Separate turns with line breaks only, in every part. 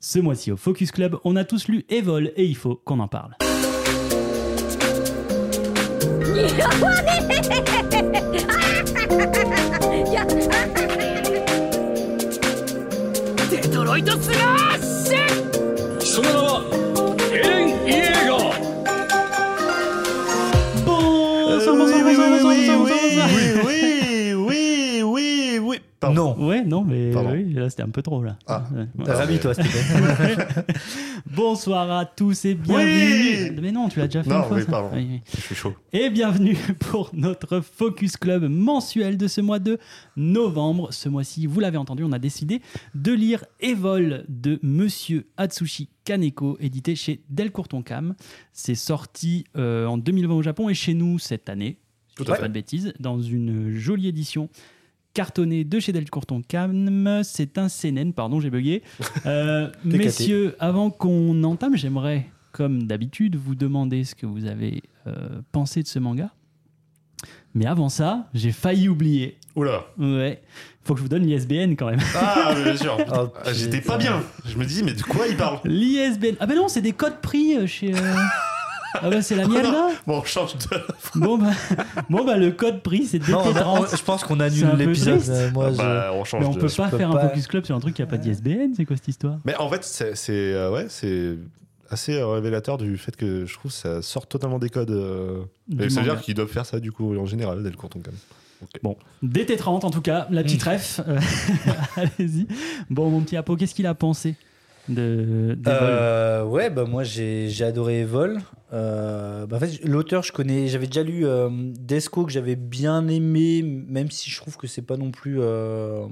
Ce mois-ci au Focus Club, on a tous lu Evol et il faut qu'on en parle. Bonsoir, bonsoir, bonsoir, bonsoir, bonsoir, bonsoir, bonsoir.
oui, oui, oui, oui. Pardon.
Non.
Ouais, non, mais
Pardon.
oui, là c'était un peu trop là.
Ah.
Ouais.
Rhabille-toi, s'il te plaît.
Bonsoir à tous et bienvenue. mais non, tu l'as déjà fait.
Non,
une fois,
oui,
ça.
pardon.
Oui, oui.
Je suis chaud.
Et bienvenue pour notre Focus Club mensuel de ce mois de novembre. Ce mois-ci, vous l'avez entendu, on a décidé de lire Evol de Monsieur Atsushi Kaneko, édité chez Delcourt Cam. C'est sorti euh, en 2020 au Japon et chez nous cette année, si je
Tout
dis
à
pas
fait.
de bêtises, dans une jolie édition cartonnée de chez Delcourt Cam. C'est un CNN, pardon, j'ai bugué. Euh,
T'es caté.
messieurs, avant qu'on entame, j'aimerais, comme d'habitude, vous demander ce que vous avez euh, pensé de ce manga. Mais avant ça, j'ai failli oublier.
Oula.
Ouais, faut que je vous donne l'ISBN quand même.
Ah, mais bien sûr.
Oh,
Ah, J'étais pas
putain.
bien. Je me dis, mais de quoi il parle
L'ISBN. Ah ben non, c'est des codes pris euh, chez. euh, Ah bah c'est la mienne là
Bon, on change de.
bon bah, bon bah le code prix c'est
Non, on a- on-
30
je pense qu'on
C'est un
annule
peu
l'épisode.
triste.
euh, Moi,
Ah,
je-
bah, on change
Mais on
de.
peut pas
peux
faire un
pas.
focus club sur un truc qui a pas d'ISBN, c'est quoi cette histoire
Mais en fait, c'est c'est, euh, ouais, c'est assez euh, révélateur du fait que je trouve que ça sort totalement des codes. euh,
du
et ça veut
manga.
dire qu'ils doivent faire ça du coup en général dès le canton quand même.
Bon, DT30 en tout cas, la
Mm.
petite ref. euh, Allez-y. Bon, mon petit Apo, qu'est-ce qu'il a pensé de, des vols
Euh, ouais, bah moi j'ai j'ai adoré Vol. Euh, bah, en fait, j- l'auteur, je connais, j'avais déjà lu euh, Desco que j'avais bien aimé, même si je trouve que c'est pas non plus. euh,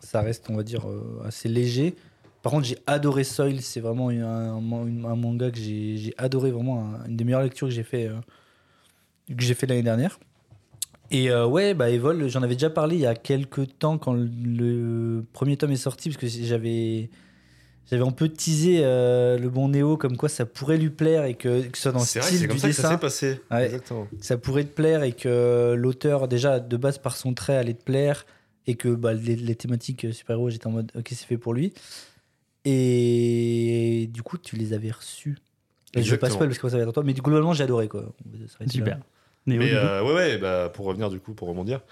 ça reste, on va dire, euh, assez léger. Par contre, j'ai adoré Soil, c'est vraiment une- un, man- une- un manga que j'ai j'ai adoré, vraiment un- une des meilleures lectures que j'ai fait, euh, que j'ai fait l'année dernière. Et euh, ouais, bah Evol, j'en avais déjà parlé il y a quelques temps quand le, le premier tome est sorti, parce que j'avais j'avais un peu teasé euh, le bon Néo comme quoi ça pourrait lui plaire et que, que ce soit dans le
C'est vrai, c'est
style
comme
du
ça que ça
dessin
s'est passé.
Ouais.
Exactement.
ça pourrait te plaire et que l'auteur, déjà, de base, par son trait, allait te plaire et que bah, les, les thématiques euh, super-héros, j'étais en mode, ok, c'est fait pour lui. Et du coup, tu les avais reçus. Et je passe
Exactement.
pas parce que ça va être à toi, mais globalement, j'ai adoré quoi. On va s'arrêter
Super.
là.
Néo,
Mais
du coup.
euh, ouais, ouais, bah, pour revenir du coup, pour rebondir,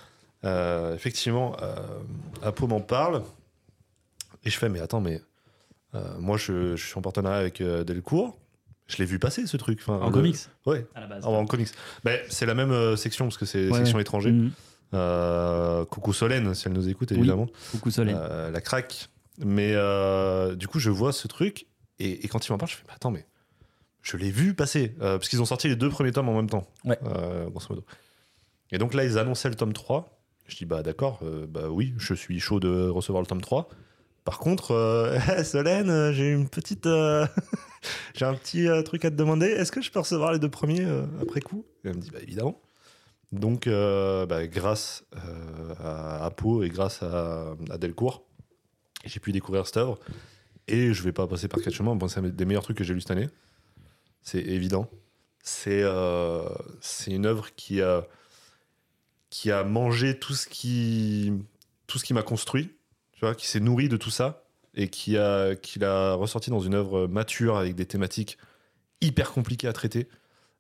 euh, effectivement, euh, Apo m'en parle et je fais, mais attends, mais euh, moi je, je suis en partenariat avec euh, Delcourt, je l'ai vu passer ce truc. Enfin,
En
le-
comics,
Ouais,
à la base.
en, en comics. Mais c'est la même euh, section parce que c'est
Ouais,
section étranger.
Mhm.
Euh, coucou Solène, si elle nous écoute
Oui.
évidemment.
Coucou Soleil.
Euh, la craque. Mais euh, du coup, je vois ce truc et, et quand il m'en parle, je fais bah, attends, mais je l'ai vu passer. Euh, parce qu'ils ont sorti les deux premiers tomes en même temps,
Ouais.
euh, grosso modo. Et donc là, ils annonçaient le tome 3. Je dis bah d'accord, euh, bah oui, je suis chaud de recevoir le tome 3. Par contre, euh, eh, Solène, euh, j'ai une petite. euh, j'ai un petit euh, truc à te demander. Est-ce que je peux recevoir les deux premiers euh, après coup Et elle me dit bah évidemment. Donc, euh, bah, grâce euh, à Apo et grâce à, à Delcourt, j'ai pu découvrir cette œuvre. Et je vais pas passer par quatre chemins. Bon, c'est un des meilleurs trucs que j'ai lu cette année. C'est évident. C'est euh, c'est une œuvre qui a, qui a mangé tout ce qui, tout ce qui m'a construit, tu vois, qui s'est nourri de tout ça et qui a, qui l'a ressorti dans une œuvre mature avec des thématiques hyper compliquées à traiter.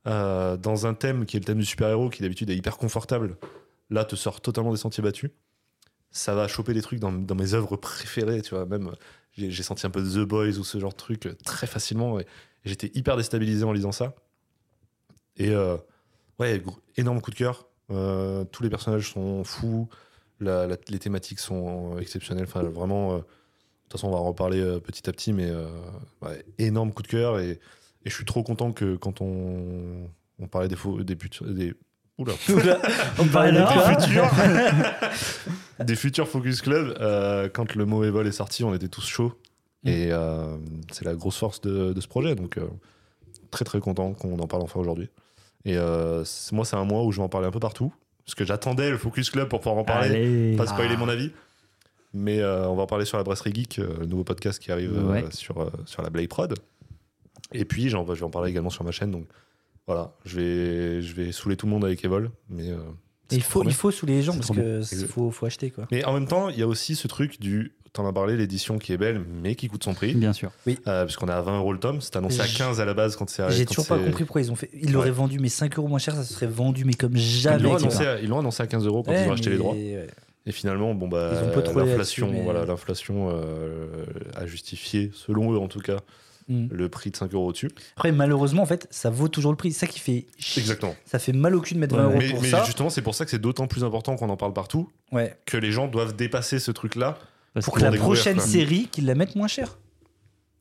Euh, dans un thème qui est le thème du super-héros, qui d'habitude est hyper confortable, là te sort totalement des sentiers battus. Ça va choper des trucs dans, dans mes œuvres préférées, tu vois. Même euh, j'ai j'ai senti un peu The Boys ou ce genre de truc euh, très facilement. Et J'étais hyper déstabilisé en lisant ça. Et euh, ouais, gros- énorme coup de cœur. Euh, tous les personnages sont fous. La- la- les thématiques sont exceptionnelles. Enfin, vraiment. euh, de toute façon, on va en reparler euh, petit à petit, mais euh, ouais, énorme coup de cœur. Et, et je suis trop content que quand on, on parlait des, faux, des, put- des, oula,
Oula, on parlait de
alors
quoi
des futurs, des futurs Focus Club. euh, quand le mot Evol est sorti, on était tous chauds. Et euh, c'est la grosse force de, de ce projet. Donc, euh, très très content qu'on en parle enfin aujourd'hui. Et euh, c'est- moi, c'est un mois où je vais en parler un peu partout. Parce que j'attendais le Focus Club pour pouvoir en parler.
Allez.
Pas spoiler
Ah.
mon avis. Mais euh, on va en parler sur la Brasserie Geek, euh, le nouveau podcast qui arrive euh,
Ouais.
sur, euh, sur la Blade Prod. Et puis, j'en, je vais en parler également sur ma chaîne. Donc voilà, je vais, je vais saouler tout le monde avec Evol. Mais, euh,
Et
c'est
Il faut,
trop bien.
il faut sous les gens
C'est
parce
trop
que
bien.
c'est- faut, faut acheter quoi.
Mais en même temps, il y a aussi ce truc du T'en as parlé, l'édition qui est belle, mais qui coûte son prix.
bien sûr.
Euh, Puisqu'on est à 20 euros le tome, c'était annoncé à
J'ai-
15 à la base quand c'est
J'ai
quand
toujours pas
c'est-
compris pourquoi ils ont fait. Ils l'auraient vendu, mais 5 euros moins cher, ça se serait vendu, mais comme jamais.
Ils l'ont
etc.
annoncé, à- ils l'ont annoncé à 15 euros quand
Ouais,
ils ont acheté
mais-
les droits.
ouais.
Et finalement, bon bah,
Ils ont pas trouvé
l'inflation,
là-dessus, mais-
voilà, l'inflation euh, a justifié, selon eux en tout cas,
Mm.
le prix de 5 euros au-dessus.
Après, malheureusement, en fait, ça vaut toujours le prix. Ça qui fait. chier.
Exactement.
Ça fait mal au cul de mettre 20 euros
mais
pour
mais
ça.
justement, c'est pour ça que c'est d'autant plus important qu'on en parle partout,
Ouais.
que les gens doivent dépasser ce truc-là.
Parce
Pour
que-
que la
découvrir,
prochaine
quoi.
série, qu'ils la mettent moins cher.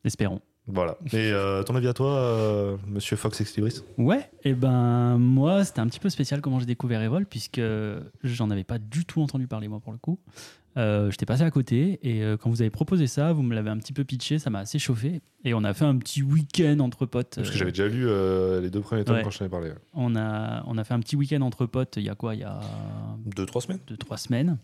Espérons.
Voilà. Et euh, ton avis à toi, euh, monsieur Fox Ex Libris
Euh,
Ouais, et ben moi c'était un petit peu spécial comment j'ai découvert Evol puisque j'en avais pas du tout entendu parler moi pour le coup. Euh, J'étais passé à côté et euh, quand vous avez proposé ça, vous me l'avez un petit peu pitché, ça m'a assez chauffé et on a fait un petit week-end entre potes.
Parce que
euh,
j'avais déjà lu euh, les deux premiers tomes
Ouais.
quand je t'en ai parlé.
on a on a fait un petit week-end entre potes il y a quoi il y a
Deux, trois semaines
deux trois semaines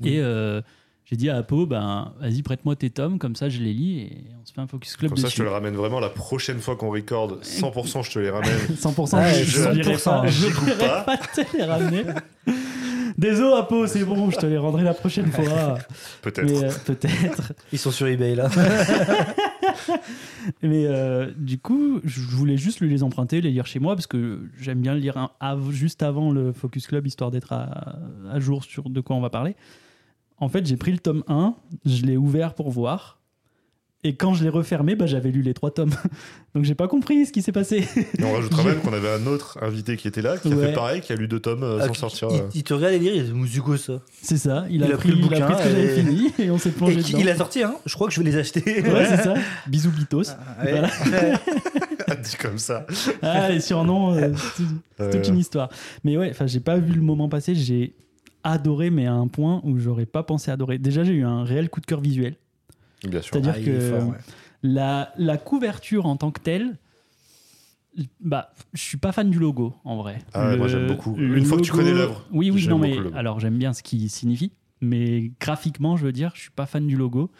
Oui.
et euh, j'ai dit à Apo ben vas-y prête-moi tes tomes comme ça je les lis et on se fait un focus club
Comme ça, je
dessus.
te le ramène vraiment la prochaine fois qu'on recorde. 100%, je te les ramène.
100%
Ah,
je,
je-
je, dirais
100%,
pas,
je
je
coupe
dirais
pas.
pas te les ramener. Désolé, Apo, c'est bon, je te les rendrai la prochaine fois.
Peut-être.
Mais euh, peut-être.
Ils sont sur eBay là.
Mais euh, du coup, je voulais juste lui les emprunter, les lire chez moi, parce que j'aime bien le lire un- av- juste avant le Focus Club, histoire d'être à, à jour sur de quoi on va parler. En fait, j'ai pris le tome 1, je l'ai ouvert pour voir. Et quand je l'ai refermé, bah, j'avais lu les trois tomes. Donc j'ai pas compris ce qui s'est passé.
Et on rajoutera même qu'on avait un autre invité qui était là, qui a
Ouais.
fait pareil, qui a lu deux tomes euh,
Ah,
sans
qui-
sortir.
il,
euh.
il te regarde et dit il dit, c'est quoi ça
C'est ça, il,
Il
a, pris,
le
il a
bouquin
pris ce que j'avais
et-
fini et on s'est plongé
Et qui-
dedans.
il a sorti, hein Je crois que je vais les acheter.
Ouais, c'est ça. Bisous, Bitos.
Ah, ouais.
Voilà.
dit comme ça.
Ah, les surnoms, euh, c'est c'est toute
Euh,
une histoire. Mais ouais, enfin, j'ai pas vu le moment passer. J'ai adoré, mais à un point où j'aurais pas pensé adorer. Déjà, j'ai eu un réel coup de cœur visuel.
Bien sûr.
C'est-à-dire
Ah, il est
que
fort, ouais.
la, la couverture en tant que telle, bah, je suis pas fan du logo en vrai.
Ah ouais, moi, j'aime beaucoup. Une fois que tu connais l'œuvre,
Oui, oui,
j'aime
non,
beaucoup
mais
le logo.
alors j'aime bien ce qu'il signifie, mais graphiquement, je veux dire, je suis pas fan du logo.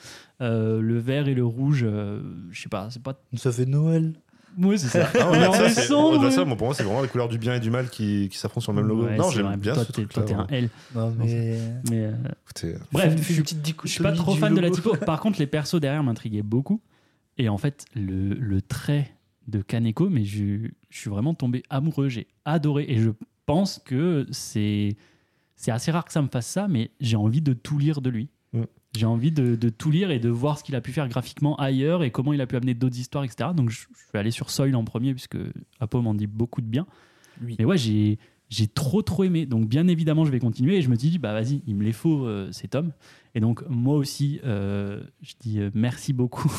Euh, le vert et le rouge, euh, je sais pas, c'est pas.
Ça fait Noël.
Oui, c'est ça.
Ah, on regarde
Mais on
ça,
est
c'est-
sombre.
on regarde ça, bon, pour moi, c'est vraiment les couleurs du bien et du mal qui, qui s'affrontent sur le même logo.
Ouais,
non,
c'est
j'aime
vrai.
bien
toi,
ce
t'es- Toi,
truc-là.
t'es un
vraiment.
L.
Non, mais.
Mais euh,
Écoutez,
bref,
Fais- fais
je,
une petite
je suis pas trop fan de la typo. Par contre, les persos derrière m'intriguaient beaucoup. Et en fait, le, le trait de Kaneko, mais je, je suis vraiment tombé amoureux. J'ai adoré. Et je pense que c'est c'est assez rare que ça me fasse ça, mais j'ai envie de tout lire de lui.
Mm.
J'ai envie de, de tout lire et de voir ce qu'il a pu faire graphiquement ailleurs et comment il a pu amener d'autres histoires, etc. Donc je, je vais aller sur Soil en premier, puisque Apo m'en dit beaucoup de bien.
Oui.
Mais ouais, j'ai j'ai trop trop aimé. Donc bien évidemment, je vais continuer et je me dis bah vas-y, il me les faut euh, ces tomes. Et donc moi aussi, euh, je dis euh, merci beaucoup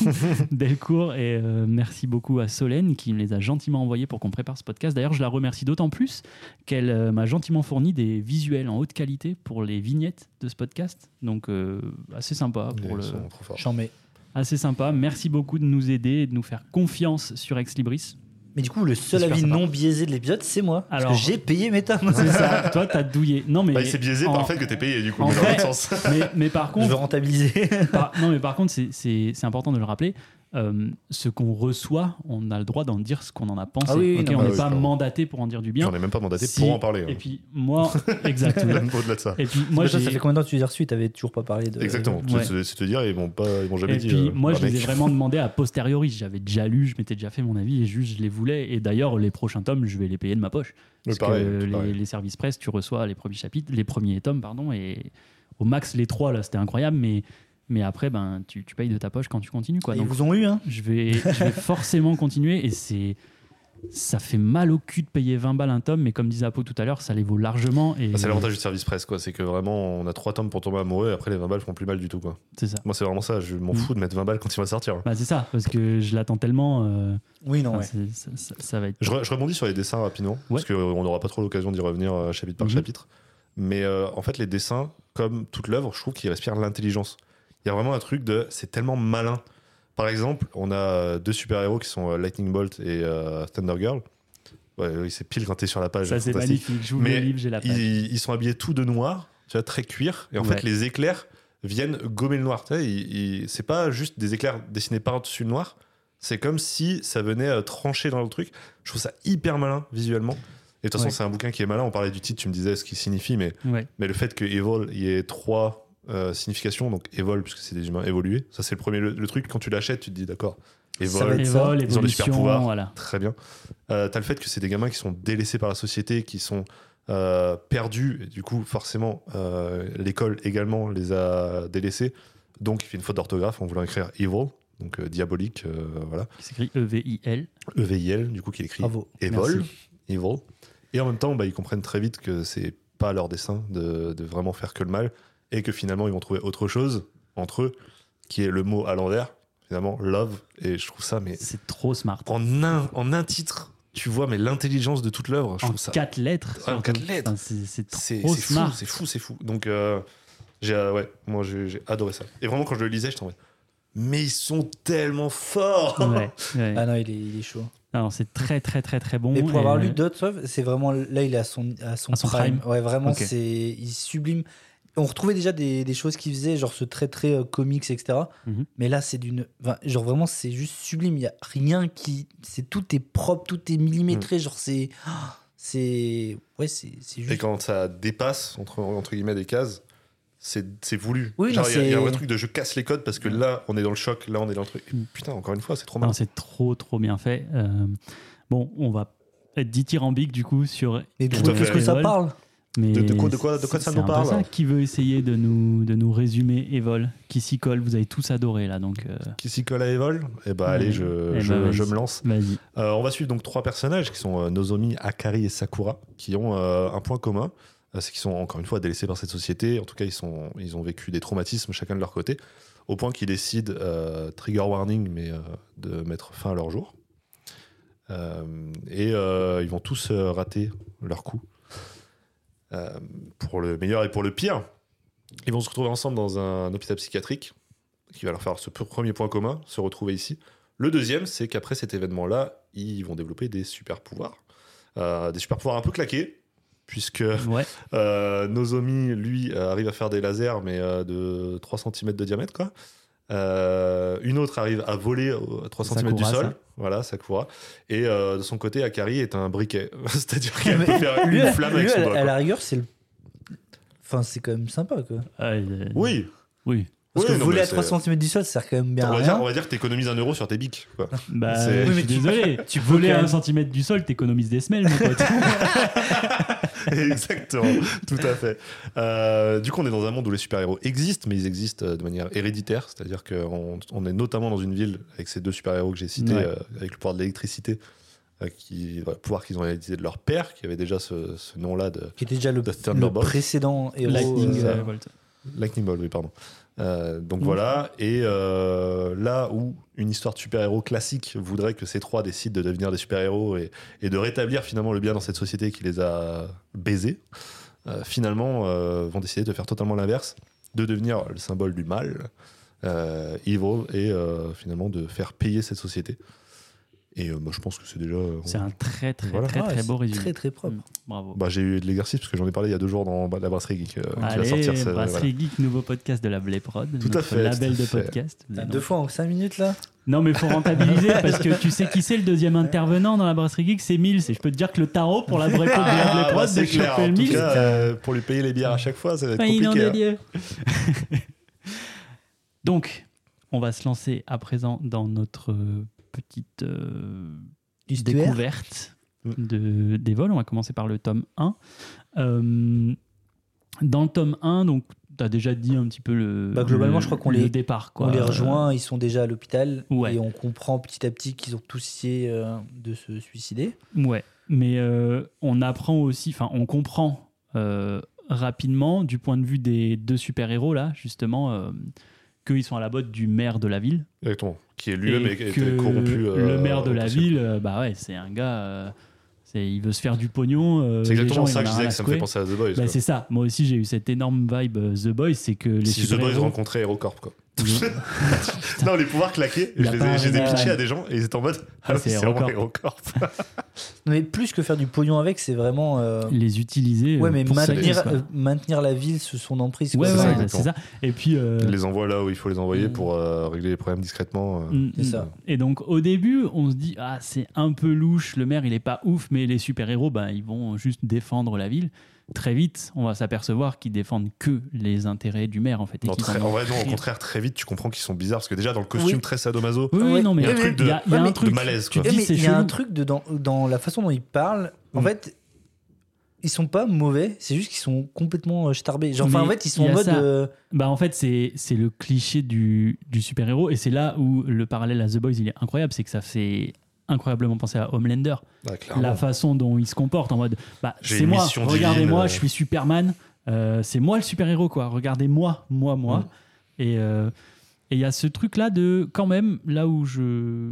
Delcourt et euh, merci beaucoup à Solène qui me les a gentiment envoyés pour qu'on prépare ce podcast. D'ailleurs, je la remercie d'autant plus qu'elle euh, m'a gentiment fourni des visuels en haute qualité pour les vignettes de ce podcast. Donc euh, assez sympa pour
ils
le
sont trop forts.
J'en mets.
assez sympa. Merci beaucoup de nous aider et de nous faire confiance sur Ex Libris.
Mais du coup, le seul
J'espère
avis
sympa.
non biaisé de l'épisode, c'est moi.
Alors-
Parce que j'ai payé mes tomes.
C'est ça. Toi, t'as douillé. Non mais
Bah, il s'est biaisé par
en-
le fait que t'es payé, du coup,
en
mais dans
vrai-
l'autre sens.
mais, mais par
Je veux
contre,
rentabiliser.
Par- non, mais par contre, c'est- c'est c'est important de le rappeler. Euh, ce qu'on reçoit, on a le droit d'en dire ce qu'on en a pensé.
Ah oui, oui,
Ok,
non,
on
bah
n'est
oui,
pas
clairement.
mandaté pour en dire du bien.
J'en ai même pas mandaté
Si-
pour en parler.
Et
hein.
puis euh, moi, exactement.
Au-delà de ça.
Et puis moi,
Parce que toi, ça
j'ai-
fait combien de temps que tu les as reçus T'avais toujours pas parlé de.
Exactement.
ouais.
C'est c'est te dire, ils m'ont pas- ils m'ont jamais
et
dit.
puis
euh,
moi,
bah,
je les ai
mec.
vraiment demandé à posteriori. J'avais déjà lu, je m'étais déjà fait mon avis et juste je les voulais. Et d'ailleurs, les prochains tomes, je vais les payer de ma poche.
Oui,
Parce
pareil,
que
tout
les,
pareil.
les services presse, tu reçois les premiers chapitres, les premiers tomes, pardon, et au max les trois là, c'était incroyable. Mais mais après, ben tu, tu payes de ta poche quand tu continues quoi.
Ils
Donc,
vous ont eu, hein
je vais, je vais forcément continuer et c'est ça fait mal au cul de payer 20 balles un tome mais comme disait Apo tout à l'heure ça les vaut largement et
Bah, c'est l'avantage du service presse, quoi. C'est que vraiment, on a trois tomes pour tomber amoureux et après les 20 balles font plus mal du tout, quoi.
c'est ça
Moi, c'est vraiment ça. Je m'en
Mm.
fous de mettre 20 balles quand il va sortir.
bah, c'est ça parce que je l'attends tellement euh,
Oui, non,
enfin,
ouais.
c'est- ça, ça- ça va être
Je, re- je rebondis sur les dessins rapidement, parce qu'on n'aura pas trop l'occasion d'y revenir euh, chapitre par
Mhm.
chapitre. Mais euh, en fait, les dessins, comme toute l'œuvre, je trouve qu'ils respirent l'intelligence. Il y a vraiment un truc de. C'est tellement malin. Par exemple, on a euh, deux super-héros qui sont euh, Lightning Bolt et euh, Thunder Girl. Ouais, oui, c'est pile quand t'es sur la page.
ça c'est
fantastique.
magnifique j'ouvre le
Mais
livre j'ai la page
ils, ils sont habillés tout de noir, tu vois, très cuir. Et en
Ouais.
fait, les éclairs viennent gommer le noir. Tu sais, ils- ils- c'est pas juste des éclairs dessinés par-dessus le noir. C'est comme si ça venait euh, trancher dans le truc. Je trouve ça hyper malin visuellement. Et de toute façon,
Ouais.
c'est un bouquin qui est malin. On parlait du titre, tu me disais ce qu'il signifie, mais,
ouais
mais le fait que Evil, il y ait trois euh, signification, donc évole, puisque c'est des humains évolués. Ça, c'est le premier. Le, le truc, quand tu l'achètes, tu te dis d'accord,
Ça va
évole,
être ça.
Évol,
Ils ont des super
évolution,
pouvoirs.
voilà.
très bien. Euh, T'as le fait que c'est des gamins qui sont délaissés par la société, qui sont euh, perdus, et du coup, forcément, euh, l'école également les a délaissés. Donc, il fait une faute d'orthographe en voulant écrire evil, donc euh, diabolique, euh, voilà. E
Qui s'écrit E E-V-I-L.
EVIL, du coup, qui écrit
Bravo.
Evol.
Merci.
Evil. Et en même temps, bah, ils comprennent très vite que c'est pas leur dessein de, de vraiment faire que le mal et que finalement ils vont trouver autre chose entre eux qui est le mot à l'envers, finalement love. Et je trouve ça, mais
C'est trop smart.
en un, en un titre, tu vois, mais l'intelligence de toute l'œuvre, je
En
trouve ça.
quatre lettres.
Ouais, en
surtout.
quatre lettres.
Enfin, C'est c'est
C'est
trop
c'est fou,
smart.
c'est fou, c'est fou. Donc, euh, j'ai, euh, ouais, moi j'ai j'ai adoré ça. Et vraiment, quand je le lisais, j'étais en mode, mais ils sont tellement forts!
Ouais, ouais.
Ah non, il est, il est chaud.
Non, non, c'est très très très très bon.
Et pour avoir
euh,
lu d'autres œuvres, c'est vraiment là, il est à son, à son,
À son
prime. Ouais, vraiment,
Ok.
c'est il sublime. On retrouvait déjà des, des choses qu'il faisait, genre ce très très euh, comics, etc.
Mhm.
Mais là, c'est d'une. enfin, genre vraiment, c'est juste sublime. Il n'y a rien qui. c'est Tout est propre, tout est millimétré.
Mhm.
Genre, c'est. ah, C'est. Ouais, c'est c'est
Et
juste.
quand ça dépasse, entre, entre guillemets, des cases, c'est c'est voulu.
Oui,
Genre,
non,
il y a- il y, a un
c'est-
vrai truc de je casse les codes parce que là, on est dans le choc, là, on est dans le truc. Et putain, encore une fois, c'est trop
Mm. Non,
marrant.
c'est trop trop bien fait. Euh, bon, on va être dithyrambique du coup sur.
Mais
Tout à
de quoi
fait.
est-ce que ça
Evol.
parle
Mais
De- de quoi- de quoi- de quoi
c'est-
ça
c'est
nous
un peu
parle
ça Qui veut essayer de nous de nous résumer Evol Qui s'y colle Vous avez tous adoré là, donc euh,
Qui s'y colle à Evol Eh bah, allez, je,
Eh
je,
bah, vas-y.
je me lance.
vas-y.
Euh, on va suivre donc trois personnages qui sont euh, Nozomi, Akari et Sakura, qui ont euh, un point commun. euh, c'est qu'ils sont encore une fois délaissés par cette société. En tout cas, ils, sont, ils ont vécu des traumatismes chacun de leur côté, au point qu'ils décident, euh, trigger warning, mais euh, de mettre fin à leur jour. Euh, et euh, ils vont tous euh, rater leur coup, Euh, pour le meilleur et pour le pire. Ils vont se retrouver ensemble dans un hôpital psychiatrique, qui va leur faire ce premier point commun, se retrouver ici. Le deuxième, c'est qu'après cet événement-là, ils vont développer des super pouvoirs. Euh, des super pouvoirs un peu claqués, puisque
Ouais.
euh, Nozomi, lui, euh, arrive à faire des lasers, mais euh, de 3 cm de diamètre, quoi. Euh, une autre arrive à voler au- à 3 cm du
Sakura,
sol.
ça.
Voilà, Sakura. Et euh, de son côté, Akari est un briquet. C'est-à-dire qu'elle peut
Mais
faire une
Lui, à-
flamme avec
lui, à,
son
la-
doigt.
à
quoi.
la rigueur, c'est le. Enfin, c'est quand même sympa, quoi.
Euh,
Oui,
Oui.
Parce
Oui,
que
non,
voler
mais
à
c'est-
3 cm du sol, ça sert quand même bien
on
à
va,
rien.
dire, on va dire que t'économises un euro sur tes bics. quoi.
Bah,
C'est-
je
Oui,
suis
mais tu-
désolé. Tu
peux
volais
quand
à
même-
1 cm du sol, t'économises des semelles, mon pote.
Exactement, tout à fait. Euh, du coup, on est dans un monde où les super-héros existent, mais ils existent euh, de manière héréditaire, c'est-à-dire qu'on on est notamment dans une ville avec ces deux super-héros que j'ai cités,
Ouais.
euh, avec le pouvoir de l'électricité, euh, qui, voilà, pouvoir qu'ils ont hérité de leur père, qui avait déjà ce, ce nom-là de
Qui était déjà le,
The
le
Thunderbolt.
précédent
Oh,
héros.
Lightning
euh,
euh, Bolt.
Lightning Ball, oui, pardon. Euh, donc
Mhm.
voilà, et euh, là où une histoire de super-héros classique voudrait que ces trois décident de devenir des super-héros et, et de rétablir finalement le bien dans cette société qui les a baisés, euh, finalement euh, vont décider de faire totalement l'inverse, de devenir le symbole du mal, euh, evil, et euh, finalement de faire payer cette société. Et euh, moi je pense que c'est déjà...
C'est un très très
Voilà. Ah,
très
ouais,
très
Ah, c'est
beau résumé.
Très très propre.
Mm. Bravo.
Bah, j'ai eu de l'exercice parce que j'en ai parlé il y a deux jours dans la brasserie geek euh, qui va
Allez,
sortir. ce- voilà.
Brasserie Geek, nouveau podcast de la Bléprod,
Tout à
notre
fait, tout
label
à
de
fait.
podcast.
Putain,
Non.
Deux fois en 5 minutes là
Non, mais faut rentabiliser parce que tu sais qui c'est le deuxième intervenant dans la Brasserie Geek, c'est Mills. Et je peux te dire que le tarot pour la Bléprod de la
Ah,
Bléprod
bah,
de
c'est clair.
Chapelle
En tout
Mills,
cas, euh, pour lui payer les bières à chaque fois, ça va être
Enfin, il en
compliqué.
est
hein.
Dieu. Donc, on va se lancer à présent dans notre euh, petite euh, découverte
Mm.
de, des vols. On va commencer par le tome 1. Euh, dans le tome 1, donc, tu as déjà dit un petit peu le,
Bah, globalement,
le-
je crois qu'on
le
les-
départ. Quoi.
On les rejoint, ils sont déjà à l'hôpital
Ouais.
et on comprend petit à petit qu'ils ont tous essayé euh, de se suicider.
Ouais, mais euh, on apprend aussi, enfin, on comprend euh, rapidement du point de vue des deux super-héros là, justement, euh, qu'ils sont à la botte du maire de la ville.
Exactement. Qui est lui-même
et
est-
que
est corrompu. euh,
le maire de
au
la
possible.
ville, euh, bah ouais, c'est un gars, euh, c'est, il veut se faire du pognon. euh,
C'est
les gens,
exactement
il en
ça
a
que je
rien
disais
à
que ça me fait
secouer.
penser à The Boys.
Bah,
quoi.
c'est ça. Moi aussi, j'ai eu cette énorme vibe euh, The Boys, c'est que les
si The Boys
super-héros-
rencontrait HeroCorp, quoi. non, les pouvoirs claqués, je
La
les ai,
part
je les ai
humaine.
pitchés à des gens et ils étaient en mode Ah,
Ah,
oui,
c'est
c'est vraiment
HeroCorp.
HeroCorp.
Mais plus que faire du pognon avec, c'est vraiment. euh,
les utiliser. euh,
Ouais, mais
pour ça,
maintenir,
quoi.
euh, maintenir la ville sous son emprise.
Ouais,
quoi.
ouais,
ça,
ouais,
exactement.
c'est ça. Et puis. euh,
Ils les envoient là où il faut les envoyer
Mm.
pour euh, régler les problèmes discrètement. euh.
Mm,
C'est
mm.
ça.
Et donc au début, on se dit ah c'est un peu louche, le maire il est pas ouf, mais les super héros ben ils vont juste défendre la ville. très vite, on va s'apercevoir qu'ils défendent que les intérêts du maire, en fait. et
Non,
qu'ils
très-
en
en
ont
vrai, non, au
rien.
contraire, très vite, tu comprends qu'ils sont bizarres parce que déjà, dans le costume
Oui.
très sadomaso,
Oui, oui,
Ouais.
non, mais
Il y a un
truc de-
il y a, il y a
ouais,
un
mais-
truc.
de malaise,
tu
quoi.
te
Eh,
dis,
mais
c'est
il y a un
chelou.
truc de, dans, dans la façon dont ils parlent. En
Mm.
fait, ils sont pas mauvais, c'est juste qu'ils sont complètement euh, starbés. Genre, enfin,
Mais
en fait, ils
il
sont
y
en
a
mode.
ça.
euh,
Bah, en fait, c'est c'est le cliché du, du super-héros. Et c'est là où le parallèle à The Boys, il est incroyable. C'est que ça fait incroyablement penser à Homelander.
Ah,
la
clairement.
façon dont il se comporte en mode bah,
J'ai
c'est
une
moi,
mission divine,
regardez-moi,
euh.
je suis Superman, euh, c'est moi le super-héros, quoi, regardez-moi, moi, moi.
Mm.
Et euh, et il y a ce truc-là de quand même, là où je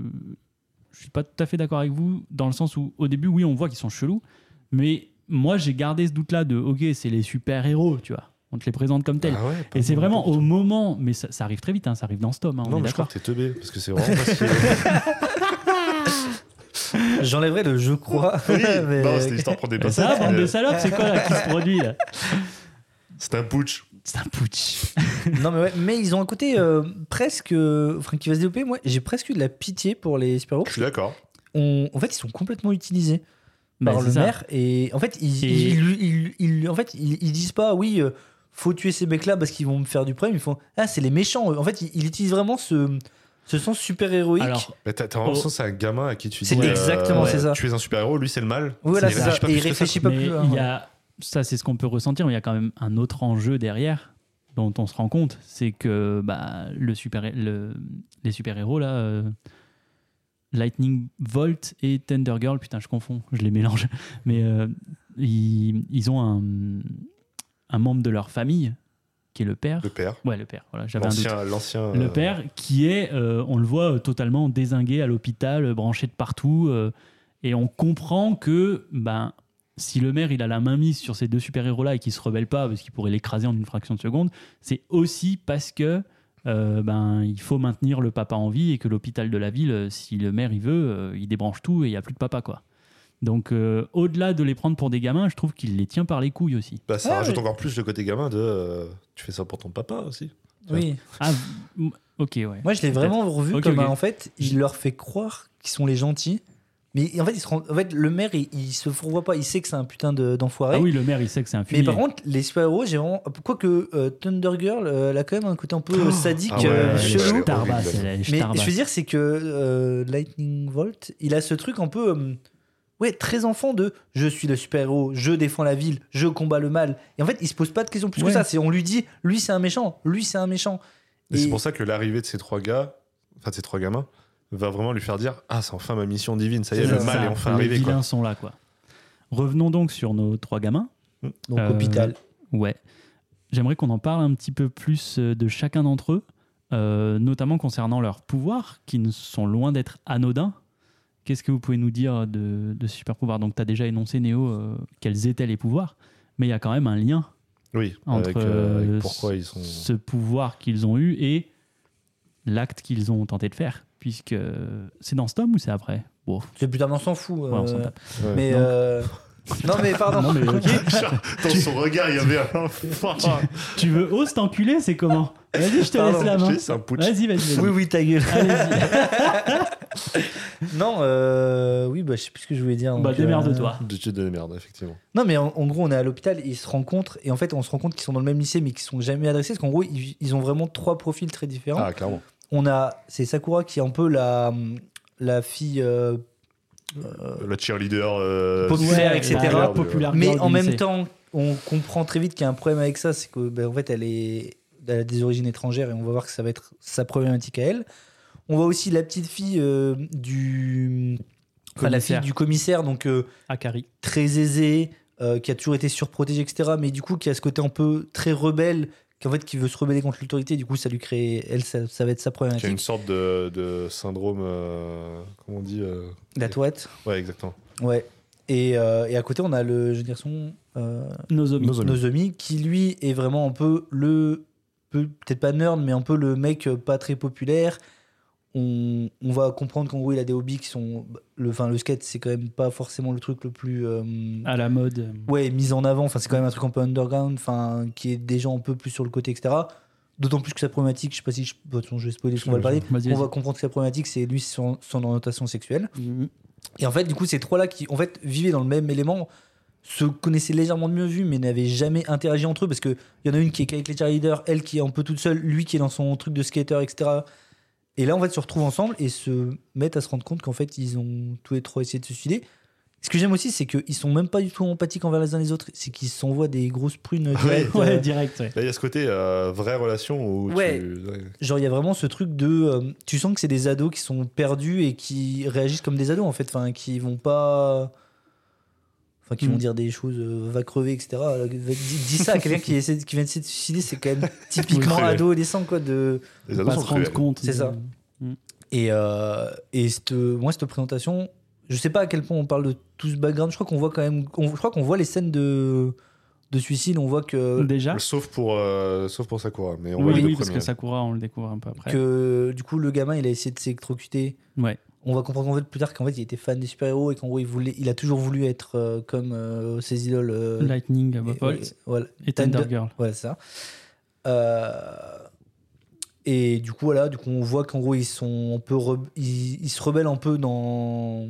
je suis pas tout à fait d'accord avec vous, dans le sens où au début, oui, on voit qu'ils sont chelous, mais moi j'ai gardé ce doute-là de ok, c'est les super-héros, tu vois, on te les présente comme tels.
Ah ouais, pas
Et c'est
mal.
vraiment au moment, mais ça, ça arrive très vite, hein, ça arrive dans ce tome, hein, on
Non,
est
mais je crois
d'accord.
que t'es teubé parce que c'est vraiment pas si- euh,
J'enlèverai le je crois.
Oui,
mais-
non, c'était histoire de prendre des
Mais Ça,
pincettes.
bande de
Euh,
salopes, c'est quoi là, qui se produit là
C'est un putsch.
C'est un putsch.
Non, mais, ouais, mais ils ont un côté euh, presque. euh, Enfin, qui va se développer. Moi, j'ai presque eu de la pitié pour les super-héros.
Je suis d'accord.
On- En fait, ils sont complètement utilisés
Bah,
par
c'est
le
ça.
maire. Et en fait, ils,
Et-
ils- ils- ils- ils- en fait, ils, ils disent pas oui. euh, faut tuer ces mecs-là parce qu'ils vont me faire du problème. Ils font Ah, c'est les méchants. eux. En fait, ils, ils utilisent vraiment ce, ce sens super-héroïque.
Alors,
Mais t'as t'as l'impression que c'est un gamin à qui tu dis.
C'est
euh,
exactement, c'est ça.
Tu es un super-héros, lui c'est le mal.
Voilà,
Il
c'est
réfléchit
ça.
pas
Et il
plus que ça.
réfléchit pas
mais
plus. hein,
il y
ouais.
a, ça, c'est ce qu'on peut ressentir, mais il y a quand même un autre enjeu derrière dont on se rend compte, c'est que bah, le super, le- les super-héros, là, euh, Lightning Bolt et Thunder Girl, putain, je confonds, je les mélange, mais euh, ils, ils ont un, un membre de leur famille qui est le père.
Le père.
Ouais, le père, voilà, j'avais un doute.
L'ancien. l'ancien, euh,
Le père qui est, euh, on le voit euh, totalement désingué à l'hôpital, euh, branché de partout, euh, et on comprend que ben si le maire il a la main mise sur ces deux super héros là et qu'il se rebelle pas parce qu'il pourrait l'écraser en une fraction de seconde, c'est aussi parce que euh, ben il faut maintenir le papa en vie et que l'hôpital de la ville, euh, si le maire il veut, euh, il débranche tout et il y a plus de papa quoi. Donc euh, au-delà de les prendre pour des gamins, je trouve qu'il les tient par les couilles aussi.
Bah, ça
Ah,
rajoute
oui.
encore plus le côté gamin de. euh, Tu fais ça pour ton papa aussi.
Oui.
Ah, m- ok ouais.
Moi, je l'ai vraiment revu
Ok,
comme
ok.
un- en fait, il leur fait croire qu'ils sont les gentils. Mais en fait, ils se rendent- en fait le maire, il, il se fourvoie pas. Il sait que c'est un putain de- d'enfoiré.
Ah oui, le maire il sait que c'est un
Mais
fumier.
par contre, les super-héros, j'ai vraiment. Quoique euh, Thunder Girl, euh, elle a quand même un côté un
Oh.
peu euh, sadique,
Ah ouais,
euh,
elle est
chelou.
chelou.
Starbucks,
horrible.
elle est
Mais
Starbucks.
je veux dire, c'est que euh, Lightning Volt, il a ce truc un peu. euh, ouais, très enfant de je suis le super-héros, je défends la ville, je combats le mal. Et en fait, il se pose pas de questions plus
Ouais.
que ça. C'est on lui dit, lui c'est un méchant, lui c'est un méchant.
Et, c'est pour ça que l'arrivée de ces trois gars, enfin de ces trois gamins, va vraiment lui faire dire Ah, c'est enfin ma mission divine, ça y est,
C'est
le
ça.
mal est enfin
les
arrivé.
vilains
Quoi.
sont là, quoi. Revenons donc sur nos trois gamins.
Donc,
Euh,
hôpital.
Ouais. J'aimerais qu'on en parle un petit peu plus euh, de chacun d'entre eux, euh, notamment concernant leurs pouvoirs, qui ne sont loin d'être anodins. Qu'est-ce que vous pouvez nous dire de, de super pouvoirs Donc, tu as déjà énoncé, Néo, euh, quels étaient les pouvoirs, mais il y a quand même un lien
Oui,
entre
avec, euh, avec
euh,
pourquoi ils sont.
ce pouvoir qu'ils ont eu et l'acte qu'ils ont tenté de faire, puisque c'est dans ce tome ou c'est après Bon,
C'est plus tard, mais on s'en fout.
ouais, on s'en
euh,
tape.
Ouais.
mais.
Donc-
euh, non, mais pardon.
Non, mais ok.
Dans son regard, il y avait un. Je
Tu veux ose t'enculer, c'est comment Vas-y, je te
Pardon,
laisse la main.
te dis, c'est un putsch.
Vas-y, vas-y, vas-y.
Oui, oui, ta gueule.
Allez-y.
Non, euh, oui, bah, je sais plus ce que je voulais dire.
Bah,
donc, euh,
démerde-toi.
De tu de merde, effectivement.
Non, mais en, en gros, on est à l'hôpital, ils se rencontrent, et en fait, on se rend compte qu'ils sont dans le même lycée, mais qu'ils sont jamais adressés, parce qu'en gros, ils, ils ont vraiment trois profils très différents.
Ah, clairement.
On a, c'est Sakura qui est un peu la, la fille, euh,
Le cheerleader. euh,
Populaire,
Ouais,
etc.
bah, la populaire
mais
girl
en
du
même
lycée.
temps, on comprend très vite qu'il y a un problème avec ça, c'est que, ben, en fait, elle est, elle a des origines étrangères, et on va voir que ça va être sa problématique à elle. On voit aussi la petite fille euh, du, enfin, la fille
Commissaire.
du commissaire, donc. euh,
Akari.
très aisé, euh, qui a toujours été surprotégé, etc. Mais du coup, qui a ce côté un peu très rebelle, qu'en fait, qui veut se rebeller contre l'autorité. Du coup, ça lui crée. Elle, ça, ça va être sa
Qui a une
problématique.
sorte de, de syndrome. euh, comment on dit euh,
La toite.
Ouais, exactement.
Ouais. Et, euh, et à côté, on a le jeune garçon euh,
Nozomi.
Nozomi.
Nozomi, qui lui est vraiment un peu le. peu- Peut-être pas nerd, mais un peu le mec euh, pas très populaire. On, on va comprendre qu'en gros, il a des hobbies qui sont. bah, Le, enfin, le skate, c'est quand même pas forcément le truc le plus. euh,
À la mode.
ouais, mise en avant. Enfin, c'est quand même un truc un peu underground, enfin, qui est déjà un peu plus sur le côté, etc. D'autant plus que sa problématique, je sais pas si je, de toute façon, je vais spoiler, parce qu'on va le parler.
Vas-y,
On
vas-y.
va comprendre que sa problématique, c'est lui,
euh,
son, son orientation sexuelle. Et en fait, du coup, ces trois-là qui, en fait, vivaient dans le même élément, se connaissaient légèrement de mieux vu, mais n'avaient jamais interagi entre eux parce qu'il y en a une qui est avec les cheerleaders, elle qui est un peu toute seule, lui qui est dans son truc de skater, etc. Et là, en fait, se retrouvent ensemble et se mettent à se rendre compte qu'en fait, ils ont tous les trois essayé de se suicider. Ce que j'aime aussi, c'est qu'ils sont même pas du tout empathiques envers les uns les autres, c'est qu'ils s'envoient des grosses prunes. directes,
Ouais,
euh,
direct, ouais.
Là, il y a ce côté euh, vraie relation où
Ouais.
tu. ouais.
Genre, il y a vraiment ce truc de. euh, tu sens que c'est des ados qui sont perdus et qui réagissent comme des ados, en fait. Enfin, qui vont pas. Enfin, qui
Mm.
vont dire des choses, euh, va crever, etc. Euh, Dis, dis ça à quelqu'un qui, essaie, qui vient de se suicider, c'est quand même typiquement
Oui, cruel.
adolescent, quoi. De...
Les ados
Pas se
sont
rendre
cruels.
compte.
C'est ça. Et, euh, et cette- moi, cette présentation, je sais pas à quel point on parle de tout ce background. Je crois qu'on voit quand même. on- je crois qu'on voit les scènes de, de suicide, on voit que.
Déjà.
Sauf pour, euh, sauf pour Sakura. Mais on voit
Oui,
les deux
oui, parce que
premiers.
Sakura, on le découvre un peu après.
que du coup le gamin il a essayé de s'électrocuter.
Ouais.
On va comprendre en fait plus tard qu'en fait il était fan des super-héros et qu'en gros il voulait il a toujours voulu être euh, comme euh, ses idoles euh,
Lightning,
et-
Bobolt
ouais, voilà,
et Thunder
Thunder-
Girl.
voilà, c'est ça. Euh, et du coup voilà, du coup on voit qu'en gros ils sont un peu re- ils, ils se rebellent un peu dans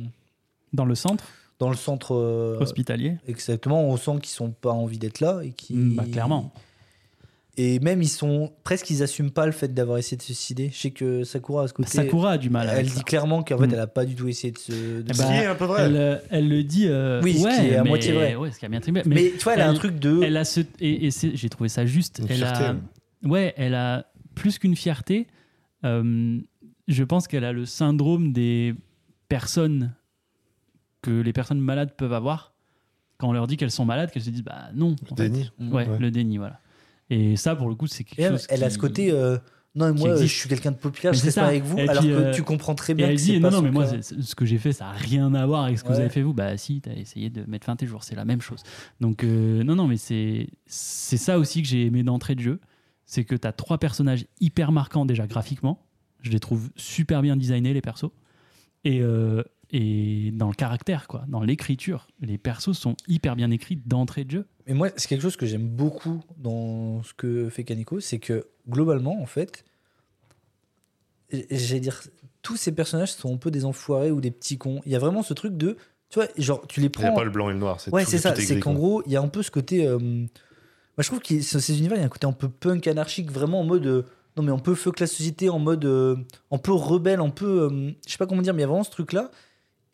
Dans le centre
dans le centre euh,
hospitalier.
exactement, on sent qu'ils sont pas envie d'être là et qui
Mm, bah, clairement.
Et même ils sont presque ils assument pas le fait d'avoir essayé de se suicider. Je sais que Sakura à
Bah,
ce côté
Sakura a du mal avec
elle
ça.
dit clairement qu'en fait,
Mm.
elle a pas du tout essayé de se. de
Eh
se-
Ce qui
bah,
est un peu vrai.
Elle, euh, elle le dit. euh,
Oui, ce
ouais,
qui est à
mais-
moitié vrai.
ouais, ce qui a bien été bien.
mais,
Mais
tu vois, elle, a un
elle-
truc de.
elle a ce. Et, et c'est- j'ai trouvé ça juste.
Une
Elle
fierté, hein.
a, ouais, elle a plus qu'une fierté. euh, je pense qu'elle a le syndrome des personnes que les personnes malades peuvent avoir. Quand on leur dit qu'elles sont malades, qu'elles se disent bah non. en fait.
Déni.
Ouais,
Ouais.
le déni, voilà. Et ça, pour le coup, c'est quelque
Et elle,
chose.
elle a
qui-
ce côté. euh, non, mais
qui
moi, euh, je
existe.
suis quelqu'un de populaire,
Mais
je
c'est
reste
ça.
pas avec vous,
Et
alors
puis,
que
euh,
tu comprends très
Et
bien.
elle
que c'est
dit
pas
non, non,
son
mais moi,
cas.
c'est- c'est- ce que j'ai fait, ça a rien à voir avec ce que vous
Ouais.
avez fait vous. Bah si, t'as essayé de mettre fin à tes jours, c'est la même chose. Donc euh, non, non, mais c'est c'est ça aussi que j'ai aimé d'entrée de jeu, c'est que t'as trois personnages hyper marquants déjà graphiquement. Je les trouve super bien designés les persos et euh, et dans le caractère quoi, dans l'écriture, les persos sont hyper bien écrits d'entrée de jeu.
Mais moi, c'est quelque chose que j'aime beaucoup dans ce que fait Kaneko, c'est que globalement, en fait, j- j'allais dire, tous ces personnages sont un peu des enfoirés ou des petits cons. Il y a vraiment ce truc de. Tu vois, genre, tu les
Il n'y a
prends.
pas le blanc et le noir.
Ouais,
tout-
c'est ça.
tout est hein.
C'est
gris,
qu'en
quoi.
gros, il y a un peu ce côté. euh, Moi, je trouve que ces univers, il y a un côté un peu punk anarchique, vraiment en mode. euh, Non, mais on peut feu que la société, en mode. euh, Un peu rebelle, un peu. euh, Je sais pas comment dire, mais il y a vraiment ce truc-là.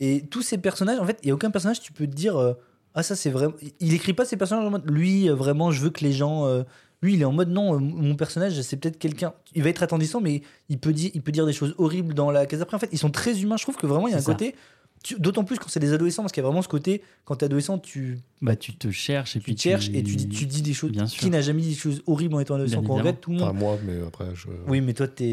Et tous ces personnages, en fait, il y a aucun personnage, tu peux te dire. euh, Ah, ça, c'est vraiment. Il écrit pas ces personnages en mode. Lui, euh, vraiment, je veux que les gens. euh, Lui, il est en mode non, euh, mon personnage, c'est peut-être quelqu'un. Il va être attendissant, mais il peut, dire, il peut dire des choses horribles dans la case après. En fait, ils sont très humains. Je trouve que vraiment, il y a un
C'est ça.
côté. tu- D'autant plus quand c'est des adolescents, parce qu'il y a vraiment ce côté, quand t'es adolescent, tu
Bah tu te cherches et
tu
puis
te cherches et tu dis, tu dis des choses.
Bien
qui
sûr.
n'a jamais dit des choses horribles en étant adolescent
Bien
qu'on regrette tout le
Enfin,
monde
moi, mais après, je.
Oui, mais toi, t'es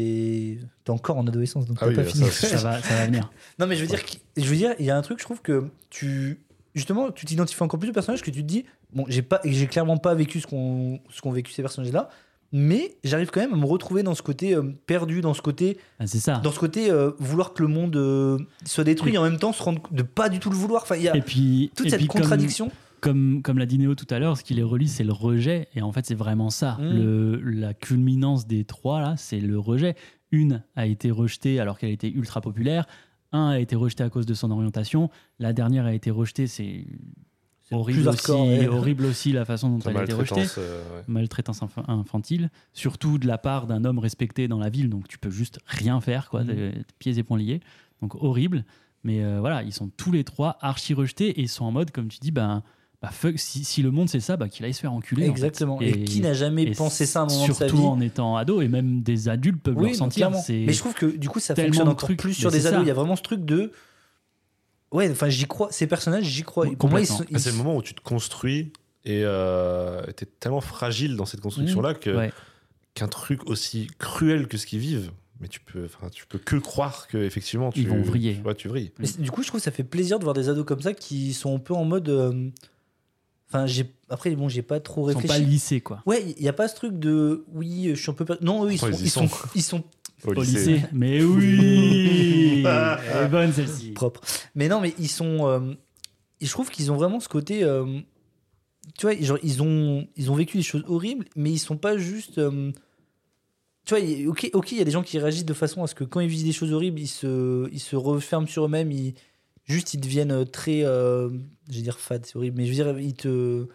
es encore en adolescence, donc
Ah
t'as
oui,
pas
ça,
fini.
c'est-
ça va ça va venir.
non, mais je veux dire, qu'il- je veux dire, il y a un truc, je trouve que tu justement, tu t'identifies encore plus au personnage que tu te dis, bon, j'ai pas, j'ai clairement pas vécu ce qu'ont ce qu'ont vécu ces personnages-là. Mais j'arrive quand même à me retrouver dans ce côté euh, perdu, dans ce côté,
Ah, c'est ça.
dans ce côté euh, vouloir que le monde euh, se détruit et en même temps se rendre de pas du tout le vouloir. Enfin, il y a
Et puis
toute
et
cette
puis comme-
contradiction.
comme, comme l'a dit Néo tout à l'heure, ce qui les relie, c'est le rejet. Et en fait, c'est vraiment ça.
Mm.
Le, la culminance des trois, là, c'est le rejet. Une a été rejetée alors qu'elle était ultra populaire. Un a été rejeté à cause de son orientation. La dernière a été rejetée, c'est horrible
plus
aussi,
hardcore, ouais.
horrible aussi la façon dont
Sa
elle a été rejetée.
maltraitance, euh, ouais.
Maltraitance inf- infantile, surtout de la part d'un homme respecté dans la ville, donc tu peux juste rien faire, quoi,
Mm.
t'es- t'es pieds et poings liés, donc horrible. Mais euh, voilà, ils sont tous les trois archi rejetés et ils sont en mode, comme tu dis, ben, bah, fuck, si, si le monde c'est ça, bah, qu'il aille se faire enculer. en fait.
Exactement. Et, qui n'a jamais
et
pensé ça à un moment de sa vie
Surtout en étant ado, et même des adultes peuvent le
Oui,
ressentir.
clairement.
c'est-
Mais je trouve que du coup, ça
tellement
fonctionne
de
encore
trucs.
plus
Mais
sur
c'est
des ados.
ça.
Il y a vraiment ce truc de. Ouais, enfin, j'y crois. Ces personnages, j'y crois. Pour moi, ils sont.
Ah, c'est le moment où tu te construis et euh, t'es tellement fragile dans cette construction-là que
Mmh, Ouais.
qu'un truc aussi cruel que ce qu'ils vivent, mais tu peux, enfin, tu peux que croire que effectivement tu
Ils vont vriller.
Ouais, tu vrilles.
Mais c'est- du coup, je trouve que ça fait plaisir de voir des ados comme ça qui sont un peu en mode. euh, Enfin, j'ai. Après, bon, j'ai pas trop
ils sont pas
réfléchi.
lissés, quoi.
Ouais, il n'y a pas ce truc de. Oui, je suis un peu. per- Non, eux, ils
Oh,
sont.
ils y
Ils sont.
sont.
Ils sont
Au
Au
lycée.
lycée. Mais oui Elle est bonne celle-ci.
propres. Mais non, mais ils sont. euh, et je trouve qu'ils ont vraiment ce côté. euh, tu vois, genre, ils ont, ils ont vécu des choses horribles, mais ils sont pas juste. euh, tu vois, il- ok, ok, il y a des gens qui réagissent de façon à ce que quand ils vivent des choses horribles, ils se, ils se referment sur eux-mêmes, ils, Juste, ils deviennent très. euh, je vais dire fade, c'est horrible, mais je veux dire, ils te.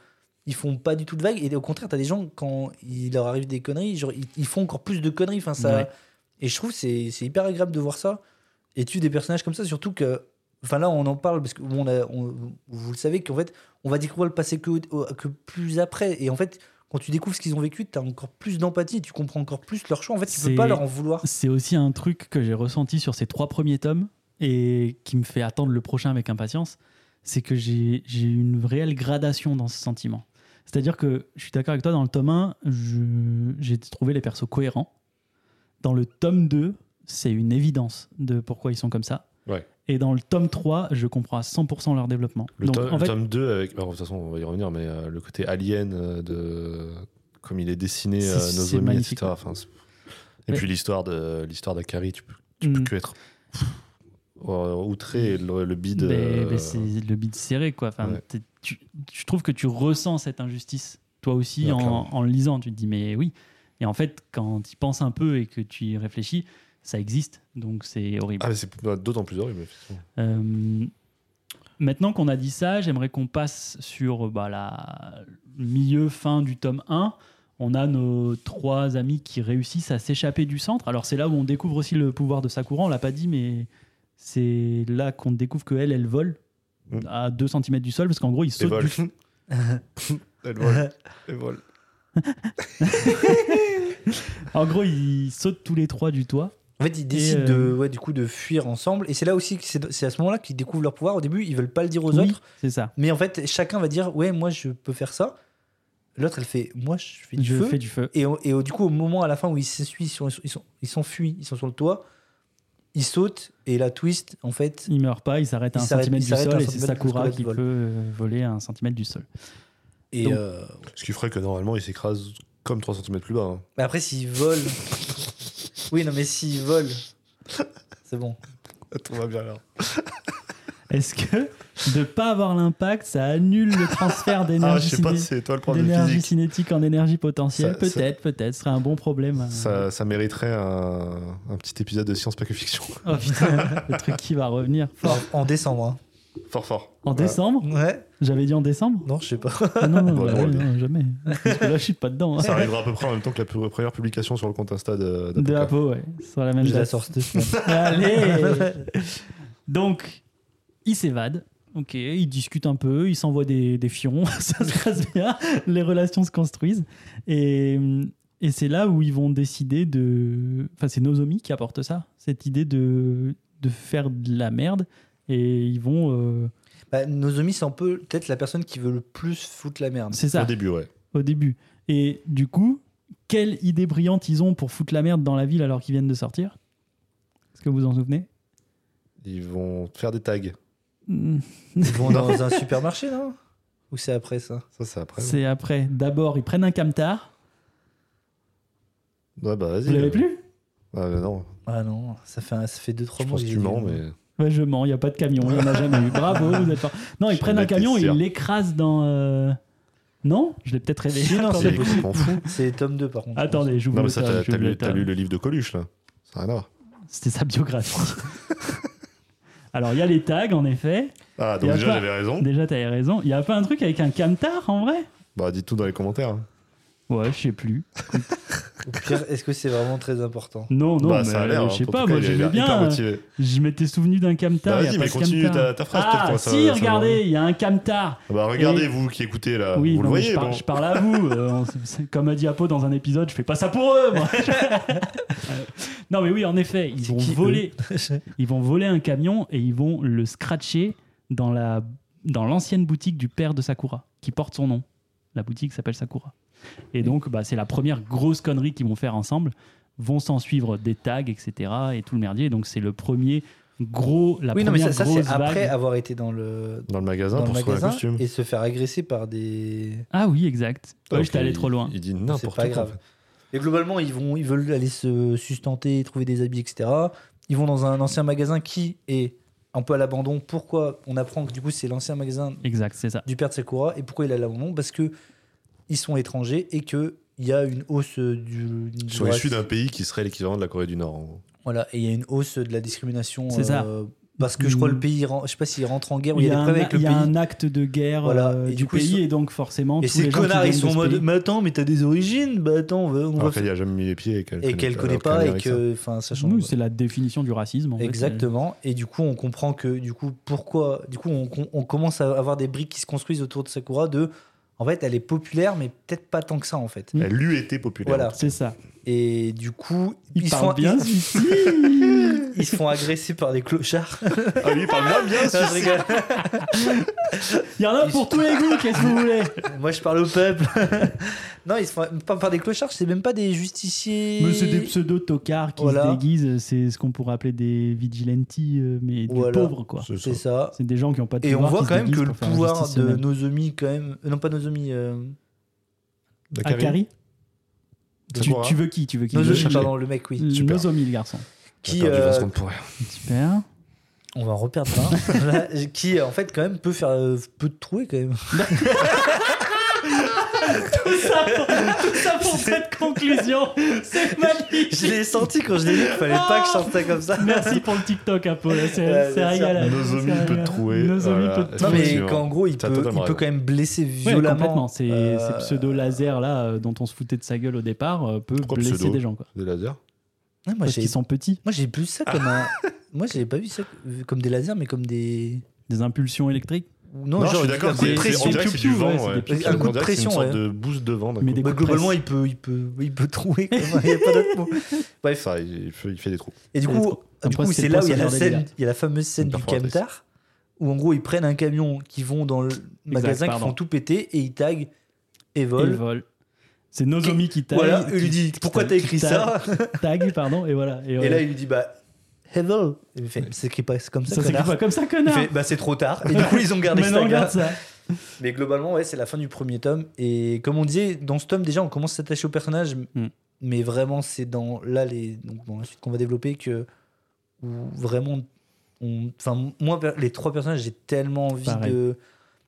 Ils font pas du tout de vagues. Et au contraire, t'as des gens, quand il leur arrive des conneries, genre, ils, ils font encore plus de conneries. Enfin, ça...
Ouais.
Et je trouve que c'est c'est hyper agréable de voir ça. Et tu des personnages comme ça, surtout que. Enfin, là, on en parle parce que bon, on a- on- vous le savez qu'en fait, on va découvrir le passé que, au- que plus après. Et en fait, quand tu découvres ce qu'ils ont vécu, t'as encore plus d'empathie, tu comprends encore plus leur choix. En fait, tu
C'est-
peux pas leur en vouloir.
C'est aussi un truc que j'ai ressenti sur ces trois premiers tomes et qui me fait attendre le prochain avec impatience, c'est que j'ai j'ai une réelle gradation dans ce sentiment. C'est-à-dire que je suis d'accord avec toi, dans le tome 1, je- j'ai trouvé les persos cohérents. Dans le tome 2, c'est une évidence de pourquoi ils sont comme ça.
Ouais.
Et dans le tome 3, je comprends à 100% leur développement.
Le,
Donc,
tome,
en
le
fait,
tome 2, avec. alors, de toute façon, on va y revenir, mais euh, le côté alien euh, de. Comme il est dessiné,
C'est-
euh,
c'est
Nozomi,
magnifique.
etc. Enfin, c'est- et
Mais-
puis l'histoire de l'histoire d'Akari, tu peux, tu peux
hmm.
que être pff, euh, outré et le, le bide.
Ben, ben,
euh,
c'est le bid serré, quoi. Enfin,
Ouais.
t'es- tu- je trouve que tu ressens cette injustice, toi aussi,
Ouais,
en,
clairement.
en le lisant. Tu te dis, mais oui. Et en fait, quand tu y penses un peu et que tu y réfléchis, ça existe. Donc, c'est horrible.
Ah, mais c'est d'autant plus horrible. effectivement.
Euh, maintenant qu'on a dit ça, j'aimerais qu'on passe sur bah, la milieu-fin du tome 1. On a nos trois amis qui réussissent à s'échapper du centre. Alors, c'est là où on découvre aussi le pouvoir de Sakura. On l'a pas dit, mais c'est là qu'on découvre que elle, elle vole
Mm.
à 2 cm du sol parce qu'en gros, ils sautent.
Elle vole.
du-
Elle vole. Elle vole.
En gros, ils sautent tous les trois du toit.
En fait, ils décident
euh,
de, ouais, du coup, de fuir ensemble. Et c'est là aussi, que c'est c'est à ce moment-là qu'ils découvrent leur pouvoir. Au début, ils veulent pas le dire aux
Oui,
autres.
c'est ça.
Mais en fait, chacun va dire, ouais, moi, je peux faire ça. L'autre, elle fait, moi, je fais du
Je
feu.
fais du feu.
Et, au- et au- du coup, au moment à la fin où ils s'essuient, ils sont- ils sont- ils s'enfuient, ils sont sur le toit, ils sautent. Et la twist, en fait,
Ils meurent pas, ils s'arrêtent à
Ils
un
s'arrêtent-
centimètre
ils
du
s'arrêtent à
sol
un
et c'est
centimètre parce que
Sakura
l'autre
qui peut
vole.
euh, voler à un centimètre du sol.
et
Donc-
euh,
Ce qui ferait que normalement, il s'écrase comme 3 cm plus bas. hein.
mais après, s'ils volent, oui, non, mais s'ils volent, c'est bon.
Ah, Tout va bien alors.
Est-ce que de pas avoir l'impact, ça annule le transfert
Ah,
d'énergie
je sais pas
ciné-
si c'est toi le prof de
d'énergie
physique.
cinétique en énergie potentielle
Ça- ça-
Peut-être, peut-être. Ce serait un bon problème. euh.
Ça, ça mériterait un, un petit épisode de Science Pas que Fiction.
Oh putain, le truc qui va revenir fort.
En, en décembre, hein.
Fort, fort.
En
Voilà.
décembre
Ouais,
J'avais dit en décembre
non, je sais pas.
Ah Non, non,
Bon,
bah
bon,
oui,
bon.
non, jamais. Parce que là, je suis pas dedans. hein.
Ça arrivera à peu près en même temps que la pu- première publication sur le compte Insta de,
De
d'Apoca.
Apo, ouais. Sur la même
Je la
date.
sors cette semaine.
Allez Donc, ils s'évadent. Ok, ils discutent un peu, ils s'envoient des, des fions, ça se passe bien, les relations se construisent. Et, et c'est là où ils vont décider de. Enfin, c'est Nozomi qui apporte ça, cette idée de, de faire de la merde. Et ils vont. euh,
Bah, Nozomi, c'est un peu peut-être la personne qui veut le plus foutre la merde.
C'est ça,
Au début, ouais.
au début. Et du coup, quelle idée brillante ils ont pour foutre la merde dans la ville alors qu'ils viennent de sortir Est-ce que vous vous en souvenez
Ils vont faire des tags.
Hmm.
Mmh.
Ils vont dans un supermarché, non Ou c'est après ça
Ça, c'est après.
C'est après. D'abord, ils prennent un camtar.
Ouais, bah vas-y.
Vous l'avez plus
Ah, mais non.
Ah non, ça fait, un- ça fait deux, trois
Je
mois.
pense que
que
tu
j'ai
mens,
dit- euh,
mais.
Ouais, je mens, il n'y a pas de camion, il n'y en a jamais eu. Bravo, vous êtes fort. Non, ils
J'en
prennent un
étais
camion et
sûr.
ils l'écrasent dans. euh, Non Je l'ai peut-être rêvé.
Si, non,
Attendez.
c'est
Il est complètement fou.
C'est tome 2, par contre.
Attendez, j'ouvre
Non, mais
le
ça,
tome,
t'as,
j'ouvre
t'as
le
lu, t'as
tome.
lu le livre de Coluche, là. Ça n'a rien à voir.
C'était sa biographie. Alors, il y a les tags, en effet.
Ah,
Il y
donc
a
déjà,
pas-
j'avais raison.
Déjà, t'avais raison. Il n'y a pas un truc avec un camtar, en vrai
Bah, dites tout dans les commentaires. hein.
Ouais, je sais plus.
Au pire, est-ce que c'est vraiment très important
Non, non,
bah,
mais
ça a l'air. hein.
je sais
En
pas,
tout cas,
moi
il a
j'aimais
l'air Hyper
bien. euh,
motivé.
Je m'étais souvenu d'un camtar.
Bah,
il y a
vas-y,
pas
mais
de
continue
camtar.
ta- ta phrase, peut-être
Ah,
qu'on va
si,
savoir- savoir.
regardez, il y a un camtar.
Bah, regardez,
Et-
vous qui écoutez, là.
Oui,
Euh, vous le
non, mais
voyez,
je, parle,
bon.
je parle à vous. Euh, on- c'est- comme a dit Apo dans un épisode, je fais pas ça pour eux. moi. Euh, non, mais oui, en effet, ils
C'est
vont
qui, eux
voler. Ils vont voler un camion et ils vont le scratcher dans la dans l'ancienne boutique du père de Sakura, qui porte son nom. La boutique s'appelle Sakura. Et donc, bah, c'est la première grosse connerie qu'ils vont faire ensemble. Vont s'en suivre des tags, etc. Et tout le merdier. Donc, c'est le premier gros, la
Oui, non, mais
première
ça, ça,
grosse
c'est après
vague.
avoir été dans le,
Dans le magasin
dans le
pour trouver un
magasin
costume.
et se faire agresser par des.
Ah oui, exact. Ouais,
Donc,
J'étais allé
il-
trop loin.
Il dit
C'est
n'importe quoi.
pas grave. Et globalement, ils, vont, ils veulent aller se sustenter, trouver des habits, etc. Ils vont dans un ancien magasin qui est un peu à l'abandon. Pourquoi On apprend que du coup, c'est l'ancien magasin
Exact, c'est ça.
du père de Sakura. Et pourquoi il est à l'abandon Parce que ils sont étrangers et que il y a une hausse du.
Ils
du
sont
raci-
issus d'un pays qui serait l'équivalent de la Corée du Nord, en gros.
Voilà, et il y a une hausse de la discrimination
C'est ça.
euh, Parce que je crois le pays, ren- je sais pas s'il rentre en guerre ou il y a des
un,
problèmes avec le
il y a
pays.
un acte de guerre
Voilà.
euh,
Et
du
du coup,
pays
ils sont-
et donc forcément
Et
tous les
ces
gens qui
connards, ils
viennent de
sont en
ce
mode bah,
pays-
Mais attends, mais t'as des origines Bah attends, on va, on va
Alors qu'elle n'y a jamais mis les pieds et qu'elle
Et qu'elle connaît
alors
pas
qu'elle
et
mérite
que. Enfin, ça change.
Oui, c'est la définition du racisme. en fait. euh.
Exactement. Et du coup, on comprend que, du coup, pourquoi. Du coup, on, com- on commence à avoir des briques qui se construisent autour de Sakura de. En fait, elle est populaire, mais peut-être pas tant que ça, en fait.
Mm.
ça. Elle lui était populaire.
Voilà.
C'est ça.
Et du coup,
Il
ils, se
parle
font,
bien.
ils, ils se font agresser par des clochards.
Ah oui, parle bien, bien
Non, je rigole.
Il y en a pour tous les goûts, qu'est-ce que vous voulez
Moi, je parle au peuple. non, ils se font pas par des clochards, c'est même pas des justiciers.
Mais c'est des pseudo-tocards qui se
Voilà.
déguisent, c'est ce qu'on pourrait appeler des vigilantes, euh, mais des
Voilà.
pauvres, quoi.
C'est ça.
C'est ça.
C'est des gens qui n'ont pas de
Et on
pouvoir,
voit
qui se
quand même que
déguisent
le
pour faire
pouvoir
injustice
de
eux-mêmes.
Nozomi, quand même. euh, Non, pas Nozomi. euh,
Dakari.
Akari tu,
Sakura.
tu veux qui Tu veux qui
Nozomi,
chercher.
pardon, le mec, oui.
Super.
Nozomi, le garçon.
Qui,
T'as perdu
euh,
20 secondes pour rien.
Super.
on va en reperdre un. Voilà, qui, en fait, quand même, peut faire euh, peu de trouée, quand même.
Tout ça pour, tout ça pour cette conclusion. C'est
je
magnifique.
l'ai senti quand je l'ai dit, il fallait pas que je sorte ça comme ça.
Merci pour le TikTok, Apollo. C'est
Ouais,
c'est
bien sûr.
régalé.
Nozomi
C'est
peut
régalé.
trouer,
Nozomi peut
voilà.
te
Non,
trouver.
mais
Effectivement.
qu'en gros, il
T'as
peut,
totalement
il peut
raison.
quand même blesser
Ouais,
violemment.
complètement. Ces,
Euh,
ces pseudo-lasers là euh, dont on se foutait de sa gueule au départ euh, peut
Pourquoi
blesser
pseudo
des gens quoi.
Des lasers
Ouais, moi,
Parce
j'ai
qu'ils sont petits,
moi, j'ai plus ça comme un. Moi, j'ai pas vu ça comme des lasers, mais comme des.
des impulsions électriques,
Non,
je
genre,
suis d'accord,
c'est-
c'est
des
des
c'est-
pressions.
on dirait que c'est du
Piou-piou,
vent.
ouais,
ouais.
c'est des
On dirait
piou-piou.
que
Un coup de
c'est une
pression,
sorte
ouais.
de boost de vent. d'un
Mais
coup.
des
Bah,
coups de
globalement,
presse.
il peut, il peut, il peut trouer. quoi. Il n'y a pas d'autre mot. Bref.
Ça, il fait, il fait des trous.
Et du
Allez,
coup,
let's go. Comme
du
quoi,
coup,
c'est
c'est
le
là où il y a
poisson
la
dans les
scène, il y a la fameuse scène
Une
du
perforatrice.
camtar, où en gros, ils prennent un camion, qui vont dans le magasin, qui
pardon.
font tout péter et ils taguent
ils
Evol.
volent. C'est Nozomi qui tag.
Voilà,
qui-
il lui dit
qui
pourquoi
tag-
t'as écrit
qui
ça
Tag, pardon, et voilà. Et,
Et
ouais.
là, il lui dit bah Evol. Il fait c'est écrit pas comme ça.
ça s'écrit
connard.
pas comme ça,
Il
connard.
fait bah c'est trop tard. Et du coup, ils ont gardé
Maintenant,
ça.
regarde ça.
Mais globalement, ouais, c'est la fin du premier tome. Et comme on disait, dans ce tome, déjà, on commence à s'attacher au personnage.
Mm.
Mais vraiment, c'est dans là, les... Donc, dans la suite qu'on va développer, que où vraiment. On... Enfin, moi, per- les trois personnages, j'ai tellement envie
Pareil.
de.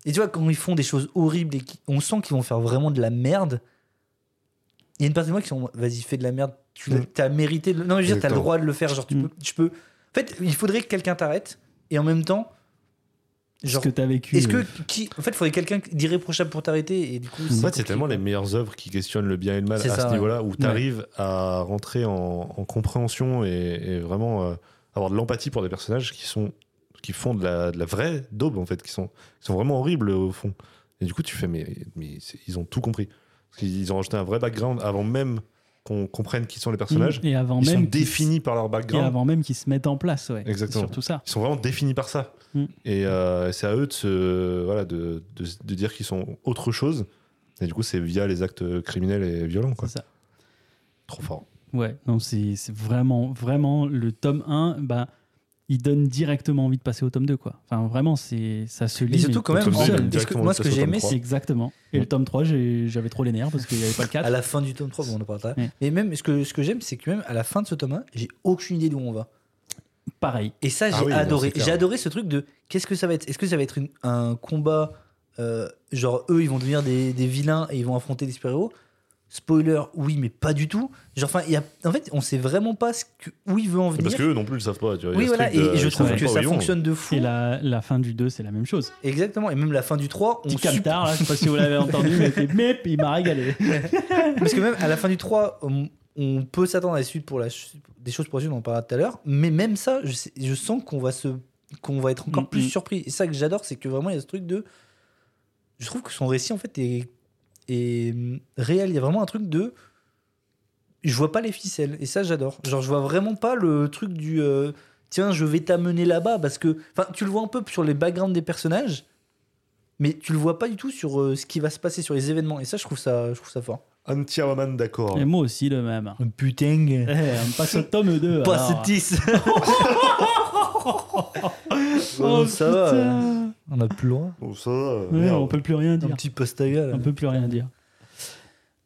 Et tu vois, quand ils font des choses horribles et qui- on sent qu'ils vont faire vraiment de la merde, il y a une partie de moi qui sont vas-y, fais de la merde, tu
Mm.
as mérité. de le- Non, mais je veux dire, t'as le
Exactement.
droit de le faire. Genre, tu,
Mm.
peux, tu peux. En fait, il faudrait que quelqu'un t'arrête et en même temps.
Ce que t'as vécu.
Est-ce
euh,
que qui en fait, il faudrait quelqu'un d'irréprochable pour t'arrêter et du coup.
En fait, c'est
compliqué.
tellement les meilleures œuvres qui questionnent le bien et le mal
C'est
à
ça,
ce
ouais.
niveau-là, où tu arrives à rentrer en, en compréhension et, et vraiment euh, avoir de l'empathie pour des personnages qui sont qui font de la, de la vraie daube, en fait, qui sont, qui sont vraiment horribles euh, au fond. Et du coup, tu fais, mais, mais c'est- ils ont tout compris. Parce qu'ils ont rajouté un vrai background avant même qu'on comprenne qui sont les personnages.
Et avant
Ils sont
même. qu'ils-
définis par leur
Et
background.
avant même qu'ils se mettent en place, ouais.
Exactement.
C'est Surtout ça.
Ils sont vraiment définis par ça.
Mm.
Et euh, c'est à eux de, se, voilà, de, de- de dire qu'ils sont autre chose. Et du coup, c'est via les actes criminels et violents. Quoi.
C'est ça.
Trop fort.
Ouais, non, c'est c'est vraiment, vraiment le tome 1, bah, il donne directement envie de passer au tome 2, quoi. Enfin, vraiment, c'est ça se lit.
Mais surtout quand
au
même.
tome
Comme
en-
ça, il
seul.
aime
est-ce que-
directement
moi,
le
ce que
passer au
j'ai
tome
aimé, c'est
Exactement. Et le tome 3, j'ai- j'avais trop les nerfs parce qu'il n'y avait pas le 4.
à la fin du tome 3, bon, on en parlera.
Ouais.
Mais même ce que ce que j'aime, c'est que même à la fin de ce tome 1, j'ai aucune idée d'où on va.
Pareil.
Et ça, j'ai
Ah oui, non,
adoré.
c'est clair.
J'ai adoré ce truc de qu'est-ce que ça va être Est-ce que ça va être une- un combat euh, genre eux, ils vont devenir des, des vilains et ils vont affronter des super-héros Spoiler, oui, mais pas du tout. Genre, enfin, il y a- en fait, on sait vraiment pas ce que, où il veut en venir.
Parce euh, qu'eux non plus le savent pas. Tu vois,
oui, voilà, et, et je trouve
savent
que ça fonctionne de fou.
Et la, la fin du 2, c'est la même chose.
Exactement, et même la fin du 3, on
Petit
sup-
camtar, là, je sais pas si vous l'avez entendu, mais c'est mep, il m'a régalé.
Parce que même à la fin du 3, on, on peut s'attendre à des suites pour la ch- des choses pour la suite, on en parlera tout à l'heure. Mais même ça, je, sais- je sens qu'on va se qu'on va être encore
Mm,
plus
mm.
surpris. Et ça que j'adore, c'est que vraiment il y a ce truc de, je trouve que son récit en fait est, est mm, réel. Il y a vraiment un truc de, je vois pas les ficelles. Et ça j'adore. Genre je vois vraiment pas le truc du, euh, tiens je vais t'amener là-bas parce que, enfin tu le vois un peu sur les backgrounds des personnages. Mais tu le vois pas du tout sur euh, ce qui va se passer sur les événements et ça je trouve ça je trouve ça fort.
Anti-Roman, d'accord.
Et moi aussi, le même.
Putain. Ah.
Eh, on passe au tome 2. alors.
Pas 10
Oh,
Ça va.
putain.
On a plus loin.
Bon, ça, euh,
Ouais,
merde.
on peut plus rien
Un
dire.
petit postaga là.
On peut plus rien dire.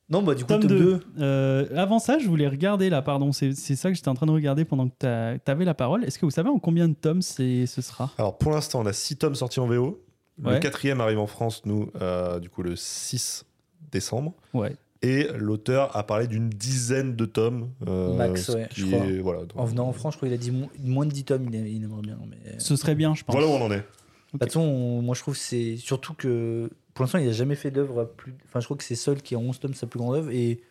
Non, bah du coup,
Tome
tome
2.
2.
Euh, avant ça, je voulais regarder là, pardon, c'est c'est ça que j'étais en train de regarder pendant que tu avais la parole. Est-ce que vous savez en combien de tomes c'est- ce sera
Alors pour l'instant, on a 6 tomes sortis en VO.
Ouais.
Le quatrième arrive en France, nous, euh, du coup, le 6 décembre.
Ouais.
Et l'auteur a parlé d'une dizaine de tomes. euh,
Max,
ce
ouais,
qui
je crois.
est- voilà, donc-
En venant en France, je crois qu'il a dit mo- moins de 10 tomes, il, a- il aimerait bien. Mais... euh, De
Ce serait bien, je pense.
Voilà où on en est.
toute façon, on- moi je trouve que c'est. Surtout que pour l'instant, il n'a jamais fait d'œuvre à plus. Enfin, je crois que c'est Seul qui a 11 tomes sa plus grande œuvre. Et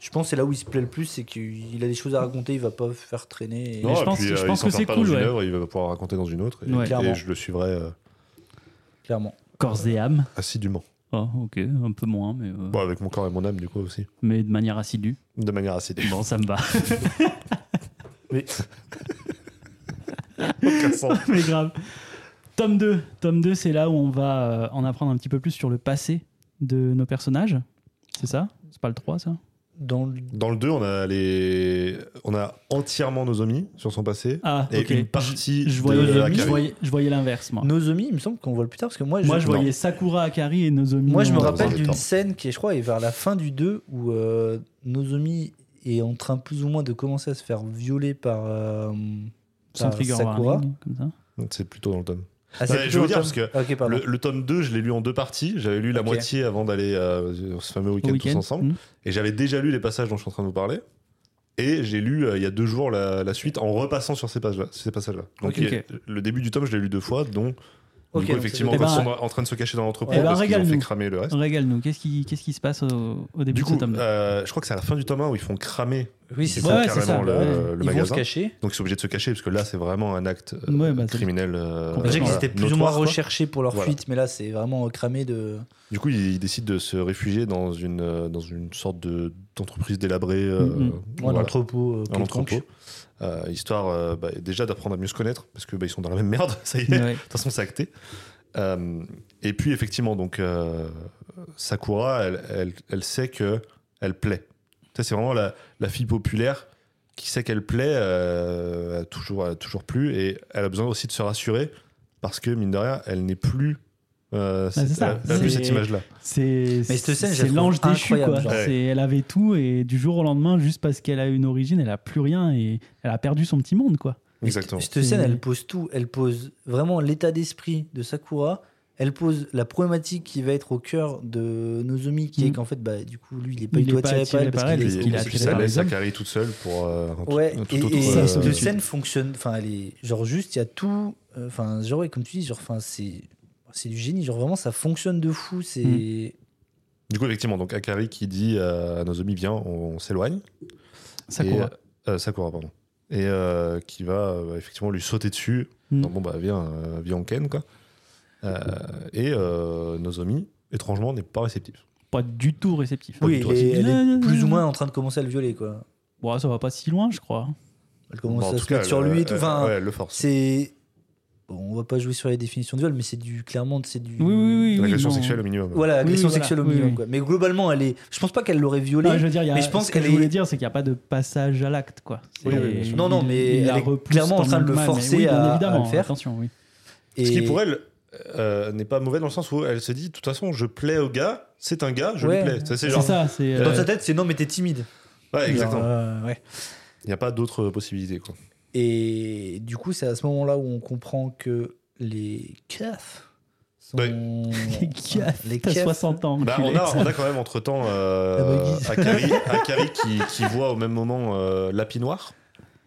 je pense que c'est là où il se plaît le plus, c'est qu'il a des choses à raconter, il va pas faire traîner. et-
Non, je
et euh,
pense- je
il
pense que
s'enferme
c'est
pas
cool,
Dans
ouais.
une œuvre, il va pouvoir raconter dans une autre. Et,
Ouais.
et
Clairement.
je le suivrai euh,
Clairement.
Corps et âme.
assidûment.
Oh, ok, un peu moins, mais, euh,
Bon, avec mon corps et mon âme, du coup, aussi.
mais de manière assidue.
De manière assidue.
Bon, ça me va.
Aucun sens.
mais grave. Tome 2. Tome 2, c'est là où on va euh, en apprendre un petit peu plus sur le passé de nos personnages. C'est ça C'est pas le 3, ça
Dans le-
Dans le 2, on a, les... on a entièrement Nozomi sur son passé.
Ah,
Et
ok.
une partie
Je, je
de
voyais,
la
je
carrière.
voyais, je voyais l'inverse, moi.
Nozomi, il me semble qu'on voit le plus tard, parce que moi,
Moi, je
Non.
voyais Sakura Akari et Nozomi.
Moi, je me
en-
Non,
rappelle
dans le
d'une
temps.
scène qui est, je crois, est vers la fin du 2 où euh, Nozomi est en train plus ou moins de commencer à se faire violer par. euh,
sans
par
trigger
Sakura.
warning, comme ça.
C'est plutôt dans le tome.
Ah, c'est
Ouais,
plutôt
je veux
un
dire,
tome-
parce que
Ah, ok, pardon.
Le, le tome 2, je l'ai lu en deux parties. J'avais lu la
Ok.
moitié avant d'aller euh, sur ce fameux
Au
week-end
week-end.
tous ensemble.
Mm.
Et j'avais déjà lu les passages dont je suis en train de vous parler. Et j'ai lu euh, il y a deux jours la, la suite en repassant sur ces pages-là- ces passages-là. Donc
Ok.
il y a- le début du tome, je l'ai lu deux fois, dont
Ok,
du coup,
donc
effectivement,
c'est-
quand
Eh ben,
ils sont en train de se cacher dans l'entrepôt,
eh ben,
parce qu'ils ont fait
régale-nous.
cramer le reste.
Régale-nous, qu'est-ce qui, qu'est-ce qui se passe au, au début
Du
de
coup,
ce tome
euh, je crois que c'est à la fin du tome 1 où ils font cramer.
Oui, c'est
Ils
Ouais,
ça.
font
ouais, c'est
carrément
ça,
le,
ouais.
le
Ils vont se
magasin.
cacher.
Donc ils sont obligés de se cacher, parce que là, c'est vraiment un acte euh,
Ouais, bah, c'est-
criminel. euh,
Complètement.
Déjà qu'ils
voilà,
étaient plus ou moins
notoire, quoi.
recherchés pour leur
Voilà.
fuite, mais là, c'est vraiment cramé de.
Du coup, ils décident de se réfugier dans une, euh, dans une sorte de- d'entreprise délabrée. euh,
Mhm. Ouais,
voilà,
Un entrepôt. euh,
un
quelconque.
entrepôt. Euh, histoire euh, bah, déjà d'apprendre à mieux se connaître, parce que bah, ils sont dans la même merde, ça y est. De
Ouais.
toute façon, c'est acté. Euh, et puis, effectivement, donc, euh, Sakura, elle, elle, elle sait que elle plaît. Ça, c'est vraiment la, la fille populaire qui sait qu'elle plaît, euh, elle a toujours, elle a toujours plu, et elle a besoin aussi de se rassurer, parce que, mine de rien, elle n'est plus. euh,
Bah, c'est
cette-
ça.
elle a plus
C'est-
cette image-là.
C'est,
cette scène, je la
c'est
trouve
l'ange déchu, quoi.
incroyable, genre.
Ouais.
C'est- elle avait tout et du jour au lendemain, juste parce qu'elle a une origine, elle a plus rien et elle a perdu son petit monde, quoi.
Exactement.
Cette scène,
C'est-
elle pose tout. Elle pose vraiment l'état d'esprit de Sakura. Elle pose la problématique qui va être au cœur de Nozomi, qui
Mm.
est qu'en fait, bah, du coup, lui, il est pas
Il
du tout
est pas
attiré par
attiré
elle
par
parce
elle,
qu'il
parce
est
qu'il est
Et
attiré
puis
homosexuel.
ça
par les
laisse
hommes.
Akari toute seule pour euh, un tout-
Ouais,
un tout
et,
autre,
et
ça,
euh,
c'est
cette
dessus.
scène fonctionne. Enfin, elle est genre juste, il y a tout. euh, Enfin, genre, ouais, comme tu dis, genre, enfin, c'est c'est du génie. Genre, vraiment, ça fonctionne de fou. C'est
Du coup, effectivement, donc Akari qui dit euh, à Nozomi, viens, on, on s'éloigne.
Sakura.
Et, euh, Sakura, pardon. Et euh, qui va euh, effectivement lui sauter dessus.
Mm.
Non, bon, bah, viens, euh, viens, on ken, quoi. Euh, et euh, Nozomi, étrangement, n'est pas réceptif.
Pas du tout réceptif.
oui,
du
elle
tout,
est,
c'est-
elle est
Non, non,
plus
non.
ou moins en train de commencer à le violer, quoi.
Bon, ça va pas si loin, je crois.
Elle commence
Bon, en
à
tout
se
cas,
mettre sur
elle-
lui et tout.
elle-
Enfin,
ouais, elle le force.
c'est bon, on va pas jouer sur les définitions de viol, mais c'est du clairement, c'est du.
Oui, oui, oui.
L'agression
non.
sexuelle au minimum.
Voilà, agression
Oui, oui,
sexuelle
voilà.
au milieu.
Oui, oui.
quoi. Mais globalement, elle est. Je pense pas qu'elle l'aurait violé.
Non, je veux dire, il y a-
Mais je pense
ce que
qu'elle
je voulais
est-
dire, c'est qu'il n'y a pas de passage à l'acte, quoi.
Oui,
C'est-
oui, bien sûr.
Non, non, mais
il la
elle est
repousse
clairement en
pendant
train de le
mal, mais
forcer
oui, bien
à- à
évidemment,
le faire.
Attention, oui.
Et...
Ce qui, pour elle, euh, n'est pas mauvais dans le sens où elle se dit, de toute façon, je plais au gars, c'est un gars, je
Ouais.
lui plais. Ça,
C'est
C'est genre.
ça, c'est.
dans
euh,
sa tête, c'est non, mais t'es timide.
Ouais, exactement.
Genre, euh, ouais.
Il n'y a pas d'autre possibilité, quoi.
Et du coup, c'est à ce moment-là où on comprend que les keufs sont.
Ouais.
Les keufs,
Les
T'as
keufs.
60 ans.
Bah, on,
enculé.
a, on a quand même entre temps
La
euh,
buggy.
Akari, Akari qui, qui voit au même moment euh, Lapi Noir,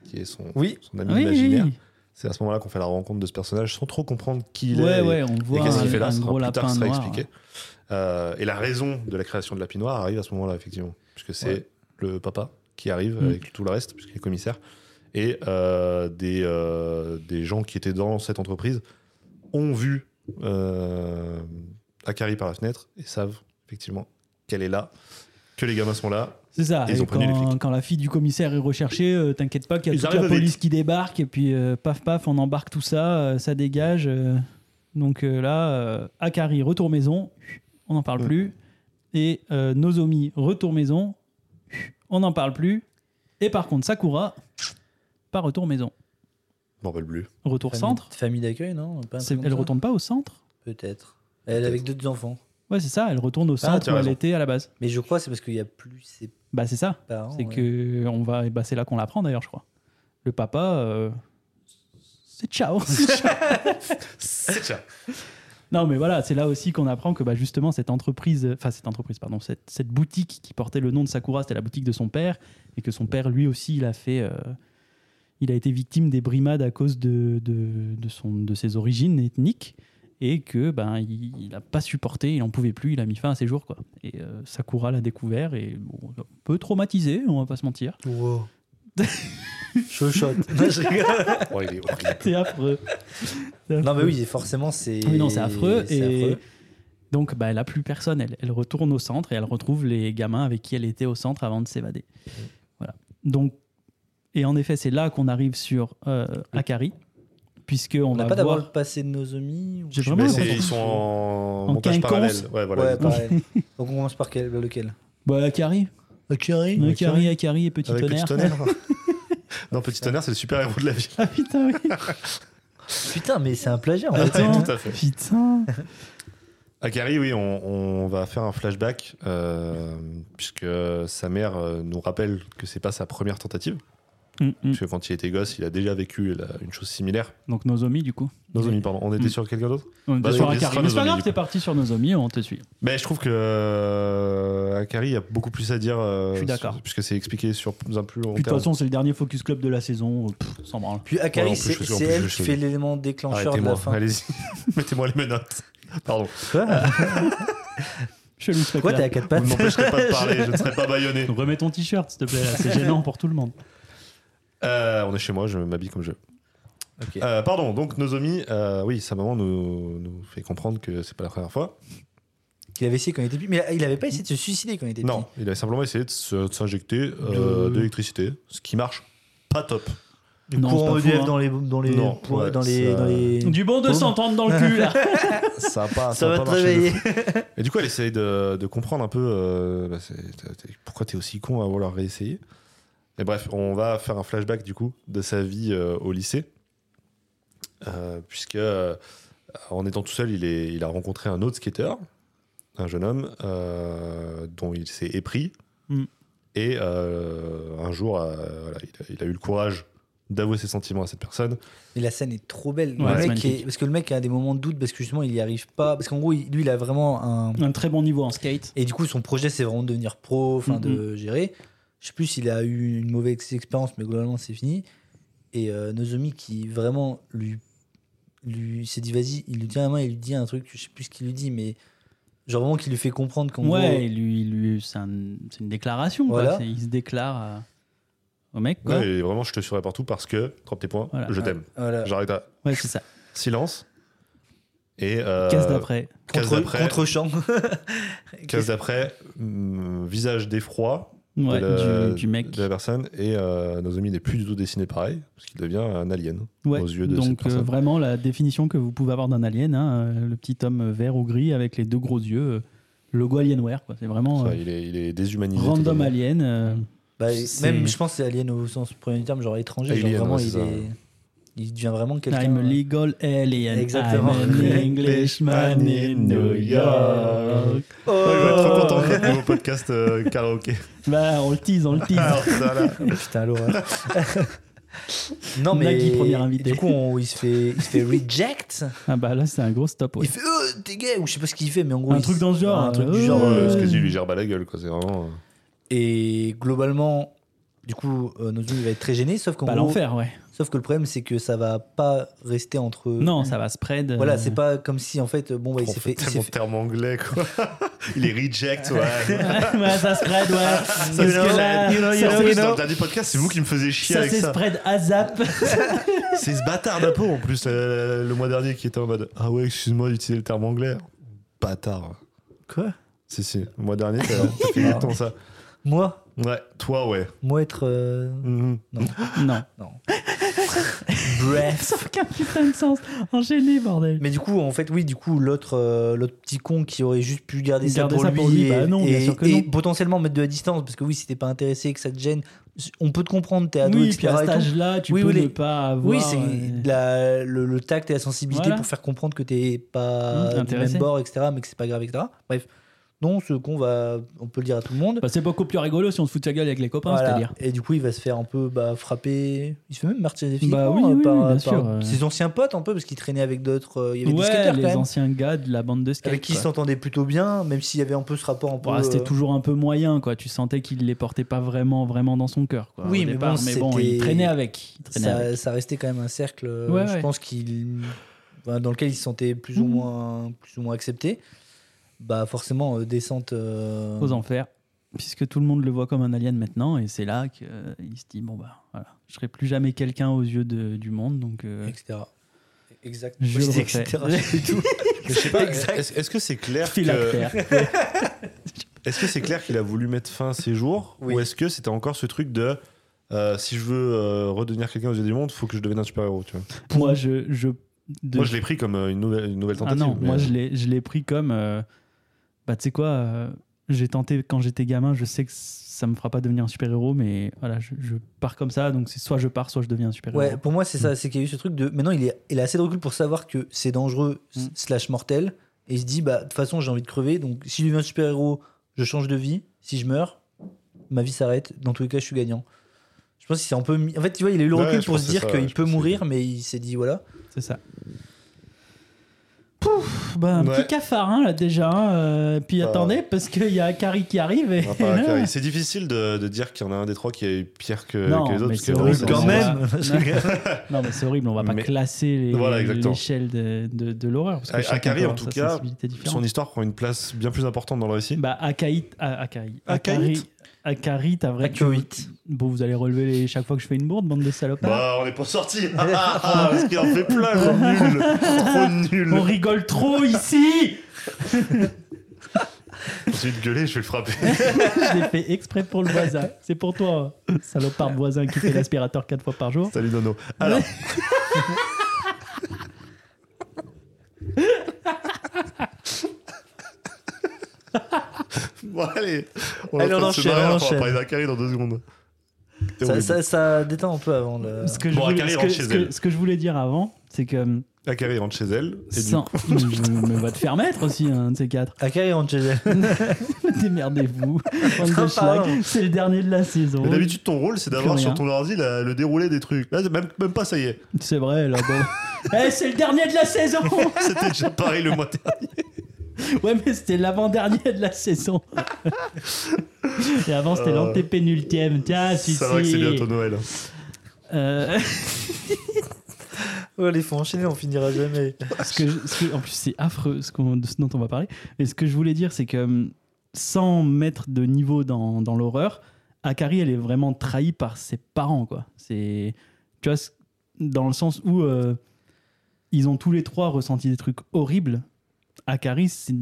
qui est son,
Oui.
son ami
Ah Oui, oui.
imaginaire. C'est à ce moment-là qu'on fait la rencontre de ce personnage sans trop comprendre qui il
Ouais,
est. et-
ouais, on
Et,
voit
qu'est-ce
un,
qu'il fait là
un
ça sera-
gros
Plus
lapin
tard, ça sera
noir. hein.
expliqué. Euh, et la raison de la création de Lapi Noir arrive à ce moment-là, effectivement. Puisque c'est
Ouais.
le papa qui arrive
Mm.
avec tout le reste, puisqu'il est commissaire. Et euh, des, euh, des gens qui étaient dans cette entreprise ont vu euh, Akari par la fenêtre et savent effectivement qu'elle est là, que les gamins sont là.
C'est ça.
Et ils
et
ont prévenu les
quand,
flics.
quand la fille du commissaire est recherchée, euh, t'inquiète pas qu'il y a
Ils
toute la
arrivent vite.
police qui débarque et puis euh, paf paf, on embarque tout ça, euh, ça dégage. euh. donc euh, là, euh, Akari retour maison, on n'en parle
Mm.
plus. Et euh, Nozomi retour maison, on n'en parle plus. Et par contre Sakura, pas retour maison,
Bordel bleu.
retour
Famille-
centre.
Famille d'accueil, non Pas un
C'est-
truc comme
Elle
ça
retourne pas au centre
Peut-être. Elle est avec deux enfants.
Ouais, c'est ça. Elle retourne au centre
Ah, t'as
où elle
raison.
était à la base.
Mais je crois que c'est parce qu'il y a plus ses
Bah c'est ça.
parents.
C'est
ouais.
que on va, et bah, c'est là qu'on l'apprend d'ailleurs, je crois. Le papa, euh, c'est ciao.
C'est ça.
Non, mais voilà, c'est là aussi qu'on apprend que bah, justement cette entreprise, enfin cette entreprise, pardon, cette, cette boutique qui portait le nom de Sakura, c'était la boutique de son père, et que son père, lui aussi, il a fait, euh, il a été victime des brimades à cause de, de, de son, de ses origines ethniques, et que ben il n'a pas supporté, il n'en pouvait plus, il a mis fin à ses jours quoi. Et euh, Sakura l'a découvert et bon, un peu traumatisé, on va pas se mentir.
Wow. Chochotte. Non, je rigole.
Oh, il est horrible.
C'est affreux. C'est
Non, mais
affreux.
oui, forcément, c'est.
Oui, non, c'est affreux.
c'est
et
affreux.
donc, bah, elle n'a plus personne. Elle, elle retourne au centre et elle retrouve les gamins avec qui elle était au centre avant de s'évader. Voilà. Donc, et en effet, c'est là qu'on arrive sur euh, Akari, puisque on,
On n'a
va
pas d'abord
voir.
le passé de Nozomi ou-
J'ai
Mais
vraiment.
c'est-
l'impression-
ils sont en,
En
montage
quinconce.
parallèle. Ouais, voilà.
Ouais, pareil. Donc on commence par quel, lequel
Bah, Akari.
Akari
Akari, Akari, et Petit
Avec
Tonnerre.
Petit Tonnerre. non, Petit Tonnerre, c'est le super héros de la vie.
ah putain, oui.
Putain, mais c'est un plagiat. en fait.
Attends.
Tout à fait.
Putain.
Akari, oui, on, on va faire un flashback euh, puisque sa mère euh, nous rappelle que c'est pas sa première tentative.
Mm, mm.
Parce que quand il était gosse, il a déjà vécu la- une chose similaire.
Donc, Nozomi, du coup.
Nozomi, pardon. On était
Mm.
sur quelqu'un d'autre
On
Bah,
était sur
oui,
Akari.
ce sera
Mais c'est pas
Nozomi,
grave,
du
t'es parti sur Nozomi, on te suit.
Mais je trouve que euh, Akari, il y a beaucoup plus à dire. euh,
Je suis d'accord.
sur- Puisque c'est expliqué sur un plus long
Puis, de toute
terme.
façon, c'est le dernier Focus Club de la saison. Pff, sans branle.
Puis
Ouais,
Akari,
en plus,
c'est
je suis- en
c'est
plus,
elle
je
qui
suis-
fait l'élément déclencheur de la
Arrêtez-moi,
fin.
allez-y. Mettez-moi les menottes. Pardon.
Quoi
Chelou, ce
Pourquoi t'es
mec-là.
à quatre
Vous
pattes
ne m'empêcherez pas de parler, je ne serai pas baïonné.
Donc, Remets ton t-shirt, s'il te plaît. là, C'est gênant pour tout le monde.
Euh, on est chez moi, je m'habille comme je veux.
Ok.
Euh, pardon, donc Nozomi, euh, oui, sa maman nous, nous fait comprendre que c'est pas la première fois.
Il avait essayé quand il était petit, mais il avait pas essayé de se suicider quand il était petit.
Non, il a simplement essayé de se- de s'injecter euh,
De-
de l'électricité, ce qui marche pas top.
Du
Non,
courant
c'est pas fou,
EDF
hein.
dans les dans les
Non,
pour-
ouais,
dans les
ça-
dans les-
Du bon 230 dans le cul, là.
Ça, a pas,
Ça
a
va
pas
te
marché de
réveiller.
fou. Et du coup, elle essaye de, de comprendre un peu euh, bah, c'est- t'es- t'es- pourquoi t'es aussi con à vouloir réessayer. Et bref, on va faire un flashback du coup de sa vie euh, au lycée. Euh, puisque euh, en étant tout seul, il, est, il a rencontré un autre skateur, un jeune homme, euh, dont il s'est épris.
Mm.
Et euh, un jour, euh, voilà, il, a, il a eu le courage d'avouer ses sentiments à cette personne.
Mais la scène est trop belle.
Ouais,
le
c'est
mec est-
magnifique.
parce que le mec a des moments de doute parce que justement il y arrive pas parce qu'en gros il- lui il a vraiment un
un très bon niveau en skate.
et du coup son projet c'est vraiment de devenir pro, enfin de gérer. Je sais plus s'il a eu une mauvaise expérience mais globalement c'est fini. Et euh, Nozomi qui vraiment lui lui s'est dit vas-y, il lui tient la main, il lui dit un truc, je sais plus ce qu'il lui dit mais genre vraiment qu'il lui fait comprendre qu'en gros
Ouais, et lui, lui c'est un- c'est une déclaration. quoi.
Voilà.
C'est- Il se déclare à- au mec. Quoi.
Et vraiment, je te suivrai partout parce que, 30 tes points,
Voilà.
je t'aime.
Ah, voilà.
J'arrête à
Ouais, c'est ça.
silence. Et euh,
Casse d'après.
Case
contre,
d'après.
contre champ.
Case d'après, hum, visage d'effroi
Ouais,
de, la-
du, du mec.
de la personne. Et euh, Nozomi n'est plus du tout dessiné pareil, parce qu'il devient un alien.
Ouais.
aux yeux de cette
Donc, euh,
personne.
vraiment, la définition que vous pouvez avoir d'un alien, hein, euh, le petit homme vert ou gris avec les deux gros yeux, euh, logo Alienware. quoi. C'est vraiment
Ça,
euh,
il, est, il est déshumanisé.
random
totalement.
alien. euh,
Bah,
C'est-
même, je pense, que c'est alien au sens premier du terme, genre étranger.
Alien,
genre vraiment,
ouais, c'est
il,
ça.
est, il devient vraiment quelqu'un.
I'm a legal alien.
Exactement.
I'm an Englishman in New York.
Oh
Ouais, il va être trop content de notre nouveau podcast euh, karaoké. Ah,
Bah, on le tease, on le tease.
Ah.
Alors, ça, là.
Putain, l'horreur. non, mais.
Nagui, premier invité.
Du coup, on- il, se fait, il se fait reject.
Ah, bah là, c'est un gros stop. ouais.
Il fait Euh, t'es gay Ou je sais pas ce qu'il fait, mais en gros.
Un
il-
truc dans ce genre,
Un truc du
euh,
genre.
Ouais,
euh,
ce que dit lui gerbe à la gueule, quoi. C'est vraiment. euh,
Et globalement. Du coup, euh, Nozomi va être très gêné, sauf, qu'en
Pas
gros-
l'enfer, ouais.
sauf que le problème, c'est que ça va pas rester entre.
Non, ça va spread. euh,
Voilà, c'est pas comme si en fait, bon, bah, il
on
s'est fait. il
fait
s'est
tellement de
fait-
termes anglais, quoi. il est reject, ouais.
ouais, ça spread, ouais. Parce
you know,
que là,
you know, you
ça,
know,
c'est-
C'est
you know.
dans le dernier podcast, c'est vous qui me faisiez chier
ça,
avec
c'est
ça.
spread à zap.
C'est ce bâtard d'Apo en plus euh, le mois dernier qui était en mode Ah ouais, excuse-moi d'utiliser le terme anglais. Bâtard.
Quoi
Si, si, le mois dernier, t'as t'as fait exactement ça.
Moi
Ouais, toi, ouais.
Moi être. euh,
Mhm.
non.
Bref.
Ça n'a aucun putain de sens. Enchaîné, bordel.
Mais du coup, en fait, oui, du coup, l'autre euh, l'autre petit con qui aurait juste pu garder,
Garder
ça, pour,
ça
lui
pour lui,
et,
bah non, bien
et-
sûr que
et
non.
potentiellement mettre de la distance, parce que oui, si t'es pas intéressé, que ça te gêne, on peut te comprendre, t'es ado,
Oui,
etc.
puis à
et
cet
tout.
âge-là, tu
Oui,
peux
oui,
ne
les-
pas avoir.
Oui, c'est
euh,
la- le, le tact et la sensibilité
Voilà.
pour faire comprendre que t'es pas
Mmh,
du
intéressé.
même bord, etc., mais que c'est pas grave, etc. Bref. non, ce con va, on peut le dire à tout le monde.
Bah, c'est beaucoup plus rigolo si on se fout de sa gueule avec les copains,
Voilà.
c'est-à-dire.
Et du coup, il va se faire un peu bah, frapper. Il se fait même martyriser
Bah
physiquement
oui,
hein,
oui,
par,
oui, bien
par
sûr, euh.
ses anciens potes, un peu, parce qu'il traînait avec d'autres. euh, il y avait des
Ouais,
skateurs, quand
les
même,
anciens gars de la bande de skate.
avec qui il
quoi.
s'entendait plutôt bien, même s'il y avait un peu ce rapport un peu.
Bah,
euh,
c'était toujours un peu moyen, quoi. Tu sentais qu'il les portait pas vraiment, vraiment dans son cœur, quoi.
Oui,
au
mais
départ.
bon,
mais bon,
c'était-
il traînait avec. Il traînait avec.
ça, ça restait quand même un cercle, euh,
Ouais,
je
ouais.
pense, qu'il, bah, dans lequel il se sentait plus ou
Mhm.
moins, plus ou moins accepté. Bah forcément, euh, descente. euh,
aux enfers, puisque tout le monde le voit comme un alien maintenant, et c'est là qu'il se dit bon bah voilà, je serai plus jamais quelqu'un aux yeux de- du monde, donc euh,
etc. Exact.
Je
Oui,
le
c'est
refais.
etc. c'est tout.
Je sais pas,
Exact.
est-ce est-ce que c'est clair
fil à
que-
terre.
Est-ce que c'est clair qu'il a voulu mettre fin à ses jours
Oui.
Ou est-ce que c'était encore ce truc de euh, si je veux euh, redevenir quelqu'un aux yeux du monde, faut que je devienne un super-héros tu vois
Moi je, je de-
Moi, je l'ai pris comme euh, une nouvelle, une nouvelle
ah
tentative.
non,
mais,
moi
euh,
je l'ai je l'ai pris comme euh, bah tu sais quoi, euh, j'ai tenté quand j'étais gamin, je sais que ça me fera pas devenir un super héros, mais voilà, je, je pars comme ça, donc c'est soit je pars, soit je deviens un super héros.
Ouais, pour moi, c'est
Mm.
ça. C'est qu'il y a eu ce truc de. Maintenant, il, est, il a assez de recul pour savoir que c'est dangereux, s-
Mm.
slash mortel. Et il se dit, bah, de toute façon, j'ai envie de crever. Donc, si je deviens super-héros, je change de vie. Si je meurs, ma vie s'arrête. Dans tous les cas, je suis gagnant. Je pense qu'il s'est un peu mis- En fait, tu vois, il a eu le
Ouais,
recul
je
pour
pense
se
que
dire
c'est ça,
qu'il
je
peut
pense que c'est
mourir, mais il s'est dit, voilà.
C'est ça. Pouf, bah, un
Ouais.
petit cafard hein, là déjà. hein, euh, puis
Bah.
attendez parce qu'il y a Carrie qui arrive. Et
on va pas- car C'est difficile de, de dire qu'il y en a un des trois qui est pire que,
Non,
que les autres.
mais
parce
c'est
que-
Oui, horrible.
c'est-
quand
c'est-
même
c'est- Non, mais c'est horrible, on va pas
Mais-
classer les-
Voilà, exactement.
l'échelle de, de, de l'horreur. Parce que
A-
chacun
Akari,
peut
en
avoir
tout
sa
cas,
sensibilité
Son
différente.
histoire prend une place bien plus importante dans le récit.
Bah, Akaï, A- Akaï.
Akaït
Akari, Akari, t'as vrai.
Akaït.
Bon, vous allez relever les- chaque fois que je fais une bourde, bande de salopards.
Hein
Bah, on est pas sorti ah, Parce qu'il en fait plein, trop nul Trop
On
nul
rigole trop ici
J'ai de gueuler, je vais le frapper.
Je l'ai fait exprès pour le voisin. C'est pour toi, hein, salopard voisin qui fait l'aspirateur quatre fois par jour.
Salut Nono. Alors, bon, allez, on
Allez,
est en
on
train de se
enchaîne,
barrer,
on
on va
enchaîne.
parler d'Akari dans deux secondes. C'est
ça,
horrible.
ça, ça détend un peu avant le.
ce que, je
Bon,
voulais,
Akari
ce, que,
rentre
ce
chez
que-
elle.
ce que je voulais dire avant, c'est que. hum,
Akari rentre chez elle. Et du
Sans, mais, mais va te faire mettre aussi, hein, un de ces quatre.
Akari rentre chez elle.
Démerdez-vous. bande de
Pardon.
schlags. C'est le dernier de la saison.
hein. Mais d'habitude, ton rôle, c'est d'avoir
Plus
sur
rien.
ton ordi la- le déroulé des trucs. Là, c'est même, même pas, ça y est.
C'est vrai, là. bon. Eh, c'est le dernier de la saison
C'était déjà pareil le mois dernier.
Ouais, mais c'était l'avant-dernier de la saison. Et avant, c'était
Euh,
l'antépénultième. Tiens, si,
C'est vrai que c'est bientôt
si.
Noël.
Euh,
Ouais, les faut enchaîner, on finira jamais.
ce que je- ce que- en plus, c'est affreux ce, qu'on- de ce dont on va parler. Mais ce que je voulais dire, c'est que hum, sans mettre de niveau dans, dans l'horreur, Akari, elle est vraiment trahie par ses parents, quoi. C'est, tu vois, c- dans le sens où euh, ils ont tous les trois ressenti des trucs horribles. Akari, c'est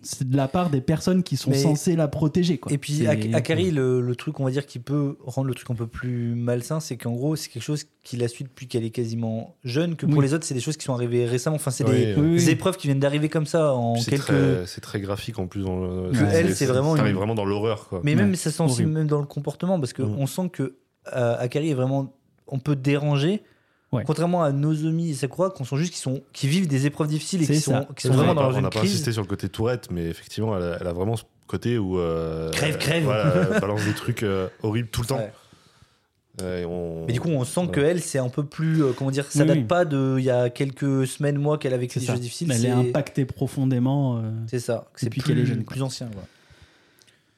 c'est de la part des personnes qui sont
Mais-
censées la protéger, quoi.
Et puis
C'est-
Ak- Akari, le, le truc, on va dire, qui peut rendre le truc un peu plus malsain, c'est qu'en gros, c'est quelque chose qui la suit depuis qu'elle est quasiment jeune, que pour
Oui.
les autres, c'est des choses qui sont arrivées récemment. Enfin, c'est
Oui,
des,
Oui,
des
oui.
épreuves qui viennent d'arriver comme ça en
C'est
quelques.
très, c'est très graphique en plus. Dans le-
Que
elle, c'est vraiment
T'arrives
une-
vraiment dans l'horreur, quoi.
Mais même, ça se sent aussi
horrible.
même dans le comportement, parce
Mm.
qu'on sent que euh, Akari est vraiment. On peut déranger.
Ouais.
Contrairement à Nozomi et Sakura, qu'on sent juste qui sont qui vivent des épreuves difficiles et
C'est
qui
ça.
sont, qui sont
Ouais,
vraiment
on
dans
n'a
une
pas
crise.
insisté sur le côté tourette, mais effectivement, elle a, elle a vraiment ce côté où. euh,
Crève, crève.
voilà, elle balance des trucs euh, horribles tout le temps.
Ouais.
Euh, et on-
Mais du coup, on sent
Voilà.
que elle, c'est un peu plus, euh, comment dire, ça
Oui,
date
oui.
pas de il y a quelques semaines, mois qu'elle a vécu
C'est
des
ça.
choses difficiles.
Elle est
c'est-
impactée profondément. euh.
C'est ça. que C'est
Depuis
plus,
qu'elle est jeune, quoi.
plus ancien. Quoi.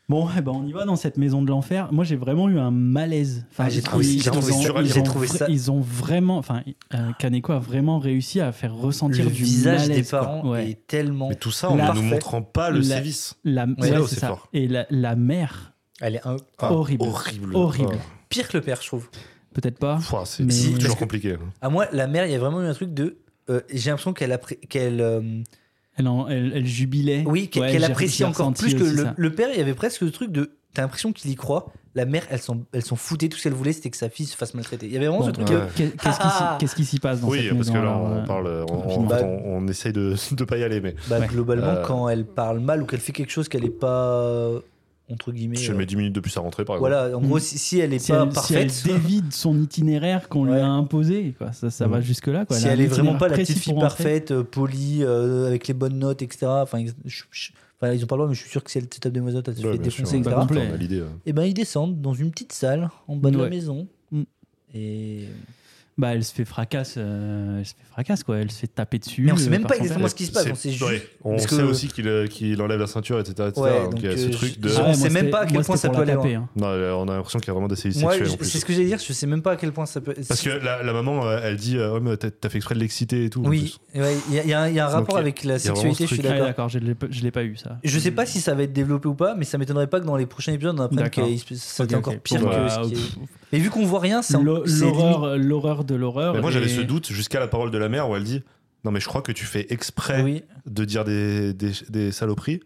Bon, eh ben on y va dans cette maison de l'enfer. Moi, j'ai vraiment eu un malaise. Enfin,
Ah, j'ai
ils-
trouvé-
ils
j'ai
ont-
trouvé
ils
ça-
ont-
j'ai
ils ont
trouvé
vra-
ça-
Ils ont vraiment, enfin, euh, Kaneko a vraiment réussi à faire ressentir
Le
du
visage
malaise,
des
quoi.
parents
Ouais.
est tellement.
Mais tout ça en
La-
ne nous montrant pas le
La-
sévice.
La, ouais,
là où
c'est
c'est
ça.
fort.
Et la, la mère,
Elle est un-
Ah,
horrible,
Horrible.
Horrible.
pire que le père, je trouve.
peut-être pas.
Ah, pouah, c'est
Mais-
c'est
Parce
toujours
que-
compliqué. hein.
À moi, la mère, il y a vraiment eu un truc de. euh, J'ai l'impression qu'elle appré- qu'elle euh,
Elle, en- elle, elle jubilait.
oui qu'elle
Ouais,
qu'elle
j'ai- j'ai
apprécie encore
ressenti
plus que
aussi
le,
ça.
le père. Il y avait presque le truc de. T'as l'impression qu'il y croit. La mère, elle s'en elle s'en foutait. Tout ce qu'elle voulait, c'était que sa fille se fasse maltraiter. Il y avait vraiment
Bon, Ah.
ce truc.
ouais.
de-
qu'est- Qu'est-ce qui s'y- qu'est-ce qui s'y passe dans
Oui,
cette
parce
maison
que là,
alors,
on
euh,
parle, on, on-
rapidement.
on- on essaye de ne pas y aller, mais
Bah,
Ouais.
Globalement,
Euh.
quand elle parle mal ou qu'elle fait quelque chose qu'elle est pas euh, entre guillemets.
je te
euh,
mets 10 minutes de plus à rentrer, par exemple.
voilà. En gros, si, si elle est
Si
pas
elle, si elle
parfaite.
dévie de son itinéraire qu'on lui
Ouais.
a imposé, quoi. ça, ça
Mhm.
va jusque-là. quoi.
si
a un
elle est vraiment
itinéraire
pas la
précis
petite fille
pour rentrer.
parfaite, euh, polie, euh, avec les bonnes notes, etc. Enfin, ex- je- je- Enfin, ils ont pas le droit, mais je suis sûr que c'est le setup des Moisottes, elle se
Ouais,
fait
bien sûr,
défoncer,
ouais.
Bah,
etc.
Attends,
complet.
on a l'idée, euh.
Et ben ils descendent dans une petite salle en bas de
Ouais.
la maison.
Mm.
Et...
Bah, elle se fait fracasse, euh, elle se fait fracasse quoi, elle se fait taper dessus.
Mais on sait
euh,
même
par
pas
son
exactement
père.
ce qui se passe.
C'est-
On sait juste.
ouais, on
parce
sait
que-
aussi qu'il euh, qu'il enlève la ceinture, etc. etc.
Ouais,
donc,
donc,
il y a ce
euh,
truc de.
je- On
moi,
sait même
c'était-
pas à quel
moi,
point
c'était
ça
pour
peut
la
aller
taper, hein.
Non, euh, on a l'impression qu'il y a vraiment des séries
Moi,
sexuelles. en
je-
plus.
c'est ce que j'allais dire. Je sais même pas à quel point ça peut.
Parce que la, la maman, euh, elle dit euh, Ouais, mais t'as t'as fait exprès de l'exciter et tout. en
Oui,
plus.
ouais, il y, a- il y a un- il y a un
Donc,
rapport
il y a-
avec la
vraiment
sexualité.
ce
Je suis
truc.
Ouais,
d'accord.
Ah, d'accord, Mm. je l'ai pas- je l'ai pas eu ça.
Je sais pas si ça va être développé ou pas, mais ça m'étonnerait pas que dans les prochains épisodes, on apprenne
D'accord.
que il se- ça
Ok,
devient
ok.
encore pire
Bon,
que
bah,
ce qui est-
pff,
Mais vu qu'on voit rien, c'est en-
l'hor-
c'est limite-
L'horreur, euh, l'horreur de l'horreur.
Mais moi,
et-
j'avais ce doute jusqu'à la parole de la mère où elle dit Non, mais je crois que tu fais exprès
Oui.
de dire des, des, des saloperies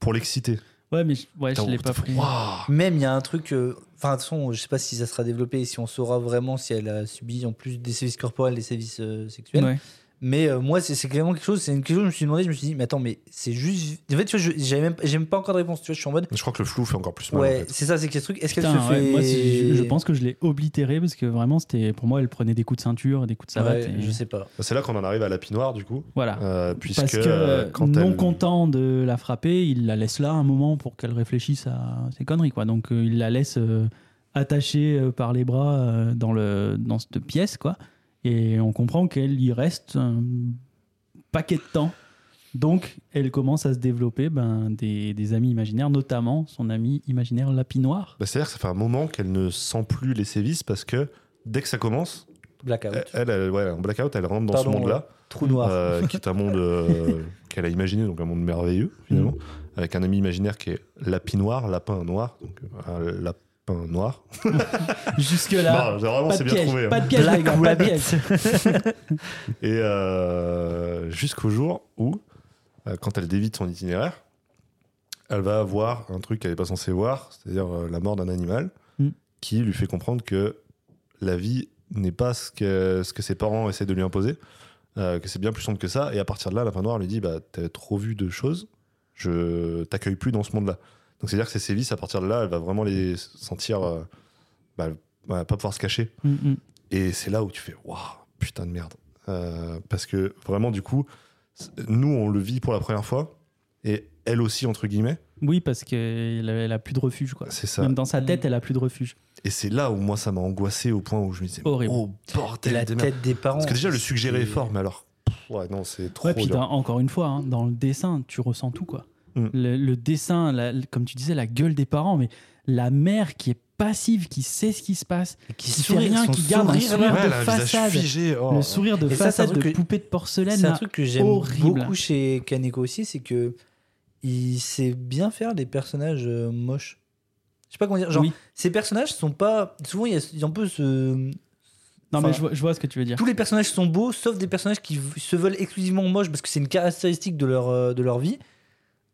pour l'exciter.
Ouais, mais je- ouais, je
Putain,
l'ai
on-
pas pris.
Waouh.
Même il y a un truc. euh, Enfin, de toute façon, je sais pas si ça sera développé et si on saura vraiment si elle a subi en plus des sévices corporels, des sévices euh, sexuels.
Ouais.
Mais euh, moi, c'est c'est clairement quelque chose. C'est une question que je me suis demandé. Je me suis dit, mais attends, mais c'est juste. En fait, tu vois, je- j'avais même, j'ai même pas encore de réponse. Tu vois, je suis en mode.
Je crois que le flou fait encore plus mal.
Ouais,
en fait.
c'est ça, c'est quel truc. Est-ce qu'elle se
Putain, ouais,
fait.
moi, c'est- je, je pense que je l'ai oblitéré parce que vraiment, c'était pour moi, elle prenait des coups de ceinture, des coups de savate.
Ouais,
et-
Je sais pas.
Bah, C'est là qu'on en arrive à la pinoire, du coup.
Voilà.
Euh, puisque
parce que
euh, quand
non
elle-
content de la frapper, il la laisse là un moment pour qu'elle réfléchisse à ses conneries. Quoi. Donc euh, il la laisse euh, attachée euh, par les bras euh, dans, le, dans cette pièce. Quoi. Et on comprend qu'elle y reste un paquet de temps. Donc elle commence à se développer ben, des, des amis imaginaires, notamment son ami imaginaire Lapinoir.
Bah, C'est-à-dire que ça fait un moment qu'elle ne sent plus les sévices parce que dès que ça commence,
Ah
Blackout.
elle, elle- ouais, en blackout, elle rentre dans
Pardon,
ce monde-là,
Trou noir.
euh, qui est un monde euh, qu'elle a imaginé, donc un monde merveilleux, finalement,
Mm.
avec un ami imaginaire qui est lapin noir, lapin noir, donc euh, un lapin noir.
Jusque-là,
Non, vraiment,
pas,
c'est
de
bien
piège,
trouvé. hein.
pas de piège,
Black
les gars, pas de
Rabbit.
piège.
Et euh, jusqu'au jour où, euh, quand elle dévie de son itinéraire, elle va voir un truc qu'elle n'est pas censée voir, c'est-à-dire euh, la mort d'un animal,
Mm.
qui lui fait comprendre que la vie n'est pas ce que, ce que ses parents essaient de lui imposer, euh, que c'est bien plus sombre que ça. Et à partir de là, la fin noire lui dit bah, T'as trop vu de choses, je t'accueille plus dans ce monde-là. Donc c'est-à-dire que ses sévices, à partir de là, elle va vraiment les sentir, euh, bah, elle va pas pouvoir se cacher.
Mm, mm.
Et c'est là où tu fais waouh, putain de merde. Euh, parce que vraiment, du coup, c- nous, on le vit pour la première fois. Et elle aussi, entre guillemets.
Oui, parce qu'elle elle a plus de refuge. Quoi.
C'est ça.
Même dans sa tête, elle a plus de refuge.
Et c'est là où moi, ça m'a angoissé au point où je me disais
Horrible.
oh
Et
bordel
la
de merde.
tête des parents.
Parce que déjà, le suggérer est
c'est-
fort, mais alors. pff, Ouais, non, c'est trop.
Ouais, puis
dur.
dans- encore une fois, hein, dans le dessin, tu ressens tout quoi.
Mm.
Le, le dessin, la- le- comme tu disais, la gueule des parents, mais la mère qui est passive, qui sait ce qui se passe,
Qui
qui fait rien, qui garde un sourire
Ouais,
de
elle a un visage
façade,
figé. oh.
le sourire de
Et ça, c'est un
façade de
truc que-
poupée de porcelaine.
C'est un
là.
truc que j'aime
horrible.
beaucoup chez Kaneko aussi, c'est que il sait bien faire des personnages euh, moches. Je sais pas comment dire. Genre,
Oui.
ces personnages sont pas. Souvent, il y a- il y a un peu ce.
Non,
enfin,
mais je vois, je vois ce que tu veux dire.
Tous les personnages sont beaux, sauf des personnages qui v- se veulent exclusivement moches parce que c'est une caractéristique de leur, euh, de leur vie.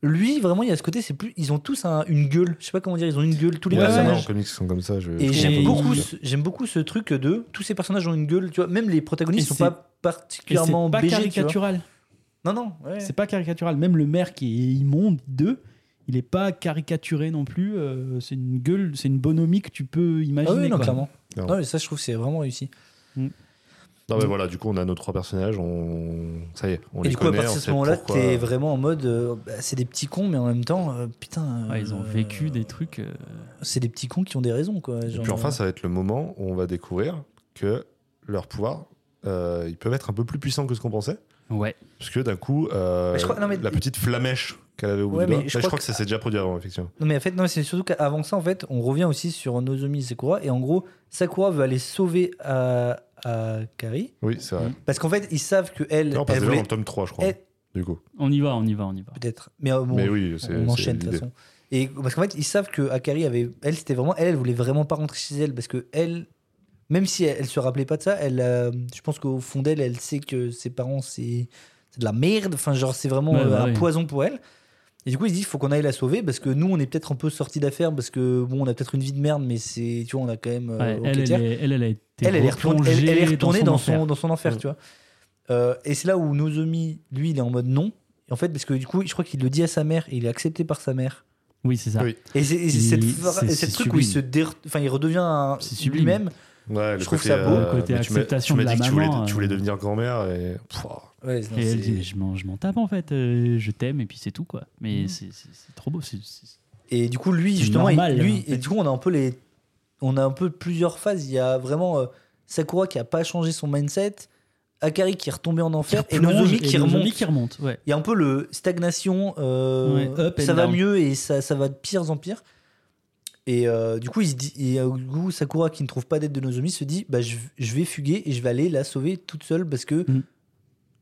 Lui, vraiment, il y a ce côté, c'est plus. Ils ont tous un- une gueule. Je sais pas comment dire, ils ont une gueule, tous les
Ouais,
Ouais,
ça,
ouais.
non,
personnages.
en comics, ils sont comme ça. Je, je
Et
comprends
j'aime
pas.
beaucoup, ce- j'aime beaucoup ce truc de tous ces personnages ont une gueule, tu vois. Même les protagonistes
Et
sont
c'est-
pas
Et c'est
particulièrement
pas
BG, tu vois.
caricatural.
Non, non. ouais.
C'est pas caricatural. Même le maire qui est immonde d'eux, il est pas caricaturé non plus. euh, c'est une gueule, c'est une bonhomie que tu peux
Ah
imaginer.
oui, non,
quoi.
clairement.
Non.
Non. mais ça, je trouve que c'est vraiment réussi.
Non, mais voilà, du coup, on a nos trois personnages. On... Ça y est, on
et
les
du coup, à
connaît.
partir
on
de ce
sait
moment-là,
pourquoi.
t'es vraiment en mode euh, bah, c'est des petits cons, mais en même temps, euh, putain. euh,
Ouais, ils ont vécu des trucs. euh,
C'est des petits cons qui ont des raisons, quoi.
Et
genre, euh,
puis enfin, ça va être le moment où on va découvrir que leur pouvoir, euh, ils peuvent être un peu plus puissants que ce qu'on pensait.
Ouais.
Parce que d'un coup, euh,
Mais je crois- non, mais-
la petite flamèche qu'elle avait au bout
Ouais,
du
mais
doigt, là,
je
je,
crois
crois que, ça s'est déjà produit avant, effectivement.
Non, mais en fait, non, c'est surtout qu'avant ça, en fait, on revient aussi sur Nozomi et Sakura. Et en gros, Sakura veut aller sauver à, à Kari.
Oui, c'est vrai.
Mm.
Parce qu'en fait, ils savent que elle.
Non, on passe
elle
déjà
voulait-
dans le tome 3, je crois.
elle-
Du coup.
On y va, on y va, on y va.
Peut-être. Mais, euh, bon,
mais oui, c'est.
on
c'est
enchaîne de toute
l'idée.
façon. Et parce qu'en fait, ils savent que Akari avait, elle, c'était vraiment, elle, elle voulait vraiment pas rentrer chez elle parce que elle, même si elle, elle se rappelait pas de ça, elle, euh, je pense qu'au fond d'elle, elle sait que ses parents c'est, c'est de la merde. Enfin, genre, c'est vraiment
Ouais,
euh,
bah
un
oui.
poison pour elle. Et du coup, ils se disent, faut qu'on aille la sauver parce que nous, on est peut-être un peu sortis d'affaires parce que bon, on a peut-être une vie de merde, mais c'est, tu vois, on a quand même. euh,
Ouais,
ok,
elle, elle,
tiens.
est- elle, elle a été
Elle, elle est retournée, elle- elle est retournée dans, son,
enfer.
dans son enfer,
Ouais.
tu vois. Euh, et c'est là où Nozomi, lui, il est en mode non. Et en fait, parce que du coup, je crois qu'il le dit à sa mère et il est accepté par sa mère.
Oui, c'est ça.
Oui.
Et c'est et c'est
Il-
cette,
c'est-
fra-
c'est
cette truc où
sublime.
il se dé- enfin il redevient un-
C'est sublime.
lui-même
Ouais, euh,
Je trouve ça beau.
Le côté
mais tu m'as-
acceptation
tu m'as
de
dit
la
que tu voulais,
maman,
tu voulais
euh,
devenir grand-mère et. Pouah.
Ouais, non,
Et elle
c'est-
dit, mais je m'en, je m'en tape en fait, euh, je t'aime et puis c'est tout quoi. Mais
Mhm.
c'est, c'est- c'est trop beau. c'est- c'est-
Et du coup, lui,
C'est
justement, il-
normal, hein. en
lui,
fait.
et du coup, on a un peu les, on a un peu plusieurs phases. Il y a vraiment euh, Sakura qui a pas changé son mindset, Akari qui est retombé en enfer, et
plonge,
Nozomi qui
et Nozomi
remonte.
qui remonte, ouais.
Il y a un peu le stagnation, euh,
Ouais, up and
ça va
down.
mieux et ça, ça va de pire en pire. Et euh, du coup, il se dit, et, euh, du coup, Sakura qui ne trouve pas d'aide de Nozomi se dit, bah, je, je vais fuguer et je vais aller la sauver toute seule parce que
Mhm.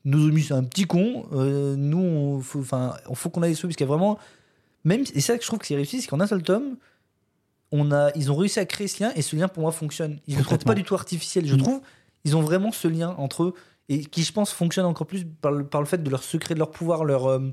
Nozomi c'est un petit con. euh, nous, on faut, enfin, on faut qu'on aille la sauver parce qu'il y a vraiment, même et ça que je trouve que c'est réussi, c'est qu'en un seul tome, on a, ils ont réussi à créer ce lien et ce lien pour moi fonctionne. Ils ne trouvent
Complètement.
pas du tout artificiel, je
Mhm.
trouve. Ils ont vraiment ce lien entre eux et qui je pense fonctionne encore plus par le, par le fait de leur secret, de leur pouvoir, leur euh,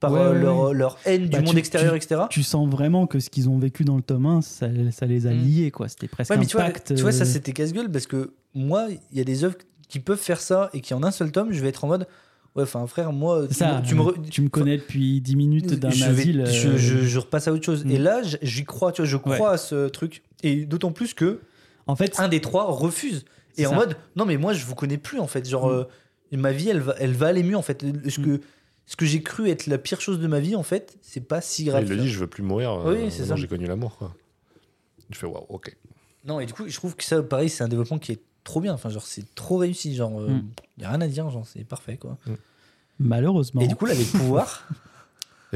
par
Ouais,
euh,
ouais,
leur,
ouais.
euh, leur haine
Bah,
du monde
tu-
extérieur, etc.
Tu sens vraiment que ce qu'ils ont vécu dans le tome 1, ça, ça les a
Mhm.
liés quoi. C'était presque
Ouais,
un
mais tu vois,
pacte.
tu vois, ça
euh,
c'était casse-gueule parce que moi, il y a des œuvres qui peuvent faire ça et qui en un seul tome, je vais être en mode ouais, enfin frère, moi,
c'est
tu,
ça,
me- tu me re-
tu me connais depuis 10 minutes d'un
je, vais-
asile. euh,
je, je- je repasse à autre chose.
Mm.
Et là, j- j'y crois, tu vois, je crois
Ouais.
à ce truc. Et d'autant plus que
En fait,
un des trois refuse
C'est
et en
ça.
mode non mais moi je vous connais plus en fait genre
Mm.
euh, ma vie elle va elle va aller mieux en fait ce
Mm.
que ce que j'ai cru être la pire chose de ma vie en fait c'est pas si grave
Il le
tu
dit, je veux plus mourir.
Oui,
euh,
c'est ça.
maintenant, J'ai connu l'amour, quoi. Je fais waouh, ok.
vois. non et du coup je trouve que ça pareil c'est un développement qui est trop bien enfin genre c'est trop réussi genre euh,
Mm.
y a rien à dire genre c'est parfait quoi
malheureusement.
et du coup là les pouvoirs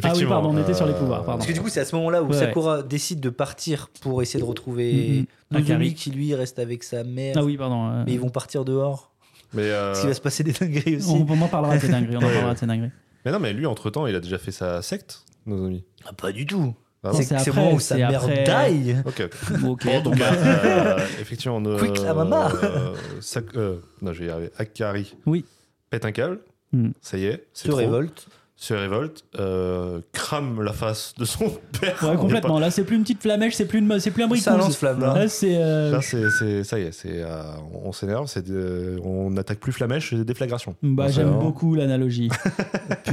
Ah
Effectivement,
pardon, on était sur les pouvoirs, pardon.
parce que du coup c'est à ce moment là où
Ouais,
Sakura décide de partir pour essayer de
Mm, mm.
retrouver
Akari.
Nozomi qui lui reste avec sa mère
Ah oui, pardon. euh,
mais ils vont partir dehors
Mais, euh,
parce qu'il va se passer des dingueries aussi
on, on en parlera de ces dingueries. On en
Ouais.
parlera de ces dingueries.
mais non, mais lui, entre temps, il a déjà fait sa secte, nos amis.
Ah, pas du tout
Ah
bon
c'est
C'est
c'est le
après,
moment où sa
c'est
mère
après.
die
Ok.
Bon, ok,
Bon,
bon,
donc,
bah,
euh, effectivement, on, euh,
Quick, la mama.
euh, Sak- euh, non, je vais y arriver. Akari.
Oui.
Pète un câble.
Hmm.
Ça y est, c'est
se
trop.
révolte
Se révolte. euh, crame la face de son père.
ouais, complètement. Là, c'est plus une petite flamèche, c'est plus une, c'est plus un bricouze.
Ça lance flamme.
Là, c'est. euh,
Là, c'est, c'est- ça y est, c'est, euh, on s'énerve, c'est, de- on n'attaque plus Flamèche, c'est déflagration.
Bah, j'aime
Vraiment.
beaucoup l'analogie.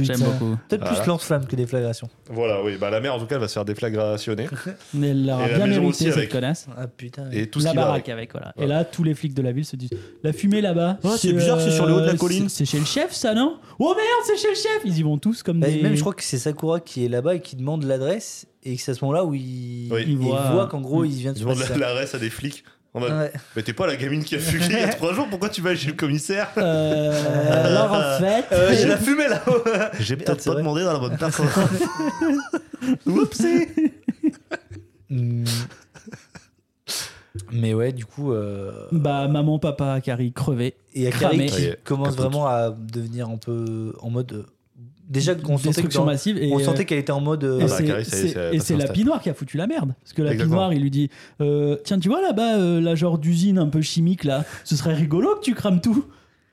j'aime beaucoup.
Peut-être
Voilà.
plus lance-flamme que déflagration.
Voilà, oui, bah, la mère en tout cas, elle va se faire déflagrationner.
Mais Elle l'aura
Et la
bien
maison
mérité,
aussi
cette
avec.
connasse.
Ah putain.
Et tout ce
la
qui va
baraque
avec.
avec, voilà.
Ouais.
Et là, tous les flics de la ville se disent La fumée là-bas. euh,
Ouais, c'est bizarre, c'est sur le haut de la colline.
C'est c'est chez le chef, ça, non Oh merde, c'est chez le chef Ils y vont tous comme
Bah,
des.
Même je crois que c'est Sakura qui est là-bas et qui demande l'adresse et que c'est à ce moment-là où il,
Oui.
il
Il voit-
voit, qu'en gros
Mm.
il vient de
Ils
se
demandent
passer
la,
ça.
la res à des flics. En mode,
Ouais.
mais t'es pas la gamine qui a fugué il y a trois jours, pourquoi tu vas chez le commissaire
Euh, alors en fait.
Euh, j'ai la fumée là-haut.
J'ai
peut-être c'est pas vrai.
demandé dans la bonne personne.
Oupsie
Mm. Mais ouais, du coup, euh,
Bah, maman, papa, Carrie, crevé.
et Akari
cramé.
qui
Ouais,
commence
capote.
vraiment à devenir un peu en mode. euh, Déjà qu'on sentait que
Destruction
dans-
massive. Et,
on
euh,
sentait qu'elle était en mode. euh,
Et
Ah bah,
c'est-
Carrie, ça y est,
c'est-
c'est la
et c'est
personne
la
stable.
pinoire qui a foutu la merde. Parce que la
Exactement.
pinoire, il lui dit euh, Tiens, tu vois là-bas, euh, la genre d'usine un peu chimique, là, ce serait rigolo que tu crames tout.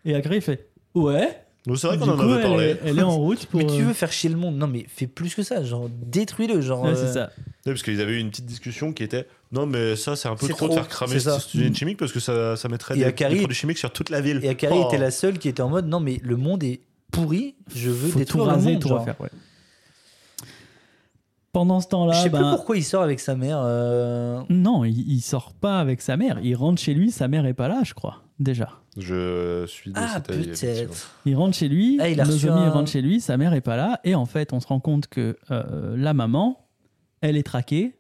Et Agri fait Ouais.
Nous, c'est vrai
Du
qu'on en
coup,
avait
elle
parlé.
est- Elle est en route pour.
Mais tu
euh,
veux faire chier le monde Non, mais fais plus que ça. Genre, détruis-le. Genre.
ouais, c'est
euh,
ça.
Oui, parce qu'ils avaient eu une petite discussion qui était non, mais ça, c'est un peu
C'est
trop, de
trop,
faire cramer
c'est ça.
cette usine chimique parce que ça, ça mettrait
Et
des,
Akari-
des produits chimiques sur toute la ville.
Et Akari
Oh.
était la seule qui était en mode non mais le monde est pourri, je veux
Faut tout
détruire le
raser,
monde.
tout
genre.
refaire. ouais. Pendant ce
Je
temps-là,
sais
ben,
plus pourquoi il sort avec sa mère. euh,
non, il, il sort pas avec sa mère. Il rentre chez lui, sa mère est pas là, je crois, déjà.
Oh. Je suis de
Ah
cet avis, effectivement.
peut-être.
Il rentre chez lui,
Ah, il a reçu
Nozomi
un-
rentre chez lui, sa mère est pas là, et en fait, on se rend compte que euh, la maman, elle est traquée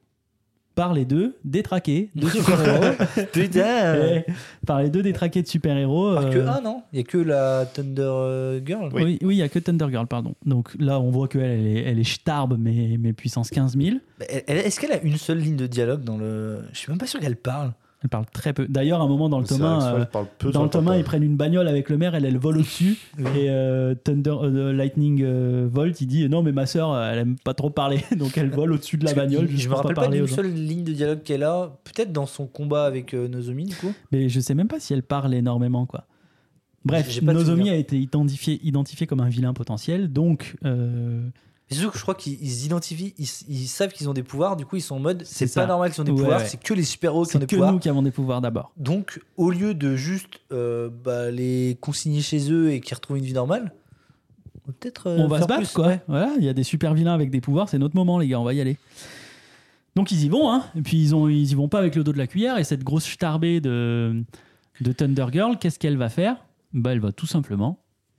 par les deux détraqués de super-héros.
Putain.
Et par les deux détraqués de super-héros.
Ah Par que
euh,
un non, il y a que la Thunder euh, Girl.
Oui, oui, il y a que Thunder Girl, pardon. Donc là, on voit qu'elle, elle est, elle est starbe, mais, mais puissance 15 000.
Bah, elle- elle- Est-ce qu'elle a une seule ligne de dialogue dans le Je suis même pas sûr qu'elle parle.
Elle parle très peu. D'ailleurs, à un moment dans le
C'est
tome
vrai que
1,
soit
euh,
elle parle peu,
dans
soit
le
elle parle
tome 1,
pas.
ils prennent une bagnole avec le maire, elle, elle vole au-dessus. et euh, Thunder, euh, Lightning euh, Volt, il dit Non, mais ma soeur, elle aime pas trop parler, donc elle vole au-dessus de la
Parce que
bagnole.
il-
juste
je me
pour
rappelle pas,
parler aux gens.
d'une seule ligne de dialogue qu'elle a. Peut-être dans son combat avec euh, Nozomi du coup.
Mais je sais même pas si elle parle énormément, quoi.
J'ai-
Bref,
j'ai pas de
Nozomi
souvenir.
a été identifié, identifié comme un vilain potentiel, donc euh,
Mais surtout que je crois qu'ils ils identifient, ils, ils savent qu'ils ont des pouvoirs. Du coup ils sont en mode
C'est
c'est
ça.
pas normal qu'ils ont des
Ouais,
pouvoirs,
ouais.
c'est que les super héros qui ont
c'est
des
que
pouvoirs.
nous qui avons des pouvoirs d'abord.
Donc, au lieu de juste euh, bah, les consigner chez eux et qu'ils retrouvent une vie normale, on va peut-être. euh,
on va
faire
se battre,
plus.
quoi. Voilà, il y a des super vilains avec des pouvoirs, c'est notre moment, les gars, on va y aller. Donc ils y vont, hein. Et puis ils, ont, ils y vont pas avec le dos de la cuillère. Et cette grosse starbée de, de Thunder Girl, qu'est-ce qu'elle va faire bah, Elle va tout simplement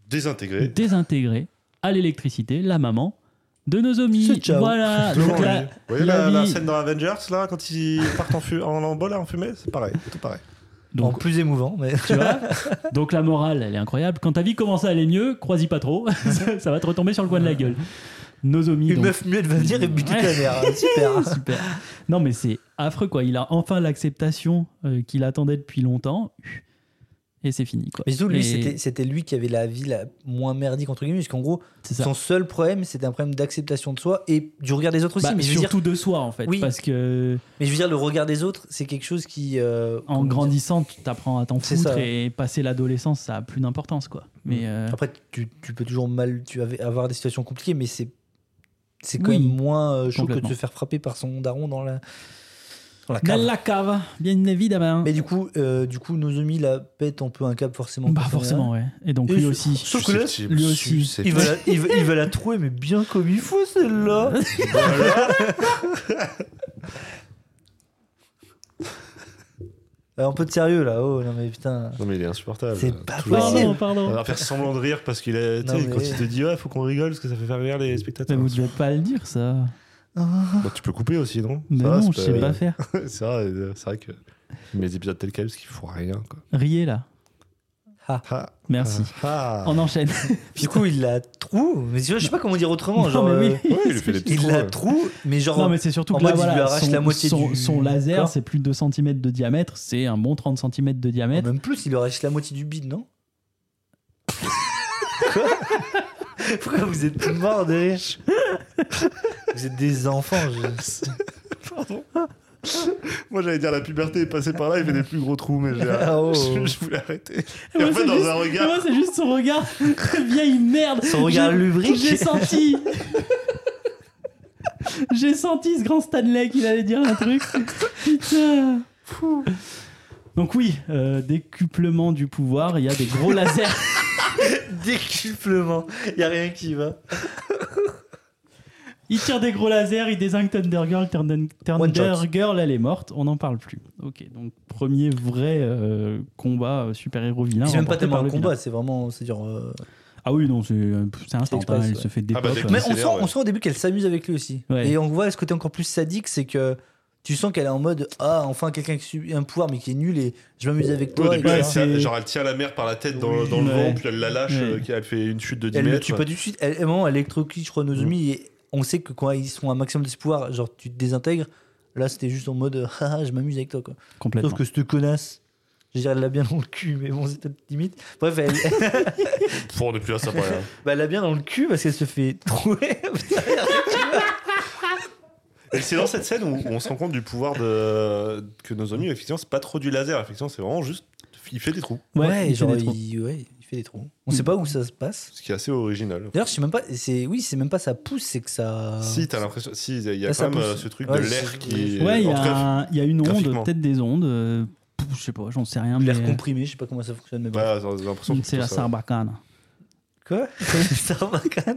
Désintégré.
désintégrer à l'électricité la maman de Nozomi.
C'est ciao.
Voilà.
Toujours
Donc
lui.
là,
Vous voyez la,
la
la
vie-
scène dans Avengers, là, quand ils partent en, fu- en, en bol, en fumée C'est pareil, c'est tout pareil.
en
donc,
plus émouvant, mais
tu vois donc la morale, elle est incroyable. Quand ta vie commence à aller mieux, crois-y pas trop. ça, ça va te retomber sur le coin de la gueule. Nozomi.
une
donc,
meuf muette va venir et buter
Ouais.
ta mère. Super.
Super. Non, mais c'est affreux, quoi. Il a enfin l'acceptation euh, qu'il attendait depuis longtemps. Et c'est fini, quoi.
Mais surtout, lui,
Et
c'était- c'était lui qui avait la vie la moins merdique, entre guillemets, parce qu'en gros,
c'est ça.
son seul problème, c'était un problème d'acceptation de soi et du regard des autres aussi.
Bah,
mais, je veux dire,
surtout de soi, en fait.
Oui.
Parce que
mais je veux dire, le regard des autres, c'est quelque chose qui. euh,
en
comment dire-
grandissant, tu t'apprends à t'en
C'est
foutre
ça. Mm. Ah,
et passer l'adolescence, ça a plus d'importance, quoi. Mais euh,
Après, tu, tu peux toujours mal, tu av- avoir des situations compliquées, mais c'est c'est quand
Oui.
même moins euh, chaud que de
Complètement.
se faire frapper par son daron dans la dans la
dans
cave.
la cave, bien évidemment.
Mais du coup, euh, du coup, Nozomi la pète un peu un câble forcément.
Bah,
pour son
forcément, ouais. Et donc,
Et
lui
je-
aussi.
Sauf que là,
Susceptible,
lui aussi.
mère. Il
susceptible.
va, la, il, va, il va la trouver, mais bien comme il faut celle-là. Euh, un peu de sérieux là, oh non mais putain.
Non, mais il est insupportable.
C'est pas
Toujours-
possible.
Pardon, pardon.
On va faire semblant de rire parce qu'il est. tu
Non,
sais,
mais-
Quand il te dit, ouais, faut qu'on rigole parce que ça fait faire rire les
Mais
spectateurs.
vous devez pas le dire, ça.
Ah.
Bah, tu peux couper aussi, non
Mais
Ça va,
non, je
c'est
sais pas faire.
c'est vrai, euh, c'est vrai que mes épisodes tels quels, parce qu'ils font rien. Quoi.
Riez, là.
Ah,
Merci.
ah, ah.
On enchaîne.
Du coup, il la trouve, mais tu vois, je sais pas comment dire autrement.
Non,
genre,
mais oui.
euh,
Ouais, il lui fait des petits
il
trous,
la
ouais.
trouve, mais genre.
Non, mais c'est surtout
en
que là,
mode, il lui
voilà,
arrache
son,
la moitié
son-
du
son laser,
corps.
c'est plus de 2 cm de diamètre, c'est un bon 30 cm de diamètre.
Même plus, il aurait acheté la moitié du bide, non Quoi Pourquoi vous êtes morts de rire Vous êtes des enfants. je-
Pardon. euh. Moi, j'allais dire la puberté est passée par là, il fait des plus gros trous, mais j'ai-
Ah, oh.
je, je voulais arrêter. Et
Ouais,
en
c'est
fait, dans
juste-
un regard.
Moi, c'est juste son regard de vieille merde.
Son regard
J'ai-
lubrique.
J'ai senti. J'ai senti ce grand Stanley qu'il allait dire un truc. Putain. Fou. Donc oui, euh, décuplement du pouvoir, il y a des gros lasers.
Décuplement. Y a rien qui va.
Il tire des gros lasers, il désingue Thunder Girl. Thunder, Thunder
One shot.
Girl, elle est morte, on n'en parle plus. Ok, donc premier vrai euh, combat euh, super-héros vilain.
C'est même pas
remporté
tellement
par
un
le
combat, c'est vraiment. C'est dire. euh,
vilain. Ah oui, non, c'est euh, c'est instant,
C'est express,
hein, elle
ouais.
se fait des
Ah bah, dès que-
Mais
c'est
on sent,
l'air, ouais.
on sent au début qu'elle s'amuse avec lui aussi.
Ouais.
Et on voit ce côté encore plus sadique, c'est que tu sens qu'elle est en mode Ah, enfin quelqu'un qui subit un pouvoir mais qui est nul et je m'amuse avec
Au
toi.
début,
et
elle
cetera.
tient-
bah, c'est-
genre, elle tient la mère par la tête dans,
Oui,
dans le
ouais.
vent, puis elle la lâche,
Ouais.
euh, qui- elle fait une chute de 10
Elle le
mètres.
tue pas du tout de suite. Elle, elle, elle électrocute, je crois, Nozomi. Et on sait que quand ils sont à un maximum de ce pouvoir, genre tu te désintègres. Là, c'était juste en mode ah, ah, je m'amuse avec toi. Quoi.
euh, Complètement.
Sauf que cette connasse, je veux dire, elle l'a bien dans le cul, mais bon, c'est peut-être limite. Bref, elle,
Pff, on est euh, plus là, ça paraît.
bah, elle l'a bien dans le cul parce qu'elle se fait trouer.
Et c'est dans cette scène où, où on se rend compte du pouvoir de, que Nozomi, effectivement, c'est pas trop du laser, effectivement, c'est vraiment juste. Il fait des trous,
Ouais, il fait
genre,
des trous.
il, ouais, il fait des trous. On
Mm.
sait pas où ça se passe.
ce qui est assez original.
D'ailleurs, je sais même pas. C'est oui, c'est même pas ça pousse, c'est que ça.
Si, t'as l'impression. Si, il y a- il y a
Là, Euh, ça
quand même
pousse.
euh, ce truc
Ouais,
de
c'est-
l'air qui.
Ouais, il y,
en tout cas,
a- il y a une onde,
graphiquement.
peut-être des ondes. euh, pff, je sais pas, j'en sais rien.
l'air
mais-
comprimé. Je sais pas comment ça fonctionne, mais bon.
voilà, Bah, j'ai l'impression que
C'est la
ça-
sarbacane.
Quoi Ça remarque- Putain.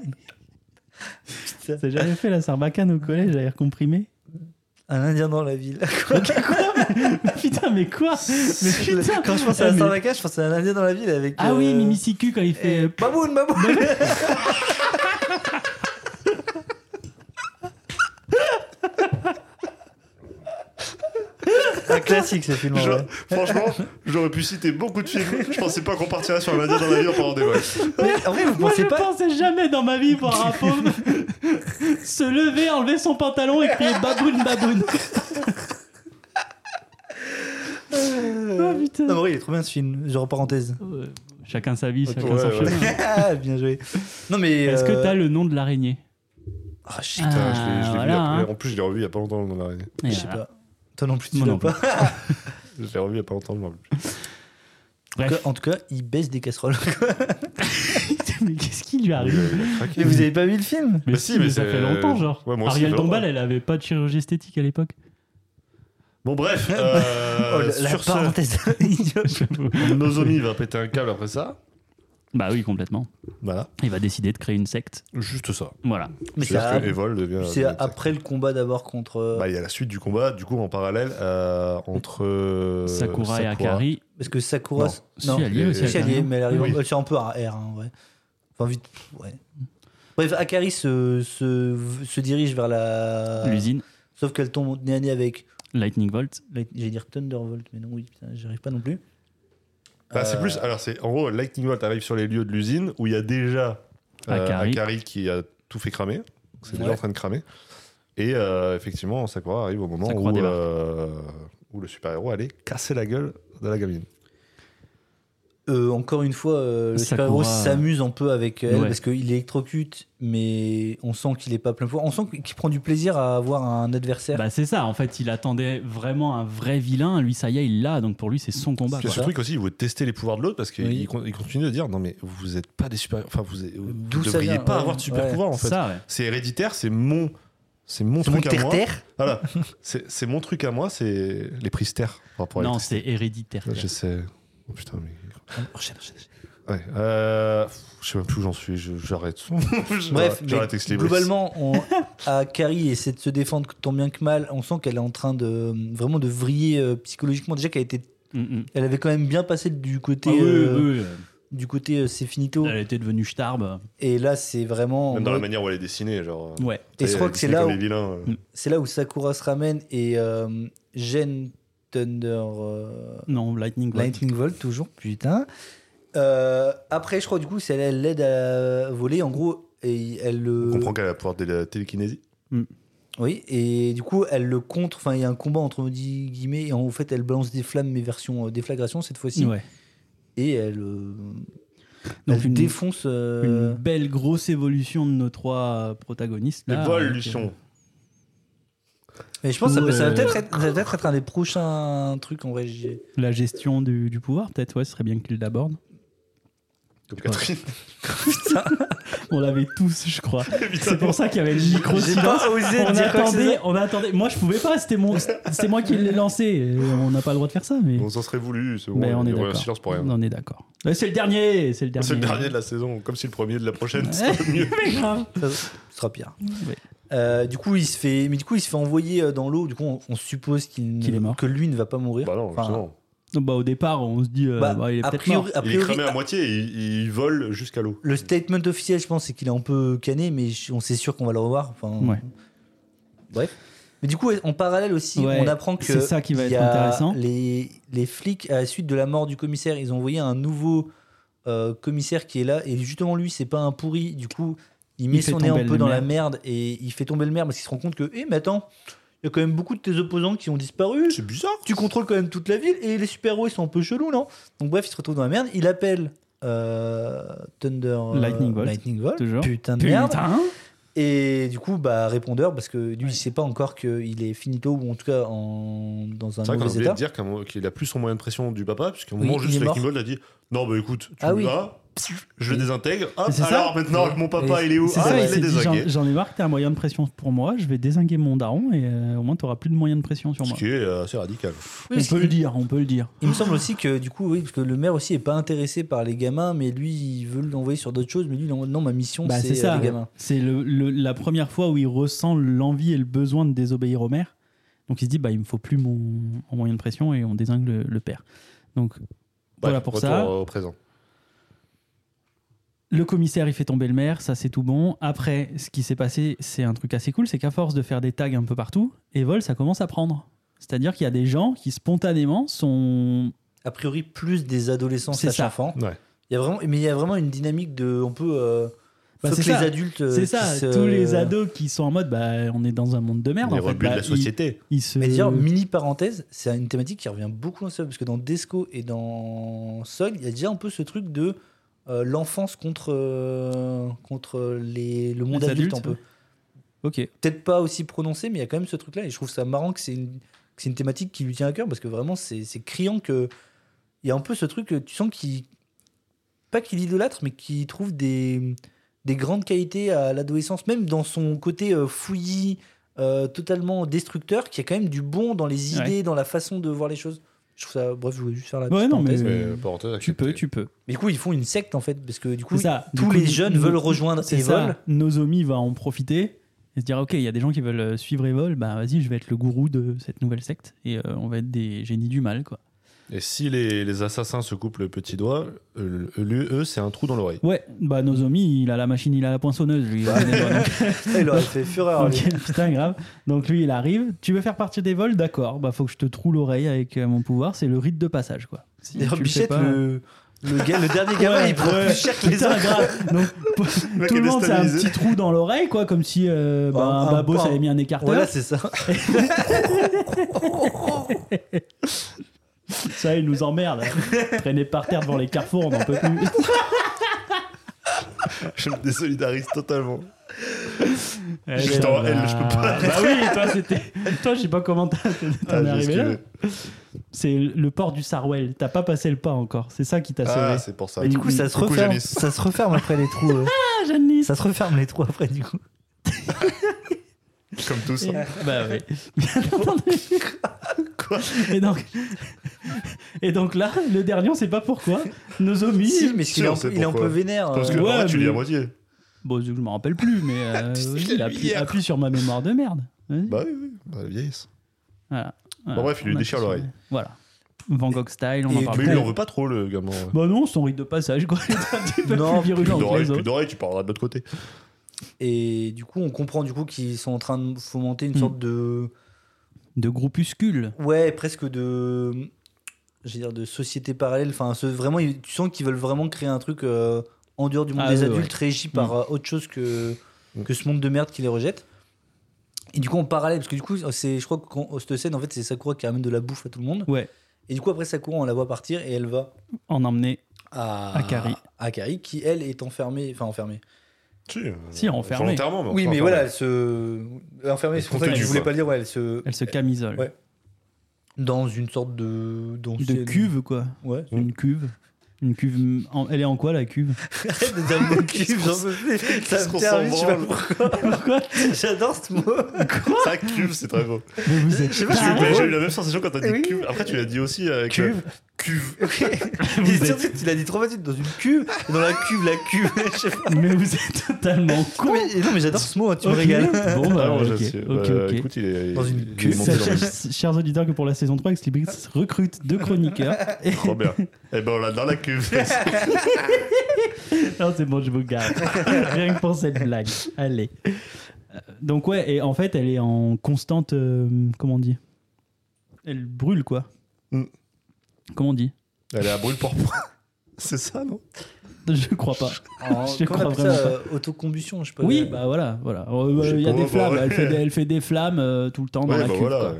T'as jamais fait la sarbacane au collège, l'air comprimé
Un Indien dans la ville.
Putain, mais quoi Mais putain
Quand je pense
Ah,
à
mais-
Sarvaka, je pense à un indien dans la ville avec.
Ah oui,
euh, eh,
Mimicicu, quand il fait.
Et... Baboun, baboun Un classique ce film. en
Je-
vrai.
Franchement, j'aurais pu citer beaucoup de films. Je pensais pas qu'on partirait sur l'Indien dans la vie en parlant des vols.
Mais en vrai, vous
Moi, je
pensez pas.
pensais jamais dans ma vie voir un pauvre se lever, enlever son pantalon et crier baboun, baboun.
Euh,
Ah, putain.
Non, mais oui, il est trop bien ce film. Genre parenthèse.
Euh, Chacun sa vie,
Ouais,
chacun
ouais,
son
ouais.
chemin.
Ah, bien joué. Non, mais.
Est-ce que
euh,
t'as le nom de l'araignée
Ah, shit,
Ah,
Putain, je l'ai- je l'ai vu
voilà,
la-
hein.
En plus, je l'ai revu il y a pas longtemps dans la l'araignée.
Et
je sais
voilà.
pas. Toi non plus, tu
Moi
l'as
non
pas.
Je l'ai revu il y a pas longtemps. je m'en rappelle plus.
En tout
Bref,
cas- En tout cas, il baisse des casseroles.
mais qu'est-ce qui lui
Il
arrive
a craqué.
Mais vous avez pas vu le film
mais
Bah
si,
si,
mais
mais
ça
c'est-
fait longtemps, genre.
Ouais, moi aussi,
Ariel
ça fait
Dombal,
longtemps.
elle avait pas de chirurgie esthétique à l'époque.
Bon, bref. euh,
Oh, la, la
sur ce,
parenthèse. idiote.
Nozomi va péter un câble après ça.
Bah oui, complètement.
Voilà,
Il va décider de créer une secte.
juste ça.
Voilà.
Mais c'est
C'est-à-dire
à-
que Evol devient.
c'est
devient-
après le combat d'abord contre. euh,
Euh, Bah, il y a la suite du combat, du coup, en parallèle, euh, entre. euh,
Sakura et Akari.
Parce que Sakura.
Non. euh,
Si, elle y est
Et-
aussi,
Si, elle y est,
Akari.
mais elle arrive.
Oui.
Elle sort un peu à R. hein, ouais. Enfin, vite. Ouais. Bref, Akari se, se, se dirige vers la.
euh,
hein. L'usine,
Sauf qu'elle tombe nez à nez avec.
Lightning Volt.
la- J'allais dire Thunderbolt, mais non, oui, putain, j'y arrive pas non plus.
Bah, c'est
Euh,
plus. Alors, c'est en gros, Lightning Bolt arrive sur les lieux de l'usine où il y a déjà euh,
Akari.
Akari. qui a tout fait cramer. Donc, C'est déjà
Euh, Ouais.
en train de cramer. Et euh, effectivement, Sakura arrive au moment
Sakura
où,
débarque.
euh, où le super-héros allait casser la gueule de la gamine.
Euh, encore une fois, euh, le
Sakura-
super-héros s'amuse un peu avec elle
Ouais.
parce qu'il électrocute, mais on sent qu'il est pas plein fort. On sent qu'il prend du plaisir à avoir un adversaire.
Bah c'est ça, en fait, il attendait vraiment un vrai vilain. Lui, ça y est, il l'a, donc pour lui, c'est son combat.
Parce que
quoi.
ce truc aussi, il veut tester les pouvoirs de l'autre parce qu'il
Bah, Oui.
con- il continue de dire non, mais vous n'êtes pas des super. Enfin, vous
D'où
ne
ça
devriez
vient,
pas
ouais,
avoir de super-pouvoir en fait.
Ça, ouais.
C'est héréditaire, c'est mon. C'est mon
C'est mon
truc à moi.
terre-terre.
Voilà. C'est c'est mon truc à moi, c'est les pristères.
Non, c'est héréditaire.
Je sais. Oh, putain, mais.
Enchaîne, enchaîne, enchaîne.
Ouais, euh, pff, je sais même plus où j'en suis, je- j'arrête. Je-
Bref,
j'arrête
mais
avec les
globalement, on, à Carrie essaie de se défendre tant bien que mal. On sent qu'elle est en train de vraiment de vriller euh, psychologiquement. Déjà qu'elle était,
Mm, mm.
elle avait quand même bien passé du côté,
Ah oui,
euh,
oui, Ah oui.
du côté euh, c'est finito.
Elle était devenue starbe.
Et là, c'est vraiment.
Même dans
en
la
mode-
manière où elle est dessinée, genre. euh,
Ouais.
Et je crois que c'est là où
Les vilains, euh.
c'est là où Sakura se ramène et euh, gêne Thunder. euh,
Non, Lightning Bolt.
Lightning Volt, toujours, putain. Euh, après, je crois, du coup, c'est elle- elle l'aide à voler, en gros, et elle euh, le.
On comprend qu'elle a le pouvoir de la télékinésie.
Oui, et du coup, elle le contre. Enfin, il y a un combat entre dix guillemets, et en fait, elle balance des flammes, mais version euh, déflagration cette fois-ci.
Ouais.
Et elle. euh,
Donc
elle
une-
défonce. euh,
Une belle grosse évolution de nos trois euh, protagonistes.
Ah,
là, avec, euh,
L'évolution.
Mais je pense que ça, peut- ça va
Ouais.
peut-être être, ça va peut-être être un des prochains trucs, en vrai. j'ai-
euh, La gestion du, du pouvoir, peut-être, ouais, ce serait bien qu'il l'aborde.
Comme Catherine.
On l'avait tous, je crois. C'est pour ça qu'il y avait le micro
J'ai
silence.
pas osé
On
dire quoi que ce
attendait,
soit.
on attendait. Moi, je pouvais pas. C'était mon, c'est moi qui l'ai lancé. et On n'a pas le droit de faire ça, mais,
Bon, ça serait voulu, c'est bon.
mais on
il
est
y aurait un
d'accord.
silence pour rien.
On est d'accord. Mais C'est le dernier, c'est le dernier.
C'est le dernier de la saison, comme si le premier de la prochaine,
Ouais.
c'est mieux.
Mais grave.
Ça ce sera pire.
Ouais.
Euh, du coup, il se fait, mais du coup, il se fait envoyer euh, dans l'eau. Du coup, on, on suppose qu'il ne-
Qu'il est mort.
que lui ne va pas mourir.
Bah non,
Enfin,
justement.
Donc, bah, au départ, on se dit, euh,
Bah,
bah, il est
a
peut-être mort.
priori, a
Il est
priori,
cramé à moitié et il, il vole jusqu'à l'eau.
le statement officiel, je pense, c'est qu'il est un peu cané, mais je- on sait sûr qu'on va le revoir. Enfin,
Ouais.
Bref. Mais du coup, en parallèle aussi,
Ouais,
on apprend que
c'est ça qui va
il
être
y a
intéressant.
Les, les flics, à la suite de la mort du commissaire, ils ont envoyé un nouveau euh, commissaire qui est là. Et justement, lui, c'est pas un pourri. Du coup, il met
fait
son nez un
tomber
peu
le
dans la
maire.
merde et il fait tomber le maire parce qu'il se rend compte que, eh, mais attends, il y a quand même beaucoup de tes opposants qui ont disparu.
C'est bizarre.
Tu contrôles quand même toute la ville et les super-héros, ils sont un peu chelous, non Donc, bref, il se retrouve dans la merde. Il appelle euh, Thunder euh,
Lightning Bolt.
Lightning Bolt.
Toujours.
Putain de ah, merde.
Putain.
Et du coup, bah, répondeur, parce que lui, il sait pas encore qu'il est finito, ou en tout cas en, dans un
C'est vrai qu'on a
mauvais
oublié
état.
de dire qu'à un moment- qu'il a plus son moyen de pression du papa, puisqu'à un
Oui,
moment,
il
juste
est
la
mort.
Kingold a dit Non, bah écoute, tu
Ah
me
oui.
vas, je le
Et-
désintègre. Hop,
c'est ça.
alors maintenant que mon papa
Et-
il est où
C'est
Ah,
ça, il
je
s'est
l'ai
dit, j'en-
désingué.
j'en ai marre que t'as un moyen de pression pour moi, je vais désinguer mon daron et euh, au moins t'auras plus de moyen de pression sur
Ce
moi.
qui est euh, assez radical.
Oui,
on
parce
peut
qu'il-
le dire, on peut le dire.
Il me semble aussi que du coup, oui, parce que le maire aussi est pas intéressé par les gamins, mais lui, il veut l'envoyer sur d'autres choses. Mais lui, non, non, ma mission,
Bah,
c'est
c'est
euh,
ça.
les gamins.
C'est le- le- la première fois où il ressent l'envie et le besoin de désobéir au maire. Donc il se dit, bah, il me faut plus mon, mon moyen de pression et on désingue le, le père. Donc voilà
Bref,
pour
retour,
ça.
euh, au présent.
Le commissaire, il fait tomber le maire, ça c'est tout bon. Après, ce qui s'est passé, c'est un truc assez cool, c'est qu'à force de faire des tags un peu partout, Evol, ça commence à prendre. C'est-à-dire qu'il y a des gens qui spontanément sont...
A priori, plus des adolescents
C'est
slash
ça.
enfants.
Ouais.
Il y a vraiment, mais il y a vraiment une dynamique de, on peut. Euh,
Bah,
faut
c'est
que les
ça.
adultes. euh,
C'est
qui
ça,
se-
tous les ados qui sont en mode, bah, on est dans un monde de merde.
les
en fait.
rebuts
Bah,
de la société.
Ils, ils se...
Mais d'ailleurs, mini parenthèse, c'est une thématique qui revient beaucoup dans ça, parce que dans Desco et dans Sog, il y a déjà un peu ce truc de euh, l'enfance contre, euh, contre les, le monde
Les adultes,
adulte un peu.
ouais. ok.
Peut-être pas aussi prononcé, mais il y a quand même ce truc-là, et je trouve ça marrant que c'est une, que c'est une thématique qui lui tient à cœur, parce que vraiment, c'est c'est criant que. Il y a un peu ce truc, que tu sens qu'il. Pas qu'il idolâtre, mais qu'il trouve des, des grandes qualités à l'adolescence, même dans son côté euh, fouillis, euh, totalement destructeur, qu'il y a quand même du bon dans les
Ouais.
idées, dans la façon de voir les choses. Je trouve ça. Bref, je voulais juste faire la
Ouais,
petite
non, mais-
parenthèse.
Euh,
Mais, parenthèse
Tu peux,
acceptée.
tu peux.
Mais du coup, ils font une secte en fait, parce que du coup,
C'est ça.
tous
Du coup,
les jeunes
nous-
veulent rejoindre
C'est
Evol.
ça. Nozomi va en profiter et se dire Ok, il y a des gens qui veulent euh, suivre Evol, bah vas-y, je vais être le gourou de cette nouvelle secte et euh, on va être des génies du mal, quoi.
Et si les, les assassins se coupent le petit doigt, euh, lui, eux, c'est un trou dans l'oreille.
Ouais, bah Nozomi, il a la machine, il a la poinçonneuse, lui. il a des doigts, donc-
Il aurait fait
Ah
fureur. lui.
Ok, putain, grave. Donc lui, il arrive. Tu veux faire partie des vols D'accord. Bah, faut que je te troue l'oreille avec euh, mon pouvoir. C'est le rite de passage, quoi. Si
D'ailleurs,
tu le fais
Bichette,
pas-
le, le gars- le dernier gamin,
Ouais,
il prend
ouais.
plus cher que les
Putain,
autres.
grave. Donc, pour-
mec
tout
est
le monde a un
déstabilisé. Oh,
petit trou dans l'oreille, quoi, comme si euh, bah,
Un-
un
un-
babos
un-
avait mis un écarteur.
Voilà, c'est ça.
Ça, il nous emmerde. Traîner par terre devant les carrefours, on n'en peut plus.
Je me désolidarise totalement.
Eh,
Je suis
bah,
en L, je peux pas.
Bah oui, toi, c'était. Toi, je sais pas comment t'as- t'en
Ah,
es
j'ai
arrivé là.
esquivé.
C'est le port du Sarwell. T'as pas passé le pas encore. C'est ça qui t'a
Ah,
sauvé. Bah,
c'est pour ça.
Mais du coup, ça se
Coucou,
referme.
Janice.
Ça se referme après les trous. euh.
Ah, Jeanne-Lise.
Ça se referme les trous après, du coup.
Comme tous. hein.
Et- bah oui. Bien entendu.
Quoi
et donc, et donc là, le dernier, on sait pas pourquoi. Nozomi.
Si, mais
Si,
il est
on
un-
sait
il est un peu
pourquoi.
vénère.
Parce que
euh.
Ouais,
en vrai, tu lis à
mais-
moitié.
Bon, je me rappelle plus, mais euh,
Tu sais,
oui,
la
appuie,
lumière.
appuie sur ma mémoire de merde. Vas-y.
Bah oui, oui. Bah, la vieillesse.
Voilà.
Bon, bref, il lui
On
déchire
appuie sur-
l'oreille.
Voilà. Van Gogh style, on en
Et-
parle
Mais il en
plus.
veut pas trop, le gamin. ouais.
Bah non, son rite de passage, quoi. Il est un petit peu
Non,
plus
Plus
virulent que
d'oreille,
les
plus
autres.
d'oreille, tu parleras de l'autre côté.
Et du coup, on comprend du coup qu'ils sont en train de fomenter une
Hmm.
sorte de.
De groupuscules.
Ouais, presque de. Je veux dire, de société parallèle. Enfin, ce- vraiment, ils- tu sens qu'ils veulent vraiment créer un truc euh, en dehors du monde
Ah,
des
ouais,
adultes, régi par euh, autre chose que,
Mm.
que ce monde de merde qui les rejette. Et du coup, en parallèle, parce que du coup, c'est, je crois que quand- cette scène, en fait, c'est Sakura qui ramène de la bouffe à tout le monde.
Ouais.
Et du coup, après Sakura, on la voit partir et elle va
En emmener.
à.
À Kari.
à Kari, qui, elle, est enfermée. Enfin, enfermée.
Si, euh,
Si, enfermé.
volontairement, mais
oui,
enfin,
mais
enfermé.
voilà, elle se. euh, Enfermée, c'est pour ça que
Contenue,
je voulais
quoi.
pas le dire, ouais, elle se.
Elle se camisole.
Ouais. Dans une sorte de.
De
d'ancienne-
cuve, quoi.
Ouais.
Une cuve. Une cuve. en- Elle est en quoi, la cuve
Arrête de dire le mot cuve, j'en peux plus. Ça
qu'est-ce qu'on
me termine,
s'en
je sais pas
branle.
pourquoi.
Pourquoi
J'adore ce mot.
Ça, cuve, c'est très beau.
Mais vous
Je
êtes-
sais pas,
J'ai
c'est
j'ai eu
drôle.
la même sensation quand t'as dit
Oui.
cuve. Après, tu l'as dit aussi avec.
Cuve.
euh, Cuve.
Et surtout, tu l'as dit trop facile dans une cuve, et dans la cuve, la cuve. Je sais pas.
Mais vous êtes totalement con.
Mais, et non, mais j'adore ce mot, hein, tu
Ok.
me régales.
Bon, bah,
Vraiment,
ok,
j'assume.
ok,
Bah,
ok.
Écoute, il est.
Dans une
il est
cuve.
monté dans le-
Sachez, chers auditeurs, que pour la saison 3, Exlibrix recrute deux chroniqueurs. Et...
Trop bien. Eh ben, on l'a dans la cuve.
Non, c'est bon, je vous garde. Rien que pour cette blague. Allez. Euh, Donc, ouais, et en fait, elle est en constante. euh, comment on dit Elle brûle, quoi.
Mm.
Comment on dit
Elle est à brûle pour point. C'est ça, non
Je crois pas.
En-
Je
comment
crois
on appelle
vraiment
ça euh, Autocombustion, je sais pas.
Oui,
Euh,
bah voilà. voilà. Euh, euh,
Je sais
Il y a
pas,
des
bah,
flammes.
ouais.
Elle fait des, elle fait des flammes euh, tout le temps dans
Ouais,
la
bah
cuve. quoi.
voilà.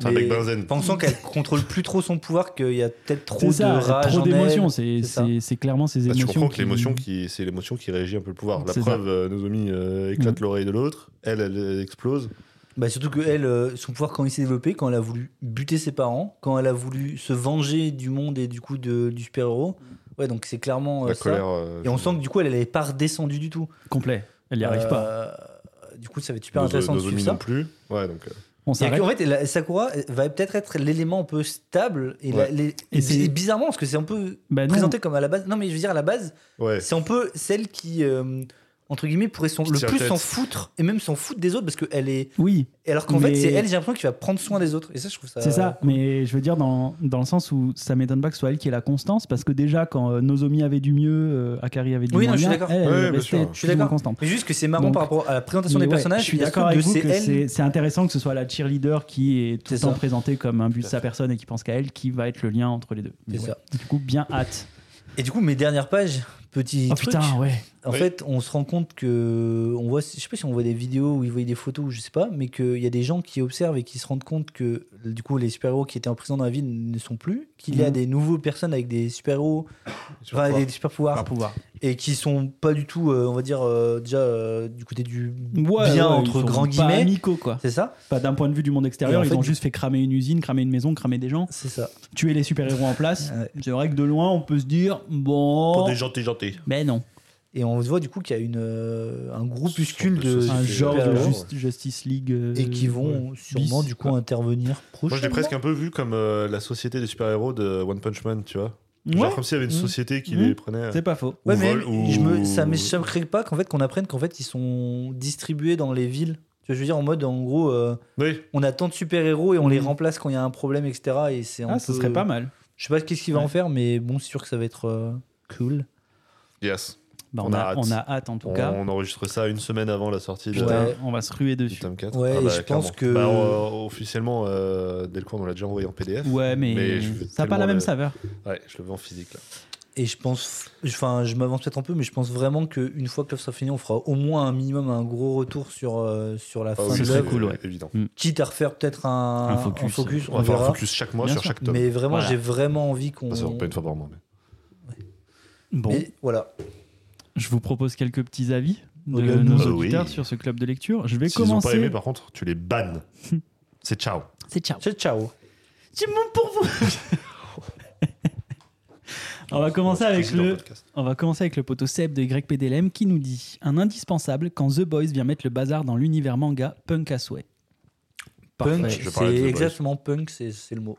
C'est un
mais
mec benzène.
Pensant qu'elle contrôle plus trop son pouvoir, qu'il y a peut-être trop
C'est ça,
de rage.
trop
en elle.
d'émotions. C'est
c'est ça.
c'est- c'est clairement ces
Bah, tu
émotions.
comprends que
qui-
l'émotion, qui... c'est l'émotion qui réagit un peu le pouvoir. La
C'est Mm.
preuve, euh, Nozomi euh, éclate l'oreille de l'autre, elle, elle, elle explose.
Bah surtout que elle, euh, son pouvoir quand il s'est développé, quand elle a voulu buter ses parents, quand elle a voulu se venger du monde et du coup de, du super héros. Ouais, donc c'est clairement euh,
la
ça.
colère. euh,
Et on sent que du coup elle n'avait pas redescendue du tout.
Complet. Elle n'y arrive
Euh,
pas.
Du coup, ça va être super
Nozo-
intéressant de
Nozomi
suivre
non
ça.
plus. Ouais, donc. euh,
On
Et
s'arrête.
en fait, la- Sakura va peut-être être, l'élément un peu stable et, la-
Ouais.
les-
Et c'est-
et bizarrement parce que c'est un peu
Bah non.
présenté comme à la base. Non, mais je veux dire à la base,
Ouais.
c'est un peu celle qui euh, entre guillemets pourrait s'en-
Qui
le
tire la
plus
tête.
s'en foutre et même s'en foutre des autres parce que elle est.
Oui,
et Alors qu'en
Mais-
fait, c'est elle, j'ai l'impression qui va prendre soin des autres. Et ça, je trouve ça.
c'est ça. Mais je veux dire, dans, dans le sens où ça m'étonne pas que ce soit elle qui ait la constance, parce que déjà, quand euh, Nozomi avait du mieux, euh, Akari avait du
Oui, non,
moins
je suis
bien,
d'accord.
elle, elle
Ouais, bien
restait
sûr.
plus
Je suis
ou moins
d'accord.
constante.
Mais juste que c'est marrant
Donc-
par rapport à la présentation
Mais
des
ouais,
personnages.
je suis
il y a ce
d'accord
truc
avec
de
vous que
elle.
c'est- c'est intéressant que ce soit la cheerleader qui est tout le
C'est
temps
ça.
présentée comme un but de
à
sa personne et qui pense qu'à elle qui va être le lien entre les deux.
C'est
Ouais.
ça.
Du coup, bien hâte.
Et du coup, mes dernières pages, petit
Oh
truc.
putain, ouais.
En
Oui.
fait, on se rend compte que on voit, je sais pas si on voit des vidéos ou ils voient des photos ou je sais pas, mais qu'il y a des gens qui observent et qui se rendent compte que du coup les super-héros qui étaient en prison dans la ville ne sont plus, qu'il y a
Mhm.
des nouveaux personnes avec des super-héros,
sur
enfin,
quoi
des super-pouvoirs
Par pouvoir.
et qui sont pas du tout, euh, on va dire euh, déjà euh, du côté du
Ouais,
bien
ouais, ils
entre
sont
grands
Pas
guillemets,
amicaux, quoi.
c'est ça,
Pas Bah, d'un point de vue du monde extérieur,
Et en
ils
fait-
ont juste fait cramer une usine, cramer une maison, cramer des gens,
c'est ça. Euh,
tuer les super-héros en place.
Ouais.
C'est vrai que de loin, on peut se dire, bon.
Pour des gentils gentils.
Mais non.
Et on voit du coup qu'il y a une, euh, un groupuscule
Une sorte de
de.
société.
un
c'est-
genre de
super-héros.
Just- Justice League. euh,
Et qui vont
ouais,
sûrement
bis,
du coup
quoi.
intervenir
Moi, je
prochainement.
l'ai presque un peu vu comme euh, la société des super-héros de One Punch Man, tu vois. Genre
Ouais,
comme s'il y avait une
Mmh.
société qui
Mmh.
les prenait.
c'est pas faux.
Ouais,
Ou
mais
vol, ou-
je me, ça ne choquerait pas qu'en fait qu'on apprenne qu'en fait ils sont distribués dans les villes. Tu vois, je veux dire en mode en gros, euh,
Oui,
on a tant de super héros et on les
Mm.
remplace quand il y a un problème, etc. Et c'est un
Ah, ce
peu-
serait pas mal.
Je sais pas qu'est-ce qu'il va
Ouais.
en faire, mais bon, c'est sûr que ça va être euh, cool.
yes.
Bah, on,
On a
a,
hâte.
on a hâte en tout
On,
cas.
on enregistre ça une semaine avant la sortie de,
Putain,
Ouais.
on va se ruer
du
dessus.
tome 4.
Ouais,
Ah
et
bah,
je pense que-
clairement. Bah, euh, officiellement, euh, Delcourt, on l'a déjà envoyé en PDF.
Ouais, mais,
Mais je veux
ça n'a pas la
tellement
même
le-
saveur.
Ouais, je le veux en physique là.
Et je pense, enfin, je m'avance peut-être un peu, mais je pense vraiment qu'une fois que l'œuvre sera finie, on fera au moins un minimum un gros retour sur, euh, sur la
Ah
fin
oui,
de
serait
c'est
l'œuvre.
cool, ouais.
Évident.
Quitte à refaire peut-être un,
Un focus.
On va faire un focus chaque mois
Bien
sur
sûr.
chaque tome.
Mais vraiment,
Voilà.
j'ai vraiment envie qu'on.
Enfin, ça va pas une fois par mois. Mais...
Bon,
Et voilà.
je vous propose quelques petits avis de
Regarde-nous.
nos
Ah oui.
auditeurs sur ce club de lecture. Je vais
S'ils ont pas
commencer.
aimé, bah. par contre, tu les bannes. c'est ciao.
C'est ciao.
C'est ciao.
C'est bon pour vous. on va commencer avec
Président
le
podcast.
On va commencer avec le poteau Seb de YPDLM qui nous dit Un indispensable quand The Boys vient mettre le bazar dans l'univers manga punk à souhait.
Punk,
Je parlais de The
c'est
Boys.
exactement punk, c'est c'est le mot.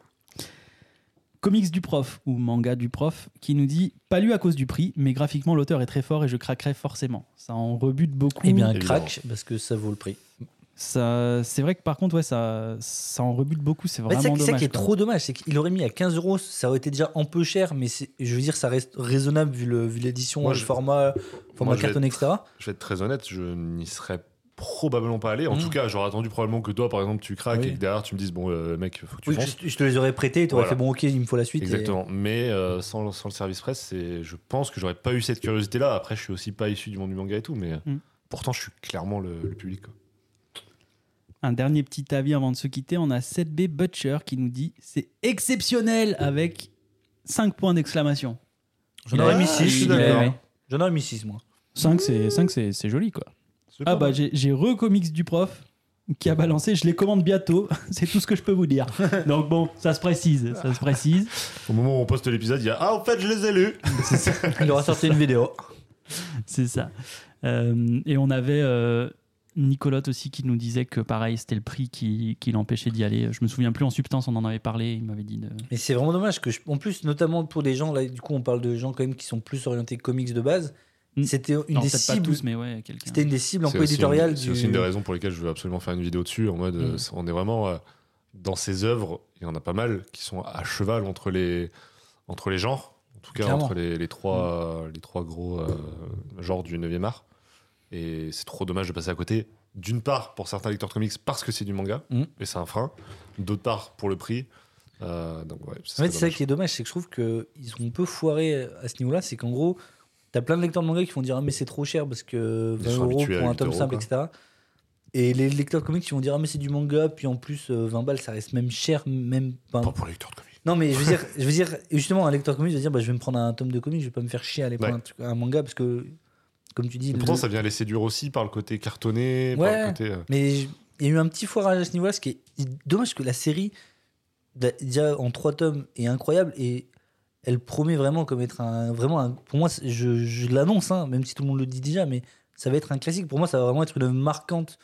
Comics du prof ou manga du prof qui nous dit Pas lu à cause du prix, mais graphiquement l'auteur est très fort et je craquerai forcément. Ça en rebute beaucoup.
Eh bien,
Évidemment.
crack, parce que ça vaut le prix.
Ça- C'est vrai que par contre, ouais, ça, ça en rebute beaucoup. C'est
En fait,
vraiment
c'est ça- c'est ça
dommage.
qui est
quoi.
trop dommage, c'est qu'il aurait mis à 15 euros, ça aurait été déjà un peu cher, mais c'est- je veux dire, ça reste raisonnable vu le- vu l'édition,
Moi,
vu le
je-
format, format
moi, je vais
carton, etc.
Je vais être très honnête, je n'y serais probablement pas allé. En
Mm.
tout cas, j'aurais attendu probablement que toi, par exemple, tu craques
Oui.
et que derrière tu me dises bon, euh, mec, faut que tu
Oui,
penses.
je, je te les aurais prêtés, t'aurais
Voilà.
fait bon, ok, il me faut la suite. et-
Exactement. Mais euh, sans, sans le service presse, c'est, je pense que j'aurais pas eu cette curiosité-là. Après, je suis aussi pas issu du monde du manga et tout, mais
Mm.
pourtant, je suis clairement le, le public. quoi.
Un dernier petit avis avant de se quitter on a 7B Butcher qui nous dit C'est exceptionnel avec 5 points d'exclamation.
J'en
Il
aurais
a-
mis six, je suis
Ouais,
d'accord.
ouais.
J'en aurais mis 6, moi.
5, c'est- 5, c'est c'est joli quoi.
C'est
Ah
pas
bah
mal.
j'ai j'ai re-comics du prof qui a balancé, je les commande bientôt, c'est tout ce que je peux vous dire. Donc bon, ça se précise, ça se précise.
Au moment où on poste l'épisode, il y a ah, en fait, je les ai lus.
Il aura sorti une vidéo.
C'est ça. Euh, et on avait euh, Nicolotte aussi qui nous disait que pareil, c'était le prix qui, qui l'empêchait d'y aller. Je me souviens plus en substance, on en avait parlé, il m'avait dit de...
Mais c'est vraiment dommage que, je- en plus, notamment pour des gens, là, du coup, on parle de gens quand même qui sont plus orientés comics de base.
Mm.
C'était une
Non,
des
peut-être pas
cibles.
tous, mais ouais, quelqu'un.
C'était une des cibles un
C'est
peu
aussi une-
éditoriales
C'est
du.
aussi une des raisons pour lesquelles je veux absolument faire une vidéo dessus. En mode, euh,
Mm.
on est vraiment euh, dans ces œuvres, il y en a pas mal qui sont à cheval entre les, entre les genres, en tout cas
Clairement. Mm.
entre les, les trois, les trois gros euh, genres du 9e art. Et c'est trop dommage de passer à côté, d'une part pour certains lecteurs de comics parce que c'est du manga,
Mm.
et c'est un frein, d'autre part pour le prix. Euh, donc ouais, ce
En fait, c'est
serait
ça
dommage.
qui est dommage, c'est que je trouve qu'ils ont un peu foiré à ce niveau-là. C'est qu'en gros, t'as plein de lecteurs de manga qui vont dire Ah, mais c'est trop cher parce que
Ils
20
sont
euros
habitués à
pour un
8
tome
euros,
simple,
quoi.
etc. Et les lecteurs de comics qui vont dire Ah, mais c'est du manga, puis en plus, euh, 20 balles, ça reste même cher, même. enfin,
Pas pour les lecteurs de comics.
Non, mais je veux dire, je veux dire justement, un lecteur de comics va dire bah, Je vais me prendre un tome de comics, je vais pas me faire chier à aller prendre un, truc- un manga parce que, comme tu dis.
Et
le-
pourtant, ça vient les séduire aussi par le côté cartonné, par
Ouais.
le côté. euh,
Mais je- il y a eu un petit foirage à ce niveau-là, ce qui est dommage que la série, d'a- déjà en trois tomes, est incroyable et elle promet vraiment comme être un. Vraiment un- pour moi, c'est- je, je l'annonce, hein, même si tout le monde le dit déjà, mais ça va être un classique. Pour moi, ça va vraiment être une œuvre marquante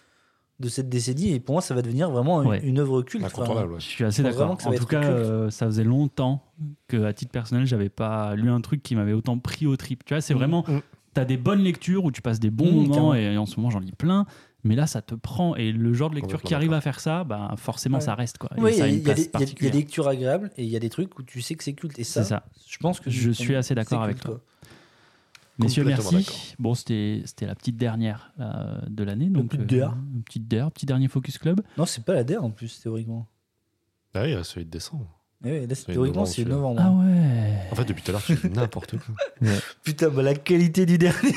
de cette décennie et pour moi, ça va devenir vraiment une,
Ouais.
une œuvre culte.
incontournable. ouais.
Je suis assez
Je pense
d'accord.
vraiment que ça
En
va
tout
être
cas,
culte.
euh, ça faisait longtemps que, à titre personnel, j'avais pas lu un truc qui m'avait autant pris au trip. Tu vois, c'est
Mm,
vraiment,
mm.
t'as des bonnes lectures où tu passes des bons
Mm,
moments
carrément.
et en ce moment j'en lis plein. Mais là, ça te prend et le genre de lecture
Complètement
qui arrive
d'accord.
à faire ça, bah forcément,
Ouais.
ça reste quoi. Et
Oui,
ça a
il y,
une
a
place
des- il y a- il y a des
particulière.
lectures agréables et il y a des trucs où tu sais que c'est culte. Et ça,
C'est ça.
je pense que
Je suis assez d'accord
c'est
avec
culte,
toi.
quoi.
Messieurs,
Complètement d'accord.
merci. Bon, c'était c'était la petite dernière là, de l'année, donc euh,
petite dernière.
une petite dernière, petit dernier focus club.
Non, c'est pas la DER en plus, théoriquement.
Ah oui, il reste celui de décembre.
Eh oui, là, c'est-
Oui,
théoriquement,
novembre,
c'est
celui-là.
novembre.
Ah ouais.
En fait, depuis tout à l'heure, tu dis n'importe quoi.
Putain, bah, la qualité du dernier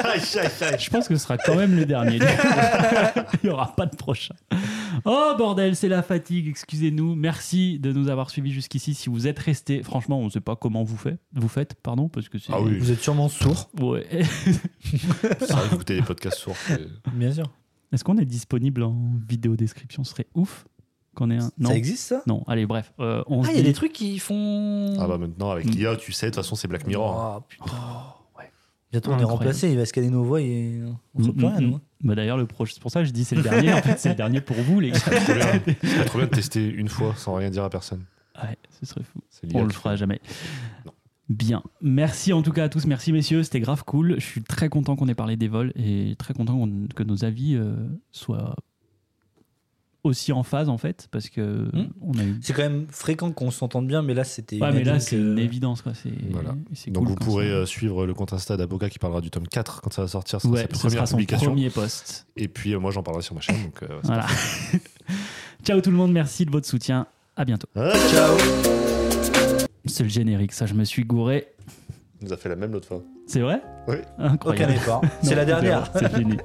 Je pense que ce sera quand même le dernier. Il n'y aura pas de prochain. Oh bordel, c'est la fatigue, excusez-nous. Merci de nous avoir suivis jusqu'ici. Si vous êtes restés, franchement, on ne sait pas comment vous faites, vous faites pardon, parce que c'est...
Ah oui.
Vous êtes sûrement sourd.
Ouais.
Ça arrive d'écouter des podcasts sourds. c'est-
Bien sûr.
Est-ce qu'on est disponible en vidéo description Ce serait ouf qu'on ait un... Non.
Ça existe ça
Non, allez, bref. euh, on
Ah,
se
il y a
dit-
des trucs qui font.
Ah bah maintenant, avec l'IA, tu sais, de toute façon, c'est Black Mirror. hein.
Ah, putain.
Oh, ouais.
Bientôt, on est
Incroyable.
remplacé. Il va scanner nos voix et on fera
Mm,
plus rien,
mm,
nous. hein.
mm. Bah, D'ailleurs, le proche, c'est pour ça que je dis c'est le dernier. en fait, c'est le dernier pour vous, les gars.
Trop bien. C'est trop bien de tester une fois sans rien dire à personne.
Ouais, ce serait fou.
C'est l'IA
On le
qui
fera
fait.
jamais.
Non.
Bien. Merci en tout cas à tous. Merci messieurs. C'était grave cool. Je suis très content qu'on ait parlé des vols et très content qu'on- que nos avis euh, soient aussi en phase en fait parce que
Hmm.
on a eu.
C'est quand même fréquent qu'on s'entende bien, mais là, c'était. euh,
Ouais, mais là
unanime
c'est
que-
une évidence quoi. C'est
Voilà.
c'est
Donc
cool
vous
quand
pourrez
ça-
euh, suivre le compte Insta d'Aboga qui parlera du tome 4 quand ça va sortir. Ce sera
Ouais,
sa
ce sera
première
son
publication.
premier poste.
Et puis euh, moi j'en parlerai sur ma chaîne. Donc, euh,
Voilà. Ciao tout le monde. Merci de votre soutien. À bientôt.
Ah,
Ciao.
C'est le générique. Ça, je me suis gouré.
il nous a fait la même l'autre fois.
C'est vrai
Oui.
Incroyable.
Aucun effort.
Non,
C'est la dernière.
C'est fini.